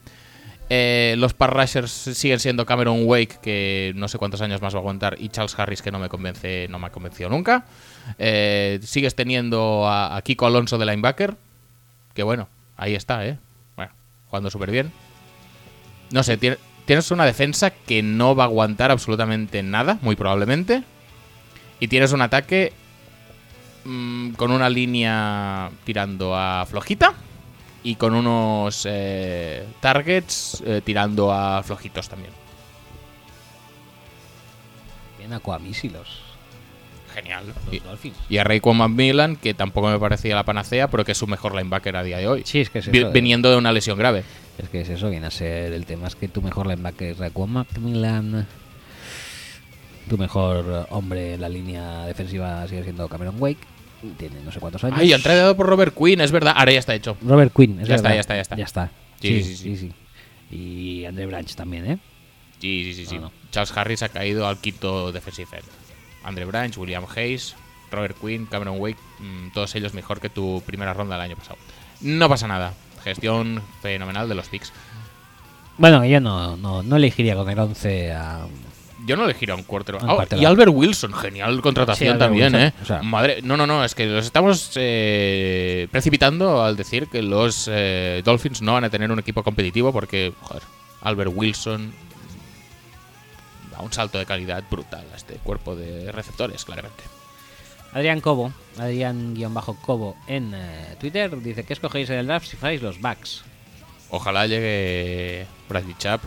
[SPEAKER 2] Eh, los pass rushers siguen siendo Cameron Wake, que no sé cuántos años más va a aguantar, y Charles Harris, que no me convence, no me ha convencido nunca. Eh, sigues teniendo a, a Kiko Alonso de linebacker, que bueno, ahí está, ¿eh? Bueno, jugando súper bien. No sé, tie- tienes una defensa que no va a aguantar absolutamente nada, muy probablemente. Y tienes un ataque mm, con una línea tirando a flojita y con unos eh, targets eh, tirando a flojitos también.
[SPEAKER 1] Bien acuamísilos.
[SPEAKER 2] Genial.
[SPEAKER 1] Los
[SPEAKER 2] Y,
[SPEAKER 1] Dolphins.
[SPEAKER 2] y a Raekwon McMillan, que tampoco me parecía la panacea, pero que es su mejor linebacker a día de hoy.
[SPEAKER 1] Sí, es que es
[SPEAKER 2] Vi-
[SPEAKER 1] eso, eh.
[SPEAKER 2] Viniendo de una lesión grave.
[SPEAKER 1] Es que es eso, viene a ser el tema. Es que tu mejor linebacker es Raquan Macmillan. Tu mejor eh, hombre en la línea defensiva sigue siendo Cameron Wake. Tiene no sé cuántos años.
[SPEAKER 2] Ay, han traído por Robert Quinn, es verdad. Ahora ya está hecho.
[SPEAKER 1] Robert Quinn, es
[SPEAKER 2] Ya está,
[SPEAKER 1] verdad.
[SPEAKER 2] ya está, ya está.
[SPEAKER 1] Ya está.
[SPEAKER 2] Sí, sí, sí.
[SPEAKER 1] sí. Y Andre Branch también, ¿eh?
[SPEAKER 2] Sí, sí, sí. sí.
[SPEAKER 1] No, no.
[SPEAKER 2] Charles Harris ha caído al quinto defensive end. Andre Branch, William Hayes, Robert Quinn, Cameron Wake, mm, todos ellos mejor que tu primera ronda del año pasado. No pasa nada. Gestión fenomenal de los picks.
[SPEAKER 1] Bueno, yo no, no, no elegiría con el 11 a. um,
[SPEAKER 2] Yo no le giro a un quarterback.
[SPEAKER 1] Un
[SPEAKER 2] Ah,
[SPEAKER 1] quarterback.
[SPEAKER 2] y Albert Wilson, genial contratación
[SPEAKER 1] Albert
[SPEAKER 2] también,
[SPEAKER 1] Wilson,
[SPEAKER 2] ¿eh?
[SPEAKER 1] o sea.
[SPEAKER 2] Madre, no, no, no, es que los estamos eh, precipitando al decir que los eh, Dolphins no van a tener un equipo competitivo porque, joder, Albert Wilson da un salto de calidad brutal a este cuerpo de receptores, claramente.
[SPEAKER 1] Adrián Cobo, Adrián-Cobo en eh, Twitter, dice que escogéis en el draft si fuerais los backs.
[SPEAKER 2] Ojalá llegue Bradley Chap.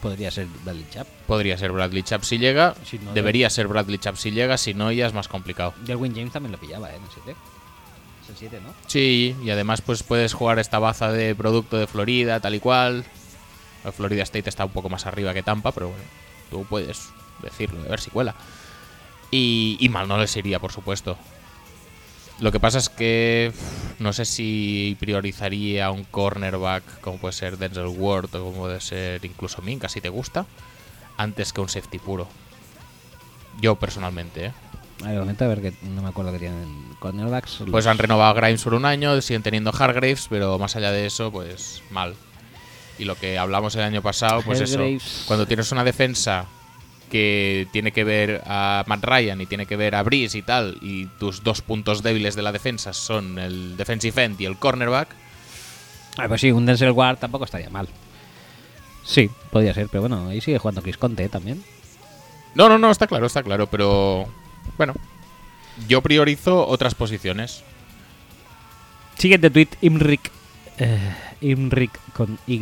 [SPEAKER 1] Podría ser Bradley Chap.
[SPEAKER 2] Podría ser Bradley Chap si llega.
[SPEAKER 1] Si no,
[SPEAKER 2] Debería ser Bradley Chap si llega. Si no, ya es más complicado.
[SPEAKER 1] Derwin James también lo pillaba, ¿eh? En el 7. Es el 7, ¿no?
[SPEAKER 2] Sí, y además pues puedes jugar esta baza de producto de Florida, tal y cual. La Florida State está un poco más arriba que Tampa, pero bueno, tú puedes decirlo, a ver si cuela. Y, y mal no les iría, por supuesto. Lo que pasa es que uf, no sé si priorizaría a un cornerback como puede ser Denzel Ward o como puede ser incluso Minka, si te gusta, antes que un safety puro. Yo personalmente, ¿eh?
[SPEAKER 1] A ver, momento, a ver, que no me acuerdo que tienen cornerbacks. los-
[SPEAKER 2] Pues han renovado a Grimes por un año, siguen teniendo Hargraves, pero más allá de eso, pues mal. Y lo que hablamos el año pasado, pues
[SPEAKER 1] Hargraves.
[SPEAKER 2] eso. Cuando tienes una defensa que tiene que ver a Matt Ryan y tiene que ver a Breeze y tal, y tus dos puntos débiles de la defensa son el defensive end y el cornerback,
[SPEAKER 1] Ah, pues sí, un Denzel Ward tampoco estaría mal. Sí, podría ser, pero bueno, ahí sigue jugando Chris Conte ¿eh? también.
[SPEAKER 2] No, no, no, está claro, está claro, pero bueno, yo priorizo otras posiciones.
[SPEAKER 1] Siguiente tweet, Imric. eh, Imric con Y,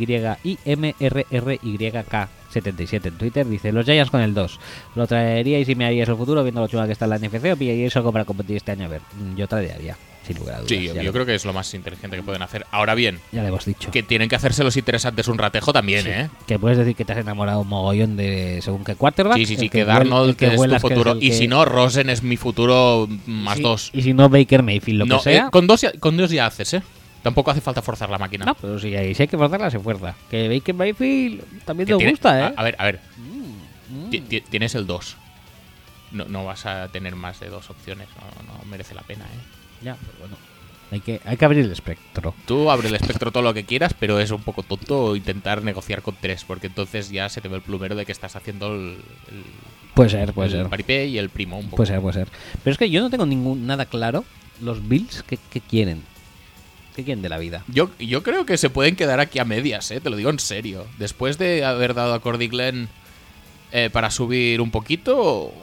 [SPEAKER 1] I-M-R-R-Y-K. 77 en Twitter dice los Giants con el 2 lo traeríais y me haríais el futuro viendo lo chula que está la NFC o pillaríais algo para competir este año a ver mm, yo traería sin lugar a dudas
[SPEAKER 2] Sí,
[SPEAKER 1] ya
[SPEAKER 2] yo
[SPEAKER 1] lo-
[SPEAKER 2] creo que es lo más inteligente que pueden hacer. Ahora bien,
[SPEAKER 1] ya lo hemos dicho
[SPEAKER 2] que tienen que hacerse los interesantes un ratejo también, ¿eh?
[SPEAKER 1] Que puedes decir que te has enamorado un mogollón de según qué quarterback.
[SPEAKER 2] Sí, sí, sí,
[SPEAKER 1] el
[SPEAKER 2] que,
[SPEAKER 1] huel- el
[SPEAKER 2] Darnold es tu
[SPEAKER 1] huelas que
[SPEAKER 2] futuro.
[SPEAKER 1] el
[SPEAKER 2] Y
[SPEAKER 1] que-
[SPEAKER 2] si no, Rosen es mi futuro más
[SPEAKER 1] sí,
[SPEAKER 2] dos.
[SPEAKER 1] Y si no, Baker Mayfield, lo
[SPEAKER 2] No,
[SPEAKER 1] que sea.
[SPEAKER 2] eh, con, dos ya, con dos ya haces, ¿eh? Tampoco hace falta forzar la máquina.
[SPEAKER 1] No, pero si hay, si hay que forzarla, se fuerza. Que Baker Mayfield también
[SPEAKER 2] Que
[SPEAKER 1] te
[SPEAKER 2] tiene-
[SPEAKER 1] gusta, ¿eh?
[SPEAKER 2] a, a ver, a ver.
[SPEAKER 1] Mm,
[SPEAKER 2] ti- ti- Tienes el 2. No, no vas a tener más de dos opciones. No, no merece la pena, ¿eh?
[SPEAKER 1] Ya, pero bueno. Hay que, hay que abrir el espectro.
[SPEAKER 2] Tú abre el espectro todo lo que quieras, pero es un poco tonto intentar negociar con tres, porque entonces ya se te ve el plumero de que estás haciendo el, el,
[SPEAKER 1] Puede ser, puede
[SPEAKER 2] el
[SPEAKER 1] ser.
[SPEAKER 2] paripé y el primo Mm, un poco.
[SPEAKER 1] Puede ser, puede ser. Pero es que yo no tengo ningún nada claro los Bills que, que quieren. ¿Qué quieren de la vida?
[SPEAKER 2] Yo, yo creo que se pueden quedar aquí a medias, ¿eh? te lo digo en serio. Después de haber dado a Cordy Glenn eh, para subir un poquito,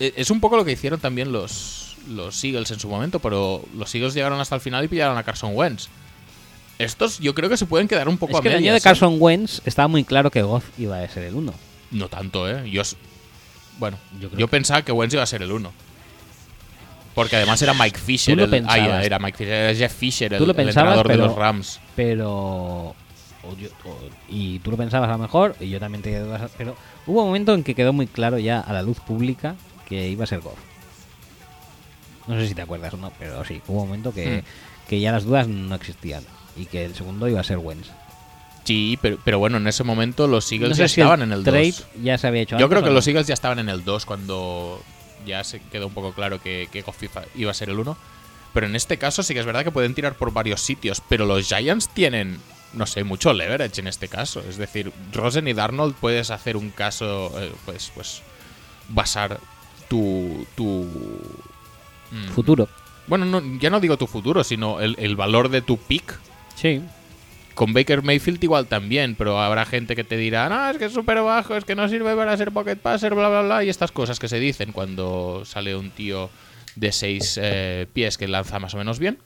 [SPEAKER 2] e- es un poco lo que hicieron también los, los Eagles en su momento, pero los Eagles llegaron hasta el final y pillaron a Carson Wentz. Estos yo creo que se pueden quedar un poco
[SPEAKER 1] Es
[SPEAKER 2] a
[SPEAKER 1] que el
[SPEAKER 2] medias.
[SPEAKER 1] año de
[SPEAKER 2] ¿eh?
[SPEAKER 1] Carson Wentz estaba muy claro que Goff iba a ser el uno.
[SPEAKER 2] No tanto, ¿eh? Yo, s- bueno,
[SPEAKER 1] Yo
[SPEAKER 2] yo,
[SPEAKER 1] creo
[SPEAKER 2] pensaba que Wentz iba a ser el uno. Porque además era Mike Fisher.
[SPEAKER 1] lo
[SPEAKER 2] el- ah, ya,
[SPEAKER 1] pensabas.
[SPEAKER 2] era Mike Fisher, era Jeff Fisher, el,
[SPEAKER 1] Tú lo
[SPEAKER 2] el
[SPEAKER 1] pensabas,
[SPEAKER 2] entrenador
[SPEAKER 1] pero-
[SPEAKER 2] de los Rams.
[SPEAKER 1] pero o yo- o- y tú lo pensabas a lo mejor y yo también te pero hubo un momento en que quedó muy claro ya a la luz pública que iba a ser Goff no sé si te acuerdas o no pero sí hubo un momento
[SPEAKER 2] Hmm.
[SPEAKER 1] que, que ya las dudas no existían y que el segundo iba a ser Wentz
[SPEAKER 2] Sí, pero, pero bueno, en ese momento los Eagles
[SPEAKER 1] no
[SPEAKER 2] ya
[SPEAKER 1] sé si
[SPEAKER 2] estaban en el
[SPEAKER 1] trade
[SPEAKER 2] 2.
[SPEAKER 1] ya se había hecho
[SPEAKER 2] Yo
[SPEAKER 1] antes
[SPEAKER 2] creo
[SPEAKER 1] o
[SPEAKER 2] que
[SPEAKER 1] no.
[SPEAKER 2] los Eagles ya estaban en el 2 cuando ya se quedó un poco claro que, que Goff iba- iba a ser el 1. Pero en este caso sí que es verdad que pueden tirar por varios sitios, pero los Giants tienen, no sé, mucho leverage en este caso. Es decir, Rosen y Darnold puedes hacer un caso, eh, pues, pues basar tu... tu mm,
[SPEAKER 1] futuro
[SPEAKER 2] Bueno, no, ya no digo tu futuro, sino el, el valor de tu pick
[SPEAKER 1] sí
[SPEAKER 2] con Baker Mayfield igual también, pero habrá gente que te dirá, no, es que es súper bajo, es que no sirve para ser pocket passer, bla, bla, bla, y estas cosas que se dicen cuando sale un tío de seis eh, pies que lanza más o menos bien.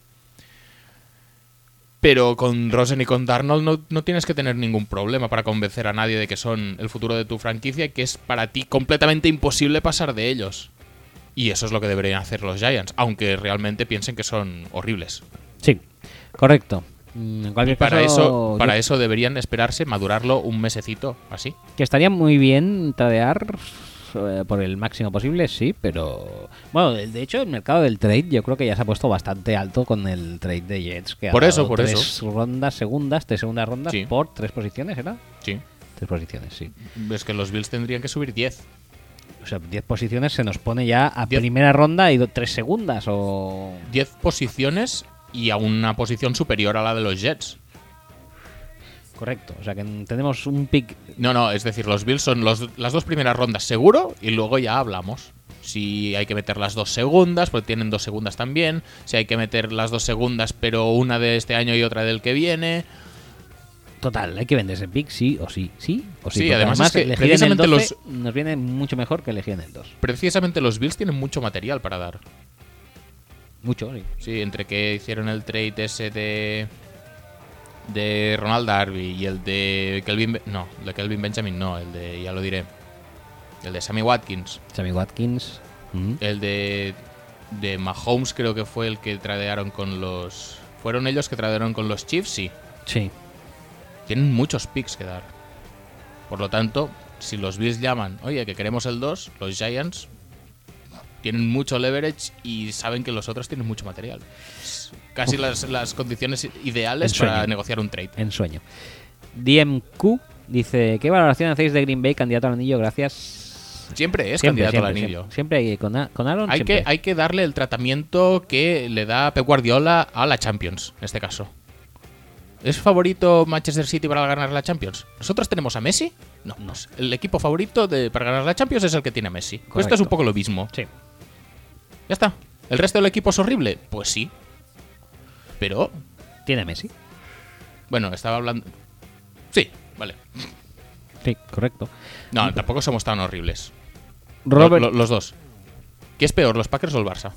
[SPEAKER 2] Pero con Rosen y con Darnold no, no tienes que tener ningún problema para convencer a nadie de que son el futuro de tu franquicia y que es para ti completamente imposible pasar de ellos. Y eso es lo que deberían hacer los Giants, aunque realmente piensen que son horribles.
[SPEAKER 1] sí correcto Mm, en cualquier
[SPEAKER 2] Para
[SPEAKER 1] caso,
[SPEAKER 2] eso,
[SPEAKER 1] yo
[SPEAKER 2] para eso deberían esperarse madurarlo un mesecito, así.
[SPEAKER 1] Que estaría muy bien tradear eh, por el máximo posible, sí, pero. Bueno, de de hecho, el mercado del trade yo creo que ya se ha puesto bastante alto con el trade de Jets. Que ha
[SPEAKER 2] Por eso,
[SPEAKER 1] dado
[SPEAKER 2] por
[SPEAKER 1] tres
[SPEAKER 2] eso.
[SPEAKER 1] rondas segundas, tres segundas rondas
[SPEAKER 2] Sí.
[SPEAKER 1] por tres posiciones, ¿era?
[SPEAKER 2] Sí.
[SPEAKER 1] Tres posiciones, sí.
[SPEAKER 2] Es que los Bills tendrían que subir 10.
[SPEAKER 1] O sea, diez posiciones se nos pone ya a
[SPEAKER 2] Diez.
[SPEAKER 1] primera ronda y do- tres segundas o.
[SPEAKER 2] 10 posiciones y a una posición superior a la de los Jets.
[SPEAKER 1] Correcto. O sea, que mm, tenemos un pick.
[SPEAKER 2] No, no, es decir, los Bills son los- las dos primeras rondas seguro y luego ya hablamos. Si hay que meter las dos segundas, porque tienen dos segundas también. Si hay que meter las dos segundas, pero una de este año y otra del que viene.
[SPEAKER 1] Total, hay que venderse en pick, sí o sí, sí o sí.
[SPEAKER 2] Sí,
[SPEAKER 1] porque
[SPEAKER 2] además es que
[SPEAKER 1] elegir en el
[SPEAKER 2] precisamente
[SPEAKER 1] 12 nos viene mucho mejor que elegir en el 2.
[SPEAKER 2] Precisamente los Bills tienen mucho material para dar.
[SPEAKER 1] Mucho, sí.
[SPEAKER 2] Sí, entre que hicieron el trade ese de. de Ronald Darby y el de Kelvin. Be- No, el de Kelvin Benjamin no, el de. ya lo diré. El de Sammy Watkins.
[SPEAKER 1] Sammy Watkins. Mm. ujú.
[SPEAKER 2] El de. de Mahomes creo que fue el que tradearon con los. Fueron ellos que tradearon con los Chiefs, sí.
[SPEAKER 1] Sí.
[SPEAKER 2] Tienen muchos picks que dar. Por lo tanto, si los Bills llaman, oye, que queremos el 2, los Giants tienen mucho leverage y saben que los otros tienen mucho material. Es Casi las, las condiciones ideales
[SPEAKER 1] El sueño.
[SPEAKER 2] para negociar un trade.
[SPEAKER 1] En sueño. DMQ dice: ¿Qué valoración hacéis de Green Bay, candidato al anillo? Gracias.
[SPEAKER 2] Siempre es
[SPEAKER 1] Siempre,
[SPEAKER 2] candidato al
[SPEAKER 1] siempre,
[SPEAKER 2] anillo.
[SPEAKER 1] Siempre, siempre hay- con, A- con Aaron.
[SPEAKER 2] Hay
[SPEAKER 1] siempre.
[SPEAKER 2] que, hay que darle el tratamiento que le da Pep Guardiola a la Champions, en este caso. ¿Es favorito Manchester City para ganar la Champions? ¿Nosotros tenemos a Messi? No. pues El equipo favorito de- para ganar la Champions es el que tiene a Messi. Pues esto es
[SPEAKER 1] Correcto.
[SPEAKER 2] un poco lo mismo.
[SPEAKER 1] Sí.
[SPEAKER 2] Ya está. ¿El resto del equipo es horrible? Pues sí. Pero,
[SPEAKER 1] Tiene a Messi.
[SPEAKER 2] bueno, estaba hablando. Sí, vale.
[SPEAKER 1] Sí, correcto.
[SPEAKER 2] No, tampoco somos tan horribles. Lo-
[SPEAKER 1] Robert.
[SPEAKER 2] lo- los dos. ¿Qué es peor, los Packers o el Barça?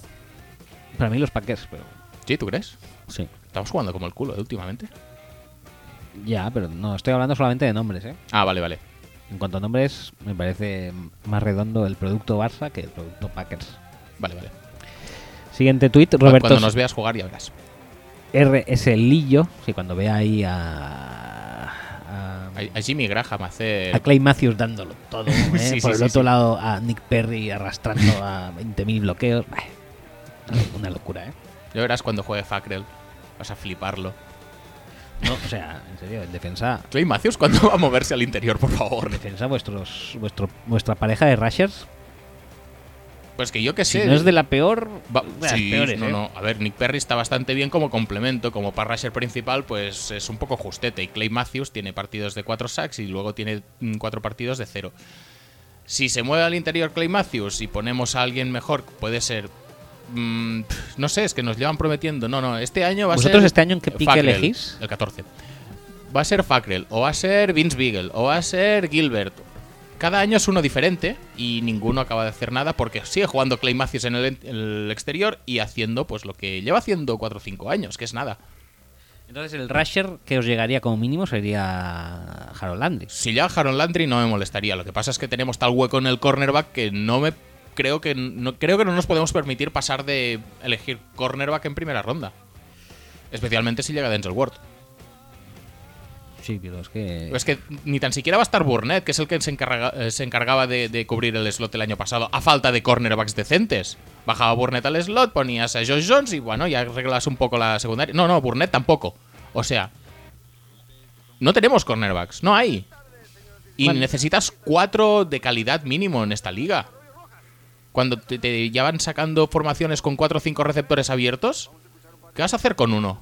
[SPEAKER 1] Para mí, los Packers, pero.
[SPEAKER 2] Sí, ¿tú crees?
[SPEAKER 1] Sí.
[SPEAKER 2] Estamos jugando como el culo ¿eh? últimamente.
[SPEAKER 1] Ya, pero no, estoy hablando solamente de nombres, ¿eh?
[SPEAKER 2] Ah, vale, vale.
[SPEAKER 1] En cuanto a nombres, me parece más redondo el producto Barça que el producto Packers.
[SPEAKER 2] Vale, vale.
[SPEAKER 1] Siguiente tuit, Roberto
[SPEAKER 2] Cuando nos veas jugar ya verás.
[SPEAKER 1] RS Lillo. Sí, cuando ve ahí a. a-
[SPEAKER 2] A, a Jimmy Graham hacer.
[SPEAKER 1] a Clay Matthews dándolo todo. ¿eh?
[SPEAKER 2] Eh, Sí,
[SPEAKER 1] Por
[SPEAKER 2] sí,
[SPEAKER 1] el
[SPEAKER 2] sí,
[SPEAKER 1] otro
[SPEAKER 2] sí.
[SPEAKER 1] lado, a Nick Perry arrastrando a 20.000 bloqueos. Bah, Una locura, ¿eh?
[SPEAKER 2] Ya verás cuando juegue Fackrell. Vas a fliparlo.
[SPEAKER 1] No, o sea, en serio, en defensa.
[SPEAKER 2] Clay Matthews, ¿cuándo va a moverse al interior, por
[SPEAKER 1] En
[SPEAKER 2] favor?
[SPEAKER 1] defensa, vuestros, vuestro, vuestra pareja de Rushers,
[SPEAKER 2] Pues que yo que sé.
[SPEAKER 1] si no es de la peor,
[SPEAKER 2] Va-
[SPEAKER 1] de las
[SPEAKER 2] sí,
[SPEAKER 1] peores,
[SPEAKER 2] no,
[SPEAKER 1] ¿eh?
[SPEAKER 2] no. A ver, Nick Perry está bastante bien como complemento, como pass rusher principal, pues es un poco justete. Y Clay Matthews tiene partidos de 4 sacks y luego tiene 4 partidos de 0. Si se mueve al interior Clay Matthews y ponemos a alguien mejor, puede ser. mm, pf, no sé, es que nos llevan prometiendo. No, no, este año va a ser.
[SPEAKER 1] ¿Vosotros este año en qué pick
[SPEAKER 2] Fackrell,
[SPEAKER 1] elegís?
[SPEAKER 2] El 14. Va a ser Fackrell, o va a ser Vince Beagle, o va a ser Gilbert. Cada año es uno diferente y ninguno acaba de hacer nada porque sigue jugando Clay Matthews en el, en el exterior y haciendo pues lo que lleva haciendo 4 o 5 años, que es nada.
[SPEAKER 1] Entonces, el Rusher que os llegaría como mínimo sería Harold Landry.
[SPEAKER 2] Si ya Jaron Landry no me molestaría, lo que pasa es que tenemos tal hueco en el cornerback que no me creo que no creo que no nos podemos permitir pasar de elegir cornerback en primera ronda. Especialmente si llega Denzel Ward.
[SPEAKER 1] Sí, pero es que.
[SPEAKER 2] Es que ni tan siquiera va a estar Burnett, que es el que se, encarga- eh, se encargaba de, de cubrir el slot el año pasado, a falta de cornerbacks decentes. Bajaba Burnett al slot, ponías a Josh Jones y bueno, ya arreglas un poco la secundaria. No, no, Burnett tampoco. O sea, no tenemos cornerbacks, no hay. Y
[SPEAKER 1] Bueno.
[SPEAKER 2] necesitas cuatro de calidad mínimo en esta liga. Cuando te, te- ya van sacando formaciones con cuatro o cinco receptores abiertos, ¿qué vas a hacer con uno?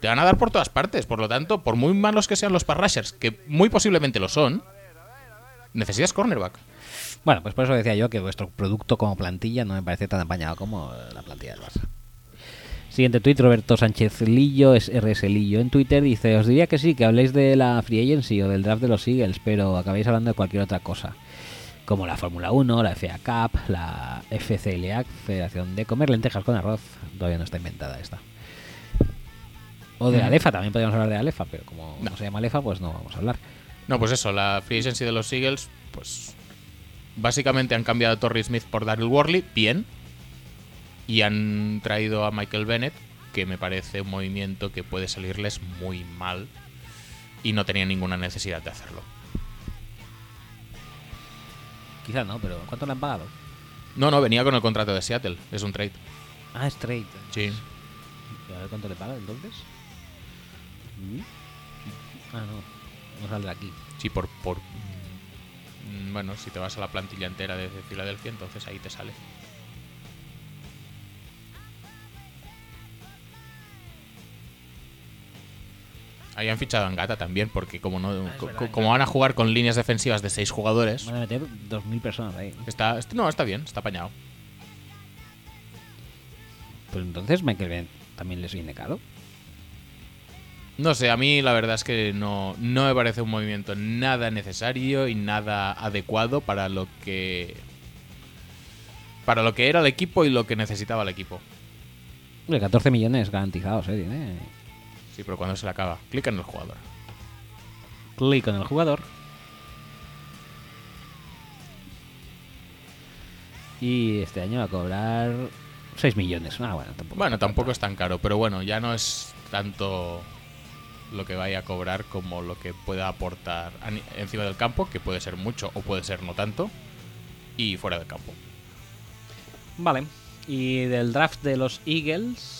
[SPEAKER 2] Te van a dar por todas partes, por lo tanto, por muy malos que sean los pass rushers, que muy posiblemente lo son, necesitas cornerback.
[SPEAKER 1] Bueno, pues por eso decía yo que vuestro producto como plantilla no me parece tan apañado como la plantilla del Barça. Siguiente tuit, Roberto Sánchez Lillo, es RS Lillo en Twitter, dice, os diría que sí, que habléis de la Free Agency o del draft de los Eagles, pero acabáis hablando de cualquier otra cosa, como la Fórmula 1, la FA Cup, la FCLA, Federación de Comer Lentejas con Arroz, todavía no está inventada esta. O de la
[SPEAKER 2] Mm.
[SPEAKER 1] Alefa, también podríamos hablar de la Alefa, pero como no
[SPEAKER 2] No.
[SPEAKER 1] se llama Alefa, pues no vamos a hablar.
[SPEAKER 2] No, pues eso, la free agency de los Eagles, pues básicamente han cambiado a Torrey Smith por Daryl Worley, bien, y han traído a Michael Bennett, que me parece un movimiento que puede salirles muy mal y no tenía ninguna necesidad de hacerlo.
[SPEAKER 1] Quizás no, pero ¿cuánto le han pagado?
[SPEAKER 2] No, no, venía con el contrato de Seattle, es un trade.
[SPEAKER 1] Ah, straight.
[SPEAKER 2] Sí.
[SPEAKER 1] A ver cuánto le paga entonces. Ah, no. No saldrá aquí.
[SPEAKER 2] Sí, por, por. mm, Bueno, si te vas a la plantilla entera de Filadelfia, entonces ahí te sale. Ahí han fichado a Gata también, porque como no
[SPEAKER 1] Ah, es
[SPEAKER 2] co-
[SPEAKER 1] verdad,
[SPEAKER 2] como van a jugar con líneas defensivas de seis jugadores,
[SPEAKER 1] Van a meter 2.000 personas ahí.
[SPEAKER 2] está, est- no, está bien, está apañado.
[SPEAKER 1] Pues entonces Michael Bennett también les viene caro.
[SPEAKER 2] No sé, a mí la verdad es que no, no me parece un movimiento nada necesario y nada adecuado para lo que. Para lo que era el equipo y lo que necesitaba el equipo.
[SPEAKER 1] Hombre, 14 millones garantizados, eh, tiene.
[SPEAKER 2] Sí, pero cuando se la acaba, clica en el jugador.
[SPEAKER 1] Clic en el jugador. Y este año va a cobrar 6 millones. Ah, bueno, tampoco.
[SPEAKER 2] Bueno, tampoco es tan caro, pero bueno, ya no es tanto lo que vaya a cobrar como lo que pueda aportar a ni- encima del campo, que puede ser mucho o puede ser no tanto, y fuera del campo.
[SPEAKER 1] Vale. Y del draft de los Eagles.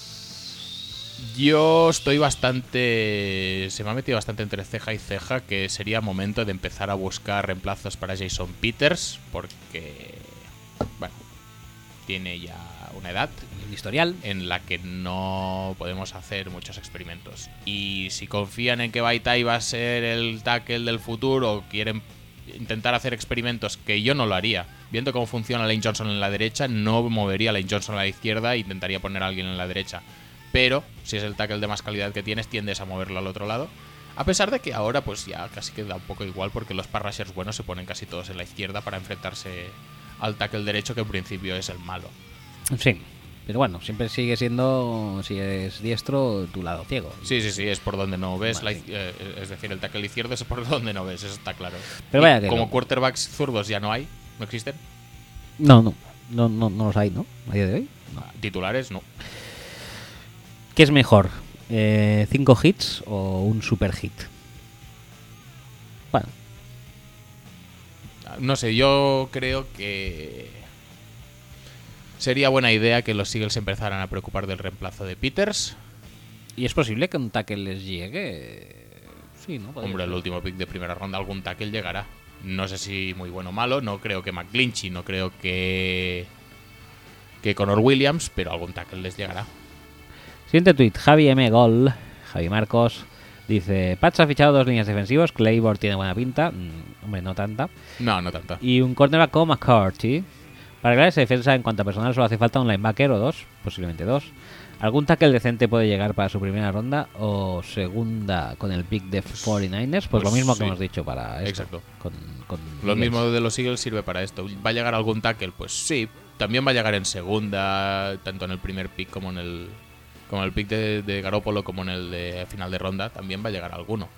[SPEAKER 2] Yo estoy bastante. Se me ha metido bastante entre ceja y ceja que sería momento de empezar a buscar reemplazos para Jason Peters, porque. Bueno, tiene ya una edad
[SPEAKER 1] El historial.
[SPEAKER 2] en la que no podemos hacer muchos experimentos. Y si confían en que Baitai va a ser el tackle del futuro, quieren intentar hacer experimentos que yo no lo haría. Viendo cómo funciona Lane Johnson en la derecha, no movería a Lane Johnson a la izquierda e intentaría poner a alguien en la derecha. Pero si es el tackle de más calidad que tienes, tiendes a moverlo al otro lado. A pesar de que ahora pues ya casi que da un poco igual porque los parrashers buenos se ponen casi todos en la izquierda para enfrentarse al tackle derecho que en principio es el malo.
[SPEAKER 1] Sí. Pero bueno, siempre sigue siendo, si es diestro, tu lado ciego.
[SPEAKER 2] Sí, sí, sí, es por donde no ves.
[SPEAKER 1] Vale.
[SPEAKER 2] la iz- eh, es decir, el tackle izquierdo es por donde no ves, eso está claro.
[SPEAKER 1] Pero
[SPEAKER 2] Y
[SPEAKER 1] vaya que
[SPEAKER 2] como
[SPEAKER 1] no.
[SPEAKER 2] quarterbacks zurdos ya no hay, no existen.
[SPEAKER 1] No, no. No, no, no los hay, ¿no? A día de hoy.
[SPEAKER 2] Titulares, no.
[SPEAKER 1] ¿Qué es mejor? Eh, ¿Cinco hits o un super hit? Bueno,
[SPEAKER 2] No sé, yo creo que sería buena idea que los Eagles empezaran a preocupar del reemplazo de Peters.
[SPEAKER 1] y es posible que un tackle les llegue. Sí, ¿no? Podría
[SPEAKER 2] Hombre,
[SPEAKER 1] ser.
[SPEAKER 2] el último pick de primera ronda, algún tackle llegará. No sé si muy bueno o malo, no creo que McGlinchy, no creo que que Connor Williams, pero algún tackle les llegará.
[SPEAKER 1] Siguiente tweet, Javi M. Gol, Javi Marcos, dice, Pats ha fichado dos líneas defensivos, Claybor tiene buena pinta, mm, hombre, no tanta,
[SPEAKER 2] No, no tanto.
[SPEAKER 1] y un cornerback como McCarthy. Para crear esa defensa en cuanto a personal solo hace falta un linebacker o dos, posiblemente dos. ¿Algún tackle decente puede llegar para su primera ronda o segunda con el pick de 49ers? Pues, lo
[SPEAKER 2] pues
[SPEAKER 1] mismo que
[SPEAKER 2] sí.
[SPEAKER 1] hemos dicho para esto,
[SPEAKER 2] Exacto.
[SPEAKER 1] Con, con
[SPEAKER 2] Lo
[SPEAKER 1] Eagles.
[SPEAKER 2] mismo de los Eagles sirve para esto. ¿Va a llegar algún tackle? Pues sí. También va a llegar en segunda, tanto en el primer pick como en el, como en el pick de, de Garópolo como en el de final de ronda. También va a llegar alguno.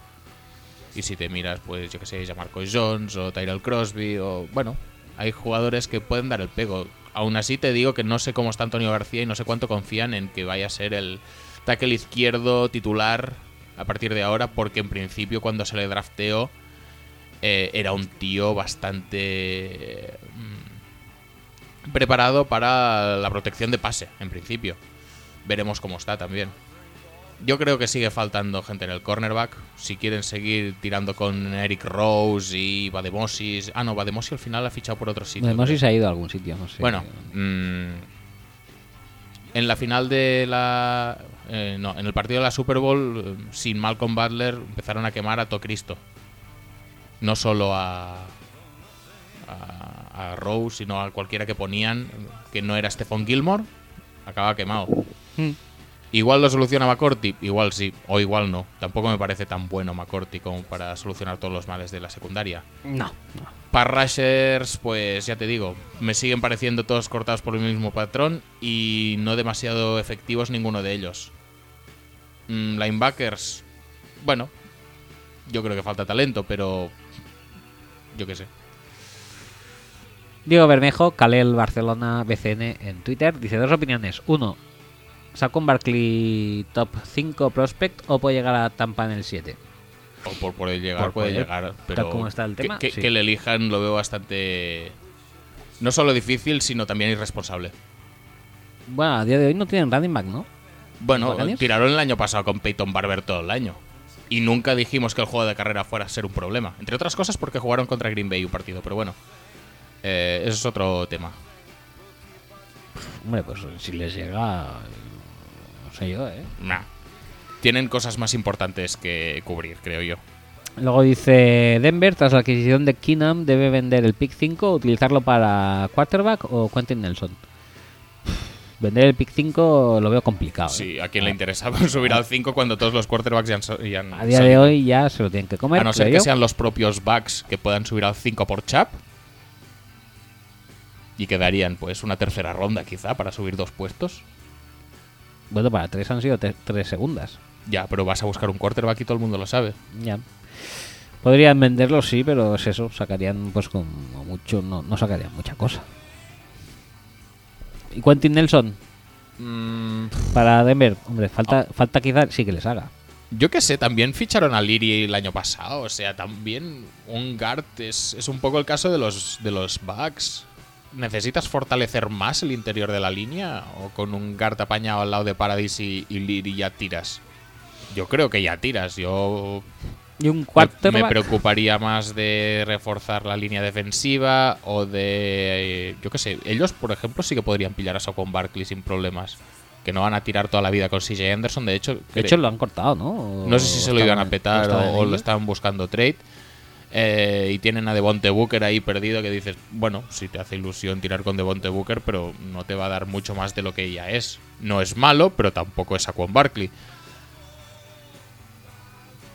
[SPEAKER 2] Y si te miras, pues yo que sé, ya Marco Jones o Tyrell Crosby o. Bueno, hay jugadores que pueden dar el pego. Aún así, te digo que no sé cómo está Antonio García y no sé cuánto confían en que vaya a ser el tackle izquierdo titular a partir de ahora, porque en principio, cuando se le drafteó, eh, era un tío bastante eh, mm, preparado para la protección de pase, en principio. Veremos cómo está también. Yo creo que sigue faltando gente en el cornerback. Si quieren seguir tirando con Eric Rose y Bademosis. Ah, no, Bademosis al final ha fichado por otro sitio.
[SPEAKER 1] Hemos
[SPEAKER 2] creo.
[SPEAKER 1] se ha ido a algún sitio, no sé.
[SPEAKER 2] Bueno, mm, en la final de la. eh, no, en el partido de la Super Bowl, eh, sin Malcolm Butler, empezaron a quemar a Tocristo. No solo a. a, a Rose, sino a cualquiera que ponían, que no era Stephon Gilmore, acaba quemado.
[SPEAKER 1] Mm.
[SPEAKER 2] Igual lo soluciona McCorty, igual sí, o igual no. Tampoco me parece tan bueno McCorty como para solucionar todos los males de la secundaria.
[SPEAKER 1] No, no.
[SPEAKER 2] Parrashers, pues ya te digo, me siguen pareciendo todos cortados por el mismo patrón y no demasiado efectivos ninguno de ellos. Mm, Linebackers, bueno, yo creo que falta talento, pero yo qué sé.
[SPEAKER 1] Diego Bermejo, Calel Barcelona BCN en Twitter, dice dos opiniones. Uno, saco un Barkley top 5 prospect o puede llegar a Tampa en el 7.
[SPEAKER 2] O por poder llegar,
[SPEAKER 1] Por
[SPEAKER 2] puede
[SPEAKER 1] poder,
[SPEAKER 2] llegar,
[SPEAKER 1] tal
[SPEAKER 2] pero
[SPEAKER 1] como está el
[SPEAKER 2] que-
[SPEAKER 1] tema,
[SPEAKER 2] que,
[SPEAKER 1] sí.
[SPEAKER 2] que le elijan lo veo bastante no solo difícil, sino también irresponsable.
[SPEAKER 1] Bueno, a día de hoy no tienen running back, ¿no?
[SPEAKER 2] Bueno,
[SPEAKER 1] ¿Buccaneers?
[SPEAKER 2] tiraron el año pasado con Peyton Barber todo el año. Y nunca dijimos que el juego de carrera fuera a ser un problema. Entre otras cosas porque jugaron contra Green Bay un partido, pero bueno. Eh, eso es otro tema.
[SPEAKER 1] Hombre, pues si les llega... No sé yo, ¿eh?
[SPEAKER 2] Nah. Tienen cosas más importantes que cubrir, creo yo.
[SPEAKER 1] Luego dice Denver, tras la adquisición de Keenum, debe vender el pick 5, utilizarlo para quarterback o Quentin Nelson. vender el pick 5 lo veo complicado. ¿eh?
[SPEAKER 2] Sí, a quien le interesaba subir al 5 cuando todos los quarterbacks ya han, so- ya han
[SPEAKER 1] A día de
[SPEAKER 2] salido.
[SPEAKER 1] hoy ya se lo tienen que comer.
[SPEAKER 2] A no ser
[SPEAKER 1] creo
[SPEAKER 2] que
[SPEAKER 1] yo.
[SPEAKER 2] sean los propios backs que puedan subir al 5 por chap. Y quedarían, pues, una tercera ronda quizá para subir dos puestos.
[SPEAKER 1] Bueno, para tres han sido te- tres segundas.
[SPEAKER 2] Ya, pero vas a buscar un quarterback y todo el mundo lo sabe.
[SPEAKER 1] Ya. Podrían venderlo, sí, pero es eso, sacarían pues con mucho, no, no sacarían mucha cosa. ¿Y Quentin Nelson?
[SPEAKER 2] Mm,
[SPEAKER 1] Para Denver, hombre, falta, falta quizás sí que les haga.
[SPEAKER 2] yo qué sé, también ficharon a Liri el año pasado. O sea, también un guard es, es un poco el caso de los, de los backs. ¿Necesitas fortalecer más el interior de la línea? ¿O con un guard apañado al lado de Paradis y, y Liri ya tiras? Yo creo que ya tiras. Yo
[SPEAKER 1] Y un
[SPEAKER 2] Me-
[SPEAKER 1] quarterback.
[SPEAKER 2] Me preocuparía más de reforzar la línea defensiva o de. eh, Yo qué sé, ellos, por ejemplo, sí que podrían pillar a Saquon Barkley sin problemas. Que no van a tirar toda la vida con CJ Anderson. De hecho,
[SPEAKER 1] de
[SPEAKER 2] cre-
[SPEAKER 1] hecho, lo han cortado, ¿no? O
[SPEAKER 2] no sé si se lo iban
[SPEAKER 1] estaban-
[SPEAKER 2] a petar
[SPEAKER 1] estaban en
[SPEAKER 2] o, o lo
[SPEAKER 1] ello.
[SPEAKER 2] estaban buscando trade. Eh, y tienen a Devonte Booker ahí perdido que dices, bueno, si te hace ilusión tirar con Devonte Booker, pero no te va a dar mucho más de lo que ella es. No es malo, pero tampoco es Saquon Barkley.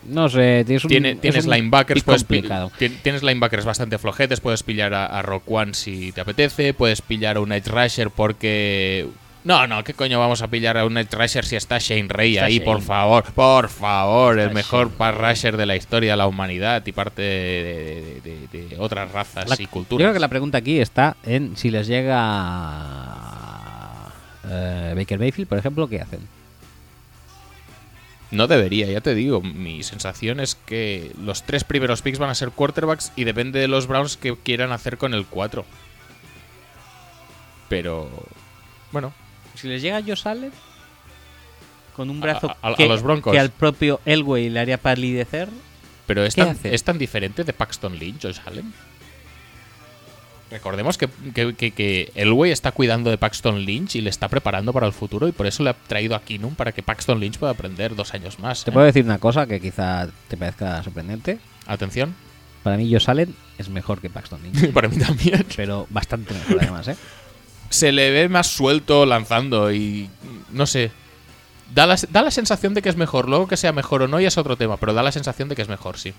[SPEAKER 1] No sé, tienes un.
[SPEAKER 2] Tiene-
[SPEAKER 1] es
[SPEAKER 2] tienes
[SPEAKER 1] un
[SPEAKER 2] linebackers,
[SPEAKER 1] pick
[SPEAKER 2] puedes pi-
[SPEAKER 1] complicado.
[SPEAKER 2] tien- tienes linebackers bastante flojetes, puedes pillar a, a Roquan si te apetece, puedes pillar a un Edge Rusher porque... No, no, ¿qué coño vamos a pillar a un Edge Rusher si está Shane Ray
[SPEAKER 1] Está
[SPEAKER 2] ahí? Por
[SPEAKER 1] Shane.
[SPEAKER 2] favor, por favor, el
[SPEAKER 1] Está
[SPEAKER 2] mejor
[SPEAKER 1] Shane
[SPEAKER 2] pass rusher de la historia de la humanidad y parte de, de- de- de otras razas
[SPEAKER 1] La-
[SPEAKER 2] y
[SPEAKER 1] yo
[SPEAKER 2] culturas.
[SPEAKER 1] creo que la pregunta aquí está en si les llega. eh, Baker Mayfield, por ejemplo, ¿qué hacen?
[SPEAKER 2] No debería, ya te digo. Mi sensación es que los tres primeros picks van a ser quarterbacks y depende de los Browns que quieran hacer con el 4. Pero. Bueno,
[SPEAKER 1] Si les llega Josh Allen con un
[SPEAKER 2] A-
[SPEAKER 1] brazo
[SPEAKER 2] a- a- a
[SPEAKER 1] que,
[SPEAKER 2] los Broncos.
[SPEAKER 1] que al propio Elway le haría palidecer,
[SPEAKER 2] pero es
[SPEAKER 1] ¿Qué
[SPEAKER 2] tan,
[SPEAKER 1] hace?
[SPEAKER 2] es tan diferente de Paxton Lynch, Josh Allen. Recordemos que, que, que- que Elway está cuidando de Paxton Lynch y le está preparando para el futuro y por eso le ha traído a Kinum para que Paxton Lynch pueda aprender dos años más.
[SPEAKER 1] te
[SPEAKER 2] ¿eh?
[SPEAKER 1] puedo decir una cosa que quizá te parezca sorprendente.
[SPEAKER 2] Atención,
[SPEAKER 1] Para mí, Josh Allen es mejor que Paxton Lynch,
[SPEAKER 2] para mí también.
[SPEAKER 1] pero bastante mejor además, ¿eh?
[SPEAKER 2] se le ve más suelto lanzando y no sé. Da la, da la sensación de que es mejor. Luego que sea mejor o no ya es otro tema, pero da la sensación de que es mejor, sí.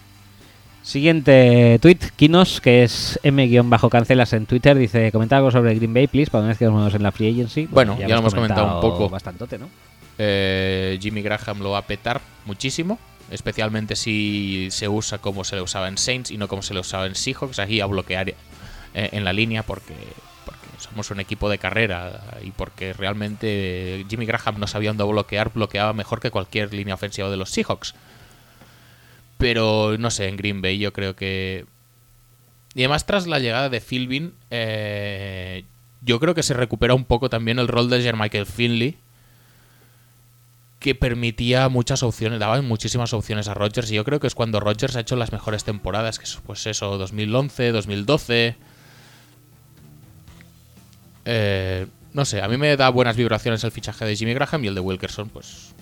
[SPEAKER 1] Siguiente tweet, Kinos, que es m-cancelas en Twitter, dice, comentar algo sobre Green Bay, please, para una vez que nos vemos en la free agency.
[SPEAKER 2] Bueno, ya lo hemos comentado un poco.
[SPEAKER 1] Bastantote, ¿no?
[SPEAKER 2] Eh, Jimmy Graham lo va a petar muchísimo, especialmente si se usa como se le usaba en Saints y no como se le usaba en Seahawks. Aquí a bloquear eh, en la línea porque, porque somos un equipo de carrera y porque realmente Jimmy Graham no sabiendo bloquear, bloqueaba mejor que cualquier línea ofensiva de los Seahawks. Pero no sé, en Green Bay yo creo que. Y además, tras la llegada de Philbin, eh, yo creo que se recupera un poco también el rol de Jermichael Finley, que permitía muchas opciones, daba muchísimas opciones a Rodgers. Y yo creo que es cuando Rodgers ha hecho las mejores temporadas, que es pues eso, 2011, 2012. Eh, no sé, a mí me da buenas vibraciones el fichaje de Jimmy Graham y el de Wilkerson, pues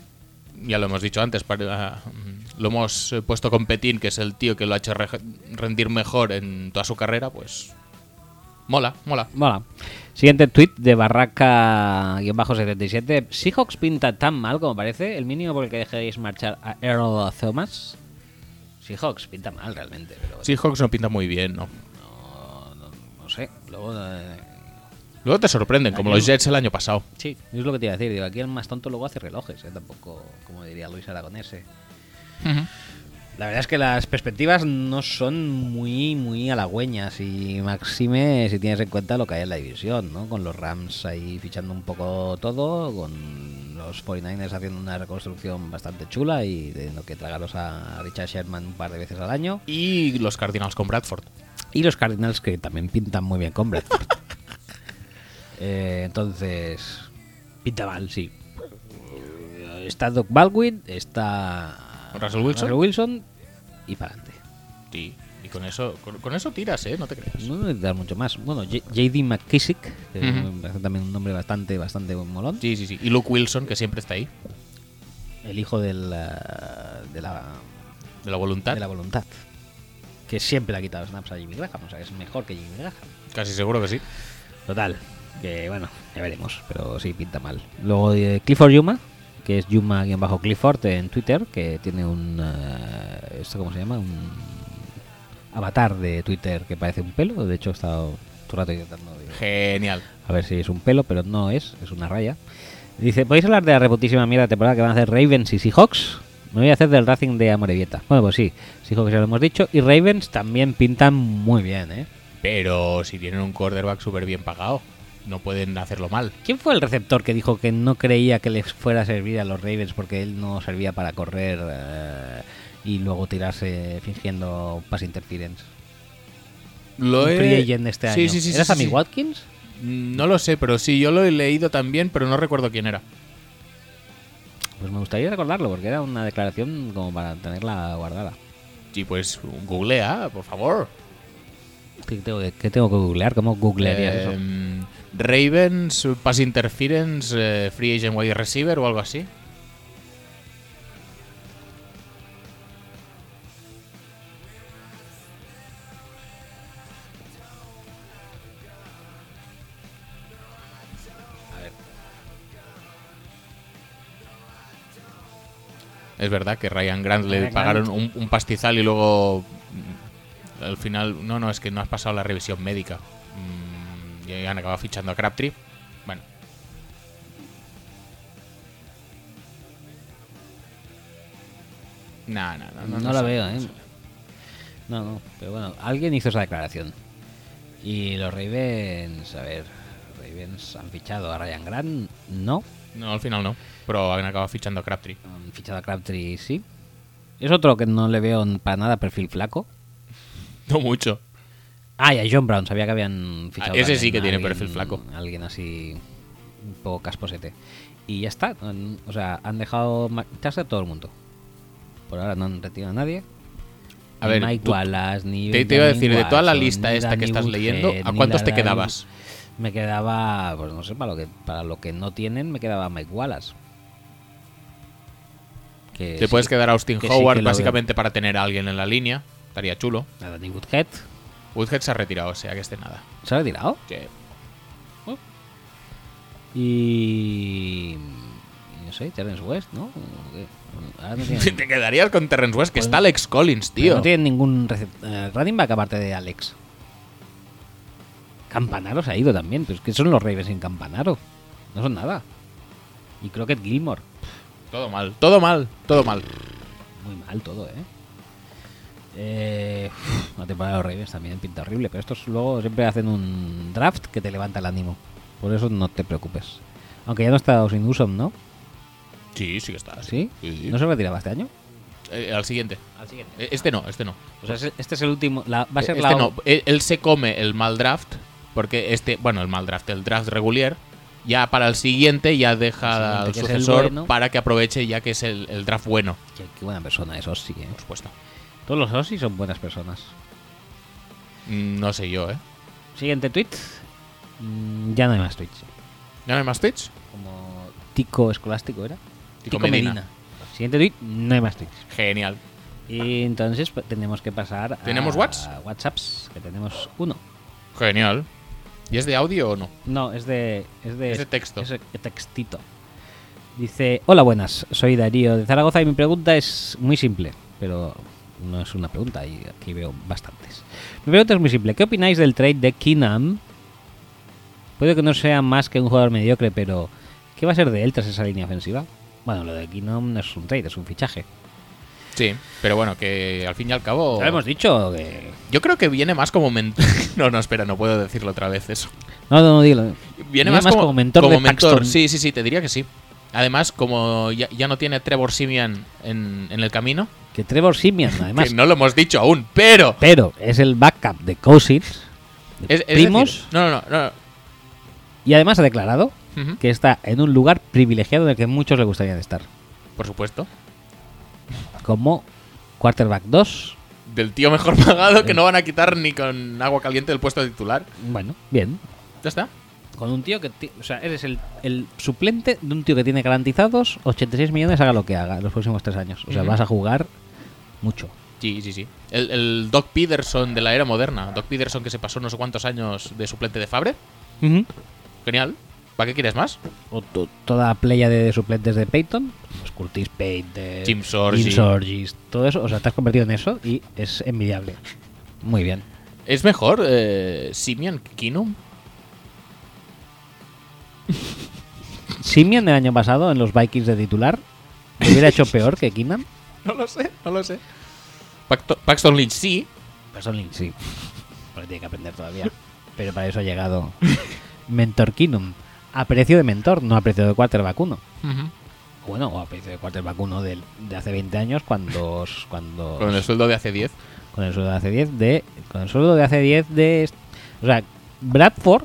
[SPEAKER 2] ya lo hemos dicho antes, para- lo hemos eh, puesto con Petín, que es el tío que lo ha hecho re- rendir mejor en toda su carrera, pues mola, mola.
[SPEAKER 1] Mola. Siguiente tweet de Barraca-77. Seahawks pinta tan mal como parece. El mínimo por el que dejaréis marchar a Earl Thomas. Seahawks pinta mal realmente, pero
[SPEAKER 2] Seahawks no pinta muy bien, ¿no?
[SPEAKER 1] no sé. Luego, eh,
[SPEAKER 2] Luego te sorprenden, como los Jets el año pasado.
[SPEAKER 1] sí, es lo que te iba a decir. Digo, aquí el más tonto luego hace relojes, eh, tampoco, como diría Luis Aragonese. La verdad es que las perspectivas no son muy, muy halagüeñas y máxime si tienes en cuenta lo que hay en la división, ¿no? Con los Rams ahí fichando un poco todo, con los 49ers haciendo una reconstrucción bastante chula y teniendo que tragaros a Richard Sherman un par de veces al año.
[SPEAKER 2] Y los Cardinals con Bradford.
[SPEAKER 1] Y los Cardinals que también pintan muy bien con Bradford. Eh, entonces, pinta mal, sí. Eh, Está Doc Baldwin, está
[SPEAKER 2] Russell Wilson.
[SPEAKER 1] Wilson y para adelante.
[SPEAKER 2] Sí, y con eso, con, con eso tiras, ¿eh? No te creas.
[SPEAKER 1] Pues No necesitas mucho más. Bueno, J- JD McKissick, que
[SPEAKER 2] Ujú.
[SPEAKER 1] me parece también un nombre bastante, bastante molón.
[SPEAKER 2] Sí, sí, sí. Y Luke Wilson, que siempre está ahí,
[SPEAKER 1] El hijo del, eh, de, la,
[SPEAKER 2] de la voluntad.
[SPEAKER 1] de la voluntad. Que siempre le ha quitado snaps a Jimmy Graham. O sea, que es mejor que Jimmy Graham.
[SPEAKER 2] Casi seguro que sí.
[SPEAKER 1] Total. Que bueno, ya veremos, pero sí pinta mal. Luego eh, Clifford Yuma, que es Yuma-Clifford en Twitter, que tiene un. eh, ¿Esto cómo se llama? Un avatar de Twitter que parece un pelo. De hecho, he estado todo el rato intentando. digo,
[SPEAKER 2] Genial.
[SPEAKER 1] a ver si es un pelo, pero no es, es una raya. Dice, ¿podéis hablar de la reputísima mierda de temporada que van a hacer Ravens y Seahawks? Me voy a hacer del Racing de Amorevieta. Bueno, pues sí, Seahawks ya lo hemos dicho. Y Ravens también pintan muy bien, ¿eh?
[SPEAKER 2] Pero si tienen un quarterback súper bien pagado, no pueden hacerlo mal.
[SPEAKER 1] ¿Quién fue el receptor que dijo que no creía que les fuera a servir a los Ravens porque él no servía para correr eh, y luego tirarse fingiendo pass interference?
[SPEAKER 2] Lo
[SPEAKER 1] Un
[SPEAKER 2] he-
[SPEAKER 1] free agent este
[SPEAKER 2] Sí,
[SPEAKER 1] año.
[SPEAKER 2] sí, sí,
[SPEAKER 1] ¿Era
[SPEAKER 2] sí,
[SPEAKER 1] Sammy
[SPEAKER 2] sí.
[SPEAKER 1] Watkins?
[SPEAKER 2] No lo sé, pero sí, yo lo he leído también, pero no recuerdo quién era.
[SPEAKER 1] Pues me gustaría recordarlo porque era una declaración como para tenerla guardada.
[SPEAKER 2] Y pues googlea, por favor.
[SPEAKER 1] ¿Qué tengo que, qué tengo que googlear? ¿Cómo googlearías eso?
[SPEAKER 2] Em, Ravens, Pass Interference, eh, Free Agent Wide Receiver o algo así. Es verdad que Ryan Grant le
[SPEAKER 1] Ryan Grant.
[SPEAKER 2] pagaron un, un pastizal y luego mm, al final, no, no, es que no has pasado la revisión médica. Mm, y han acabado fichando a Crabtree. Bueno, no, no, no, no,
[SPEAKER 1] No,
[SPEAKER 2] no
[SPEAKER 1] la
[SPEAKER 2] sé,
[SPEAKER 1] veo,
[SPEAKER 2] no
[SPEAKER 1] ¿eh?
[SPEAKER 2] sé.
[SPEAKER 1] No, no. Pero bueno, alguien hizo esa declaración. Y los Ravens, a ver, Ravens han fichado a Ryan Grant, no.
[SPEAKER 2] No, al final no. Pero han acabado fichando a Crabtree.
[SPEAKER 1] Han fichado a Mm, Crabtree, sí. Es otro que no le veo n- para nada perfil flaco.
[SPEAKER 2] No mucho.
[SPEAKER 1] Ah, y a John Brown, sabía que habían fichado.
[SPEAKER 2] Ah, ese
[SPEAKER 1] también
[SPEAKER 2] sí que
[SPEAKER 1] a
[SPEAKER 2] tiene
[SPEAKER 1] alguien-
[SPEAKER 2] perfil flaco.
[SPEAKER 1] Alguien así, un poco casposete. Y ya está. han- O sea, han dejado marcharse a todo el mundo. Por ahora no han retirado a nadie.
[SPEAKER 2] A
[SPEAKER 1] Ni
[SPEAKER 2] ver,
[SPEAKER 1] Mike
[SPEAKER 2] tú-
[SPEAKER 1] Wallace, ni
[SPEAKER 2] te, te iba a
[SPEAKER 1] Benjamin
[SPEAKER 2] decir, de toda la
[SPEAKER 1] Watson,
[SPEAKER 2] lista
[SPEAKER 1] ni
[SPEAKER 2] esta
[SPEAKER 1] Danny
[SPEAKER 2] que estás
[SPEAKER 1] Woodhead,
[SPEAKER 2] leyendo, ¿a
[SPEAKER 1] ni
[SPEAKER 2] cuántos te
[SPEAKER 1] Larry-
[SPEAKER 2] quedabas?
[SPEAKER 1] Me quedaba, pues no sé, para lo que para lo que no tienen, me quedaba Mike Wallace. Que
[SPEAKER 2] Te
[SPEAKER 1] sí,
[SPEAKER 2] puedes quedar a Austin
[SPEAKER 1] que sí
[SPEAKER 2] Howard
[SPEAKER 1] que lo
[SPEAKER 2] básicamente para tener a alguien en la línea. Estaría chulo.
[SPEAKER 1] A Danny Woodhead.
[SPEAKER 2] Woodhead se ha retirado, o sea que este nada.
[SPEAKER 1] ¿Se ha retirado?
[SPEAKER 2] Che,
[SPEAKER 1] Y. y No sé, Terence West, ¿no? ¿O qué? Ahora no tienen,
[SPEAKER 2] Te quedarías con Terrence West, que
[SPEAKER 1] Pues-
[SPEAKER 2] está Alex Collins,
[SPEAKER 1] pero
[SPEAKER 2] tío.
[SPEAKER 1] no tienen ningún recep- eh, running back aparte de Alex. Campanaro se ha ido también, pero es que son los Ravens sin Campanaro. No son nada. Y Crockett Gilmore.
[SPEAKER 2] Todo mal, todo mal, todo mal.
[SPEAKER 1] Muy mal todo, ¿eh? Eh, uf, la temporada de los Ravens también pinta horrible, pero estos luego siempre hacen un draft que te levanta el ánimo. Por eso no te preocupes. Aunque ya no está Osin Usom, ¿no?
[SPEAKER 2] Sí, sí que está.
[SPEAKER 1] ¿Sí?
[SPEAKER 2] Sí.
[SPEAKER 1] ¿No se retiraba este año?
[SPEAKER 2] Eh, al siguiente.
[SPEAKER 1] Al siguiente.
[SPEAKER 2] Eh, Este no, este no.
[SPEAKER 1] O sea, es- este es el último. la- va a ser
[SPEAKER 2] Eh,
[SPEAKER 1] la.
[SPEAKER 2] este no. Eh, Él se come el mal draft, porque este, bueno, el mal draft, el draft regular, ya para el siguiente ya deja
[SPEAKER 1] El siguiente,
[SPEAKER 2] al
[SPEAKER 1] que es el
[SPEAKER 2] sucesor
[SPEAKER 1] bueno.
[SPEAKER 2] para que aproveche ya que es el, el draft bueno.
[SPEAKER 1] Qué, qué buena persona es Ossi, ¿eh?
[SPEAKER 2] Por supuesto.
[SPEAKER 1] Todos los Ossi son buenas personas.
[SPEAKER 2] Mm, No sé yo, ¿eh?
[SPEAKER 1] Siguiente tweet. Mm, ya no hay más tweets.
[SPEAKER 2] ¿No hay más tweets?
[SPEAKER 1] Como Tico Escolástico era.
[SPEAKER 2] Tico Medina.
[SPEAKER 1] Siguiente tweet, no hay más tweets.
[SPEAKER 2] Genial.
[SPEAKER 1] Y entonces pues, tenemos que pasar a
[SPEAKER 2] ¿Tenemos Whats?
[SPEAKER 1] WhatsApps, que tenemos uno.
[SPEAKER 2] Genial. ¿Y es de audio o no?
[SPEAKER 1] No, es de, es de,
[SPEAKER 2] Es de texto.
[SPEAKER 1] Es de textito. Dice, hola buenas, soy Darío de Zaragoza y mi pregunta es muy simple, pero no es una pregunta, y aquí veo bastantes. Mi pregunta es muy simple, ¿qué opináis del trade de Keenum? Puede que no sea más que un jugador mediocre, pero ¿qué va a ser de él tras esa línea ofensiva? Bueno, lo de Keenum no es un trade, es un fichaje.
[SPEAKER 2] Sí, pero bueno, que al fin y al cabo...
[SPEAKER 1] Ya lo hemos dicho que...
[SPEAKER 2] Yo creo que viene más como mentor. no, no, espera, no puedo decirlo otra vez eso.
[SPEAKER 1] No, no, no, dilo.
[SPEAKER 2] Viene más, como,
[SPEAKER 1] mentor
[SPEAKER 2] como
[SPEAKER 1] de Paxton.
[SPEAKER 2] Sí, sí, sí, te diría que sí. Además, como ya, ya no tiene Trevor Simian en, en el camino,
[SPEAKER 1] Que Trevor Simian, además.
[SPEAKER 2] que no lo hemos dicho aún, pero.
[SPEAKER 1] Pero es el backup de Cousins, de
[SPEAKER 2] es- es
[SPEAKER 1] Primos,
[SPEAKER 2] decir, no, no, no.
[SPEAKER 1] y además ha declarado
[SPEAKER 2] no. Ujú,
[SPEAKER 1] que está en un lugar privilegiado en el que muchos le gustaría estar.
[SPEAKER 2] Por supuesto.
[SPEAKER 1] Como quarterback 2.
[SPEAKER 2] Del tío mejor pagado que no van a quitar ni con agua caliente del puesto de titular.
[SPEAKER 1] Bueno, bien.
[SPEAKER 2] Ya está.
[SPEAKER 1] Con un tío que. ti- O sea, eres el, el suplente de un tío que tiene garantizados 86 millones, haga lo que haga, los próximos tres años. O sea,
[SPEAKER 2] Ujú.
[SPEAKER 1] vas a jugar mucho.
[SPEAKER 2] Sí, sí, sí. El, el Doc Peterson de la era moderna. Doc Peterson que se pasó no sé cuántos años de suplente de Fabre. genial. ¿Para qué quieres más?
[SPEAKER 1] O to- toda playa de suplentes de Peyton, pues Curtis Payton,
[SPEAKER 2] Jim Sorgi.
[SPEAKER 1] Sorgis, todo eso, o sea, te has convertido en eso y es envidiable. Muy bien.
[SPEAKER 2] ¿Es mejor eh, Simeon Kinum?
[SPEAKER 1] Simian el año pasado en los Vikings de titular lo hubiera hecho peor que Keenan.
[SPEAKER 2] No lo sé, no lo sé. Pacto- Paxton Lynch sí.
[SPEAKER 1] Person Link, sí. Porque tiene que aprender todavía. Pero para eso ha llegado Mentor Kinum. A precio de mentor, no a precio de quarterback uno. Bueno, o a precio de quarterback uno del- de, hace 20 años cuando... os- cuando
[SPEAKER 2] Con el sueldo de hace 10.
[SPEAKER 1] con el sueldo de hace 10 de... Con el sueldo de hace 10 de... est- O sea, Bradford...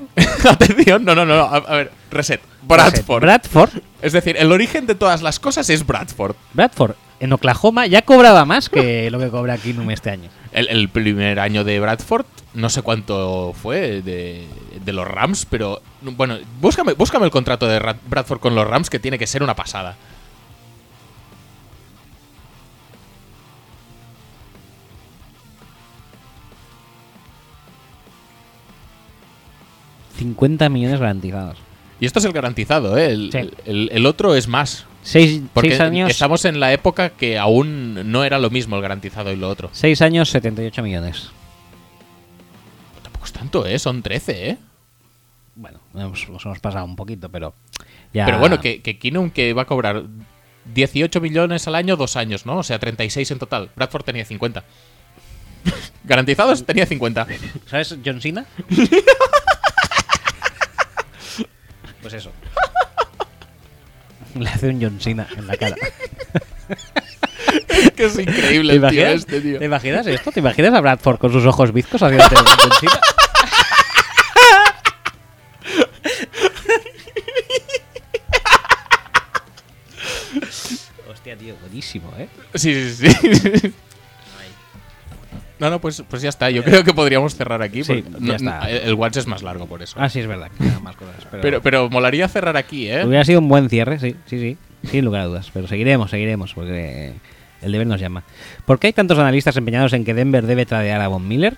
[SPEAKER 2] Atención, no, no, no. no, A, a ver, reset. Bradford.
[SPEAKER 1] Bradford.
[SPEAKER 2] Es decir, el origen de todas las cosas es Bradford.
[SPEAKER 1] Bradford. En Oklahoma ya cobraba más que lo que cobra Kinum este año.
[SPEAKER 2] El, el primer año de Bradford, no sé cuánto fue de, de los Rams, pero bueno, búscame, búscame el contrato de Ra- Bradford con los Rams que tiene que ser una pasada.
[SPEAKER 1] ¿50 millones garantizados?
[SPEAKER 2] Y esto es el garantizado, ¿eh? El,
[SPEAKER 1] Sí.
[SPEAKER 2] el- el otro es más.
[SPEAKER 1] 6
[SPEAKER 2] Porque
[SPEAKER 1] años...
[SPEAKER 2] estamos en la época que aún no era lo mismo el garantizado y lo otro.
[SPEAKER 1] 6 años, 78 millones.
[SPEAKER 2] Tampoco es tanto, ¿eh? Son 13, ¿eh?
[SPEAKER 1] Bueno, nos, nos hemos pasado un poquito, pero ya.
[SPEAKER 2] Pero bueno, que, que Keenum que va a cobrar 18 millones al año, dos años, ¿no? O sea, 36 en total. Bradford tenía 50. Garantizados tenía 50.
[SPEAKER 1] ¿Sabes John Cena? pues eso. Le hace un John Cena en la cara.
[SPEAKER 2] que es
[SPEAKER 1] ¿Te
[SPEAKER 2] increíble el tío
[SPEAKER 1] imaginas,
[SPEAKER 2] este, tío.
[SPEAKER 1] te imaginas esto? ¿Te imaginas a Bradford con sus ojos bizcos haciéndote un John Cena? Hostia, tío, buenísimo, ¿eh?
[SPEAKER 2] Sí, sí, sí. No, no, pues, pues ya está. Yo creo que podríamos cerrar aquí.
[SPEAKER 1] Sí,
[SPEAKER 2] porque
[SPEAKER 1] ya
[SPEAKER 2] no-
[SPEAKER 1] está.
[SPEAKER 2] no, el Watch es más largo por eso.
[SPEAKER 1] Ah, sí, es verdad que nada más cosas.
[SPEAKER 2] Pero, pero molaría cerrar aquí, ¿eh?
[SPEAKER 1] Hubiera sido un buen cierre, sí, sí, sí, sin lugar a dudas. Pero seguiremos, seguiremos, porque el deber nos llama. ¿Por qué hay tantos analistas empeñados en que Denver debe tradear a Von Miller?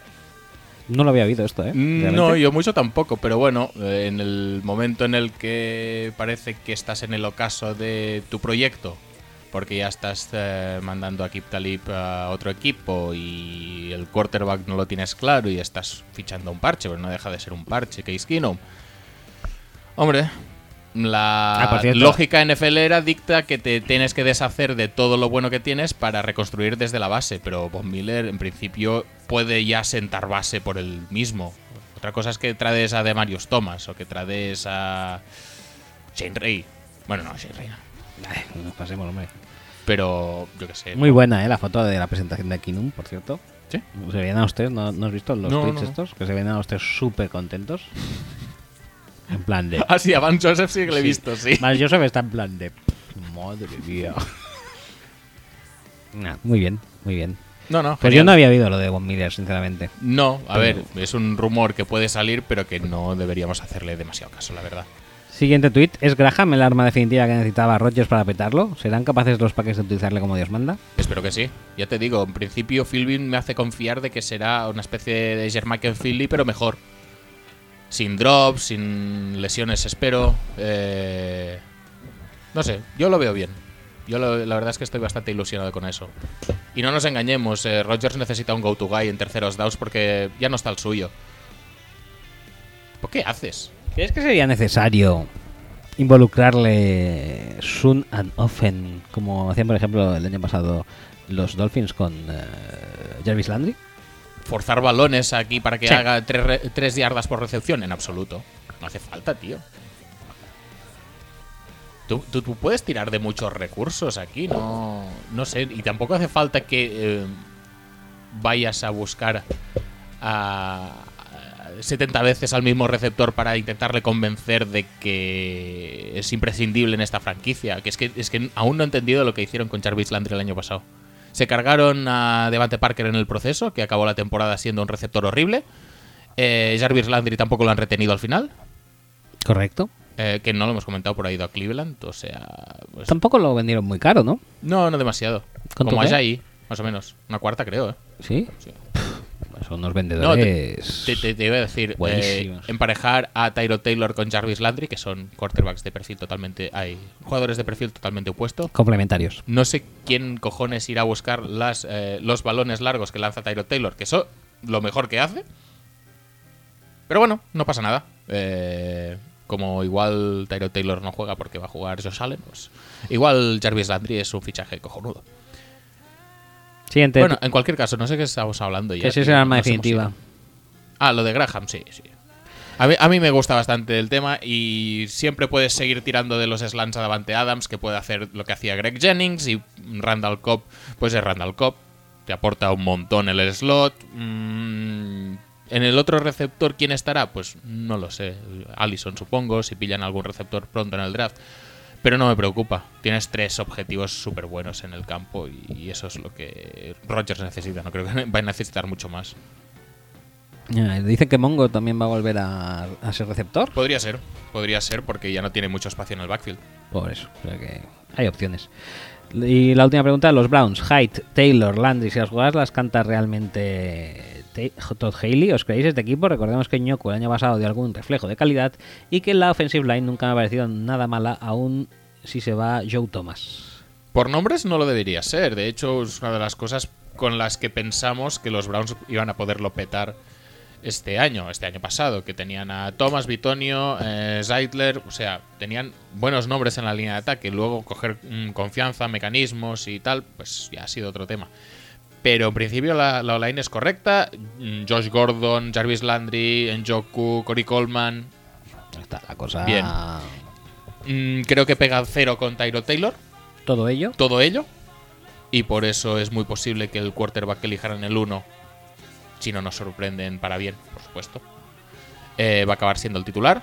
[SPEAKER 1] No lo había oído esto, ¿eh? Realmente.
[SPEAKER 2] Mm, No, yo mucho tampoco, pero bueno, eh, en el momento en el que parece que estás en el ocaso de tu proyecto, porque ya estás eh, mandando a Kip Talib a otro equipo y el quarterback no lo tienes claro y estás fichando un parche, pero no deja de ser un parche, Case Keenum. Hombre,
[SPEAKER 1] Ah, por
[SPEAKER 2] la
[SPEAKER 1] cierto.
[SPEAKER 2] lógica NFL era dicta que te tienes que deshacer de todo lo bueno que tienes para reconstruir desde la base, pero Von Miller en principio puede ya sentar base por él mismo. Otra cosa es que trades a Demarius Thomas o que trades a Shane Ray. Bueno, no, Shane Ray. no.
[SPEAKER 1] Ay, no nos pasemos, hombre.
[SPEAKER 2] Pero yo qué sé.
[SPEAKER 1] Muy buena, ¿eh? La foto de la presentación de Kinum, por cierto.
[SPEAKER 2] Sí.
[SPEAKER 1] Se ven a ustedes, ¿no, no has visto los
[SPEAKER 2] No,
[SPEAKER 1] tweets
[SPEAKER 2] no, no.
[SPEAKER 1] estos? Que se ven a ustedes súper contentos. En plan de...
[SPEAKER 2] Ah, sí, a Van Joseph sí que le he
[SPEAKER 1] Sí.
[SPEAKER 2] visto, sí.
[SPEAKER 1] Más Joseph está en plan de... Madre mía. Nah, muy bien, muy bien.
[SPEAKER 2] No, no.
[SPEAKER 1] Pues yo
[SPEAKER 2] genial.
[SPEAKER 1] no había oído lo de Von Miller, sinceramente.
[SPEAKER 2] No, a ver, es un rumor que puede salir, pero que no deberíamos hacerle demasiado caso, la verdad.
[SPEAKER 1] Siguiente tweet. ¿Es Graham el arma definitiva que necesitaba Rogers para petarlo? ¿Serán capaces los Packers de utilizarle como Dios manda?
[SPEAKER 2] Espero que sí. Ya te digo, en principio Philbin me hace confiar de que será una especie de Jermichael Philly, pero mejor. Sin drops, sin lesiones, espero. Eh, no sé, yo lo veo bien. Yo lo- la verdad es que estoy bastante ilusionado con eso. Y no nos engañemos, eh, Rogers necesita un go-to-guy en terceros downs porque ya no está el suyo. ¿Por qué haces?
[SPEAKER 1] ¿Crees que sería necesario involucrarle soon and often, como hacían, por ejemplo, el año pasado los Dolphins con eh, Jarvis Landry?
[SPEAKER 2] forzar balones aquí para que
[SPEAKER 1] Sí.
[SPEAKER 2] haga tres, re- tres yardas por recepción. En absoluto. No hace falta, tío. Tú, tú- tú puedes tirar de muchos recursos aquí, no, no sé. Y tampoco hace falta que eh, vayas a buscar a, a 70 veces al mismo receptor para intentarle convencer de que es imprescindible en esta franquicia. Que es que, es que aún no he entendido lo que hicieron con Jarvis Landry el año pasado. Se cargaron a Devante Parker en el proceso, que acabó la temporada siendo un receptor horrible. Eh, Jarvis Landry tampoco lo han retenido al final,
[SPEAKER 1] Correcto.
[SPEAKER 2] eh, que no lo hemos comentado, por ahí ido a Cleveland. O sea, pues,
[SPEAKER 1] Tampoco lo vendieron muy caro, ¿no?
[SPEAKER 2] no, no demasiado.
[SPEAKER 1] ¿Cuánto
[SPEAKER 2] Como
[SPEAKER 1] fue?
[SPEAKER 2] allá ahí, más o menos. Una cuarta, creo, ¿eh?
[SPEAKER 1] Sí.
[SPEAKER 2] Sí.
[SPEAKER 1] Eso Son unos
[SPEAKER 2] No,
[SPEAKER 1] vendedores.
[SPEAKER 2] te, te- te- te iba a decir, eh,
[SPEAKER 1] Buenísimos.
[SPEAKER 2] emparejar a Tyro Taylor con Jarvis Landry, que son quarterbacks de perfil totalmente. Hay jugadores de perfil totalmente opuesto.
[SPEAKER 1] complementarios.
[SPEAKER 2] No sé quién cojones irá a buscar las, eh, los balones largos que lanza Tyro Taylor, que eso lo mejor que hace. Pero bueno, no pasa nada. Eh, como igual Tyro Taylor no juega porque va a jugar Josh Allen, pues igual Jarvis Landry es un fichaje cojonudo.
[SPEAKER 1] Siguiente.
[SPEAKER 2] bueno, en cualquier caso, no sé qué estamos hablando ya.
[SPEAKER 1] que ese es
[SPEAKER 2] tío,
[SPEAKER 1] el arma
[SPEAKER 2] nos hemos
[SPEAKER 1] definitiva.
[SPEAKER 2] ido. Ah, lo de Graham, sí, sí. A mí, a mí me gusta bastante el tema y siempre puedes seguir tirando de los slants a Davante Adams, que puede hacer lo que hacía Greg Jennings y Randall Cobb, pues es Randall Cobb. Te aporta un montón el slot. Mm, en el otro receptor, ¿quién estará? Pues no lo sé. Allison, supongo, si pillan algún receptor pronto en el draft. Pero no me preocupa. Tienes tres objetivos súper buenos en el campo y, y eso es lo que Rogers necesita. No creo que va a necesitar mucho más.
[SPEAKER 1] Ah, Dicen que Mongo también va a volver a, a ser receptor.
[SPEAKER 2] Podría ser, podría ser, porque ya no tiene mucho espacio en el backfield.
[SPEAKER 1] Por eso, o sea que hay opciones. Y la última pregunta, los Browns, Hyde, Taylor, Landry, si las jugadas las canta realmente Te- Todd Haley, ¿os creéis este equipo? Recordemos que Ñoco el año pasado dio algún reflejo de calidad y que la offensive line nunca me ha parecido nada mala, aún si se va Joe Thomas.
[SPEAKER 2] Por nombres no lo debería ser, de hecho es una de las cosas con las que pensamos que los Browns iban a poderlo petar este año, este año pasado, que tenían a Thomas, Bitonio, eh, Zeidler, o sea, tenían buenos nombres en la línea de ataque, luego coger mm, confianza, mecanismos y tal, pues ya ha sido otro tema. Pero en principio la, la line es correcta, mm, Josh Gordon, Jarvis Landry, Njoku, Cory Coleman,
[SPEAKER 1] Está la cosa.
[SPEAKER 2] Bien. Mm, creo que pega cero con Tyro Taylor,
[SPEAKER 1] Todo ello.
[SPEAKER 2] todo ello. Y por eso es muy posible que el quarterback que elijan el 1, si no nos sorprenden para bien, por supuesto, eh, va a acabar siendo el titular.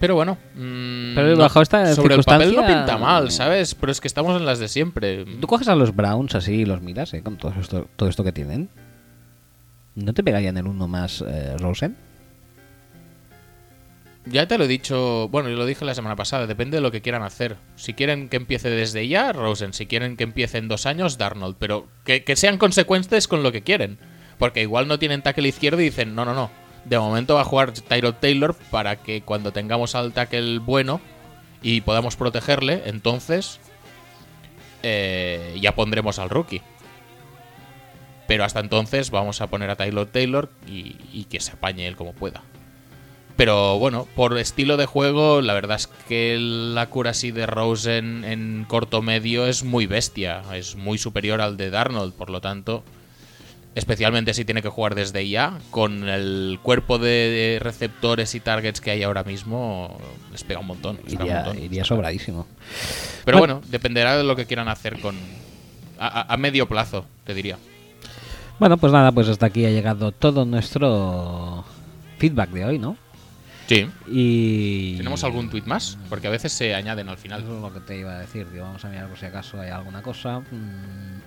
[SPEAKER 2] Pero bueno, mm,
[SPEAKER 1] Pero bajo esta
[SPEAKER 2] sobre el papel no
[SPEAKER 1] circunstancia- eh,
[SPEAKER 2] pinta mal, ¿sabes? Pero es que estamos en las de siempre.
[SPEAKER 1] Tú coges a los Browns así y los miras, ¿eh? Con todo esto, todo esto que tienen. ¿No te pegarían el uno más eh, Rosen?
[SPEAKER 2] Ya te lo he dicho, bueno, yo lo dije la semana pasada, depende de lo que quieran hacer. Si quieren que empiece desde ya, Rosen, si quieren que empiece en dos años, Darnold, pero que, que sean consecuentes con lo que quieren. Porque igual no tienen tackle izquierdo y dicen, no, no, no, de momento va a jugar Tyrod Taylor para que cuando tengamos al tackle bueno y podamos protegerle, entonces eh, ya pondremos al rookie. Pero hasta entonces vamos a poner a Tyrod Taylor y- y que se apañe él como pueda. Pero bueno, por estilo de juego, la verdad es que la curacy de Rose en, en corto medio es muy bestia, es muy superior al de Darnold, por lo tanto, especialmente si tiene que jugar desde ya, con el cuerpo de receptores y targets que hay ahora mismo, les pega un montón. les pega un
[SPEAKER 1] Iría,
[SPEAKER 2] montón.
[SPEAKER 1] iría sobradísimo.
[SPEAKER 2] Pero bueno, dependerá de lo que quieran hacer con a- a- a medio plazo, te diría.
[SPEAKER 1] Bueno, pues nada, pues hasta aquí ha llegado todo nuestro feedback de hoy, ¿no?
[SPEAKER 2] Sí.
[SPEAKER 1] Y...
[SPEAKER 2] ¿Tenemos algún tuit más? Porque a veces se añaden al final.
[SPEAKER 1] Eso es lo que te iba a decir, digo, vamos a mirar por si acaso hay alguna cosa. mm,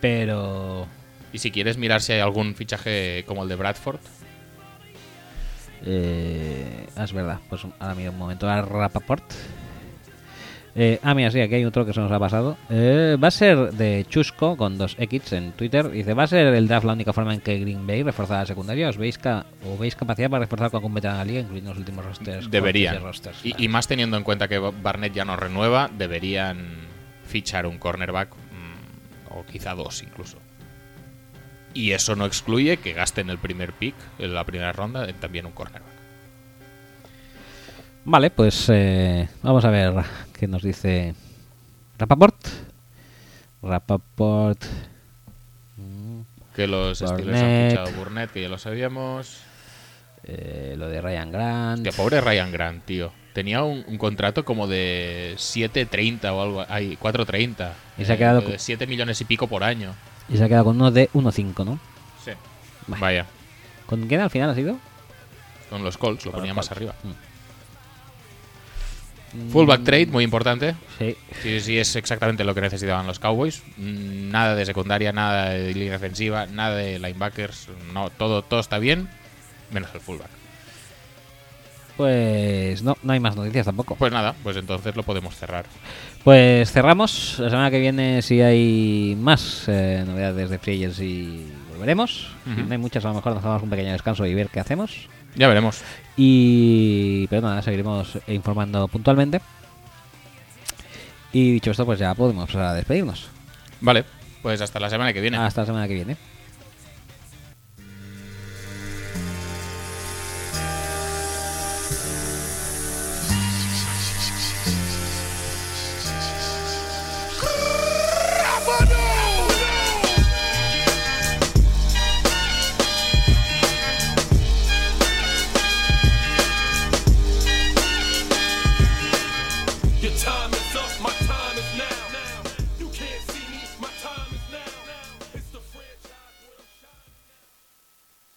[SPEAKER 1] Pero...
[SPEAKER 2] Y si quieres mirar si hay algún fichaje como el de Bradford.
[SPEAKER 1] eh, ah, es verdad, pues ahora mira un momento a Rapaport. Eh, ah, mira, sí, aquí hay otro que se nos ha pasado. Eh, va a ser de Chusco con dos X en Twitter. Dice, ¿va a ser el draft la única forma en que Green Bay reforzará la secundaria? ¿Os veis, ca- ¿O veis capacidad para reforzar con algún veterano de la liga, incluyendo los últimos rosters?
[SPEAKER 2] Deberían.
[SPEAKER 1] cortes de rosters?
[SPEAKER 2] Y, y más teniendo en cuenta que Barnett ya no renueva, deberían fichar un cornerback mm, o quizá dos incluso. Y eso no excluye que gasten el primer pick, en la primera ronda, en también un cornerback.
[SPEAKER 1] Vale, pues eh, vamos a ver qué nos dice Rapaport. Rapaport. Mm,
[SPEAKER 2] Que los Steelers han
[SPEAKER 1] Burnett.
[SPEAKER 2] fichado a Burnett, que ya lo sabíamos.
[SPEAKER 1] eh, lo de Ryan Grant.
[SPEAKER 2] Hostia, pobre Ryan Grant, tío. Tenía un, un contrato como de 7.30 o algo. Ay, 4.30.
[SPEAKER 1] Y se ha quedado
[SPEAKER 2] de
[SPEAKER 1] con-
[SPEAKER 2] 7 millones y pico por año.
[SPEAKER 1] Y se ha quedado con uno de 1.5, ¿no?
[SPEAKER 2] Sí.
[SPEAKER 1] Vaya.
[SPEAKER 2] Vaya.
[SPEAKER 1] ¿Con quién al final ha sido?
[SPEAKER 2] Con los Colts, lo ponía más arriba.
[SPEAKER 1] Mm,
[SPEAKER 2] Fullback trade, muy importante.
[SPEAKER 1] Sí.
[SPEAKER 2] Sí, sí, es exactamente lo que necesitaban los Cowboys. Mm, Nada de secundaria, nada de línea defensiva, nada de linebackers. No, todo, todo está bien, menos el fullback.
[SPEAKER 1] Pues no, no hay más noticias tampoco.
[SPEAKER 2] Pues nada, pues entonces lo podemos cerrar.
[SPEAKER 1] Pues cerramos. La semana que viene si hay más eh, novedades de Free Agents y veremos. Si
[SPEAKER 2] Ujú.
[SPEAKER 1] no hay muchas, a lo mejor nos damos un pequeño descanso y ver qué hacemos.
[SPEAKER 2] Ya veremos.
[SPEAKER 1] Y. Pero nada, seguiremos informando puntualmente. Y dicho esto, pues ya podemos a despedirnos.
[SPEAKER 2] Vale, pues hasta la semana que viene.
[SPEAKER 1] Hasta la semana que viene.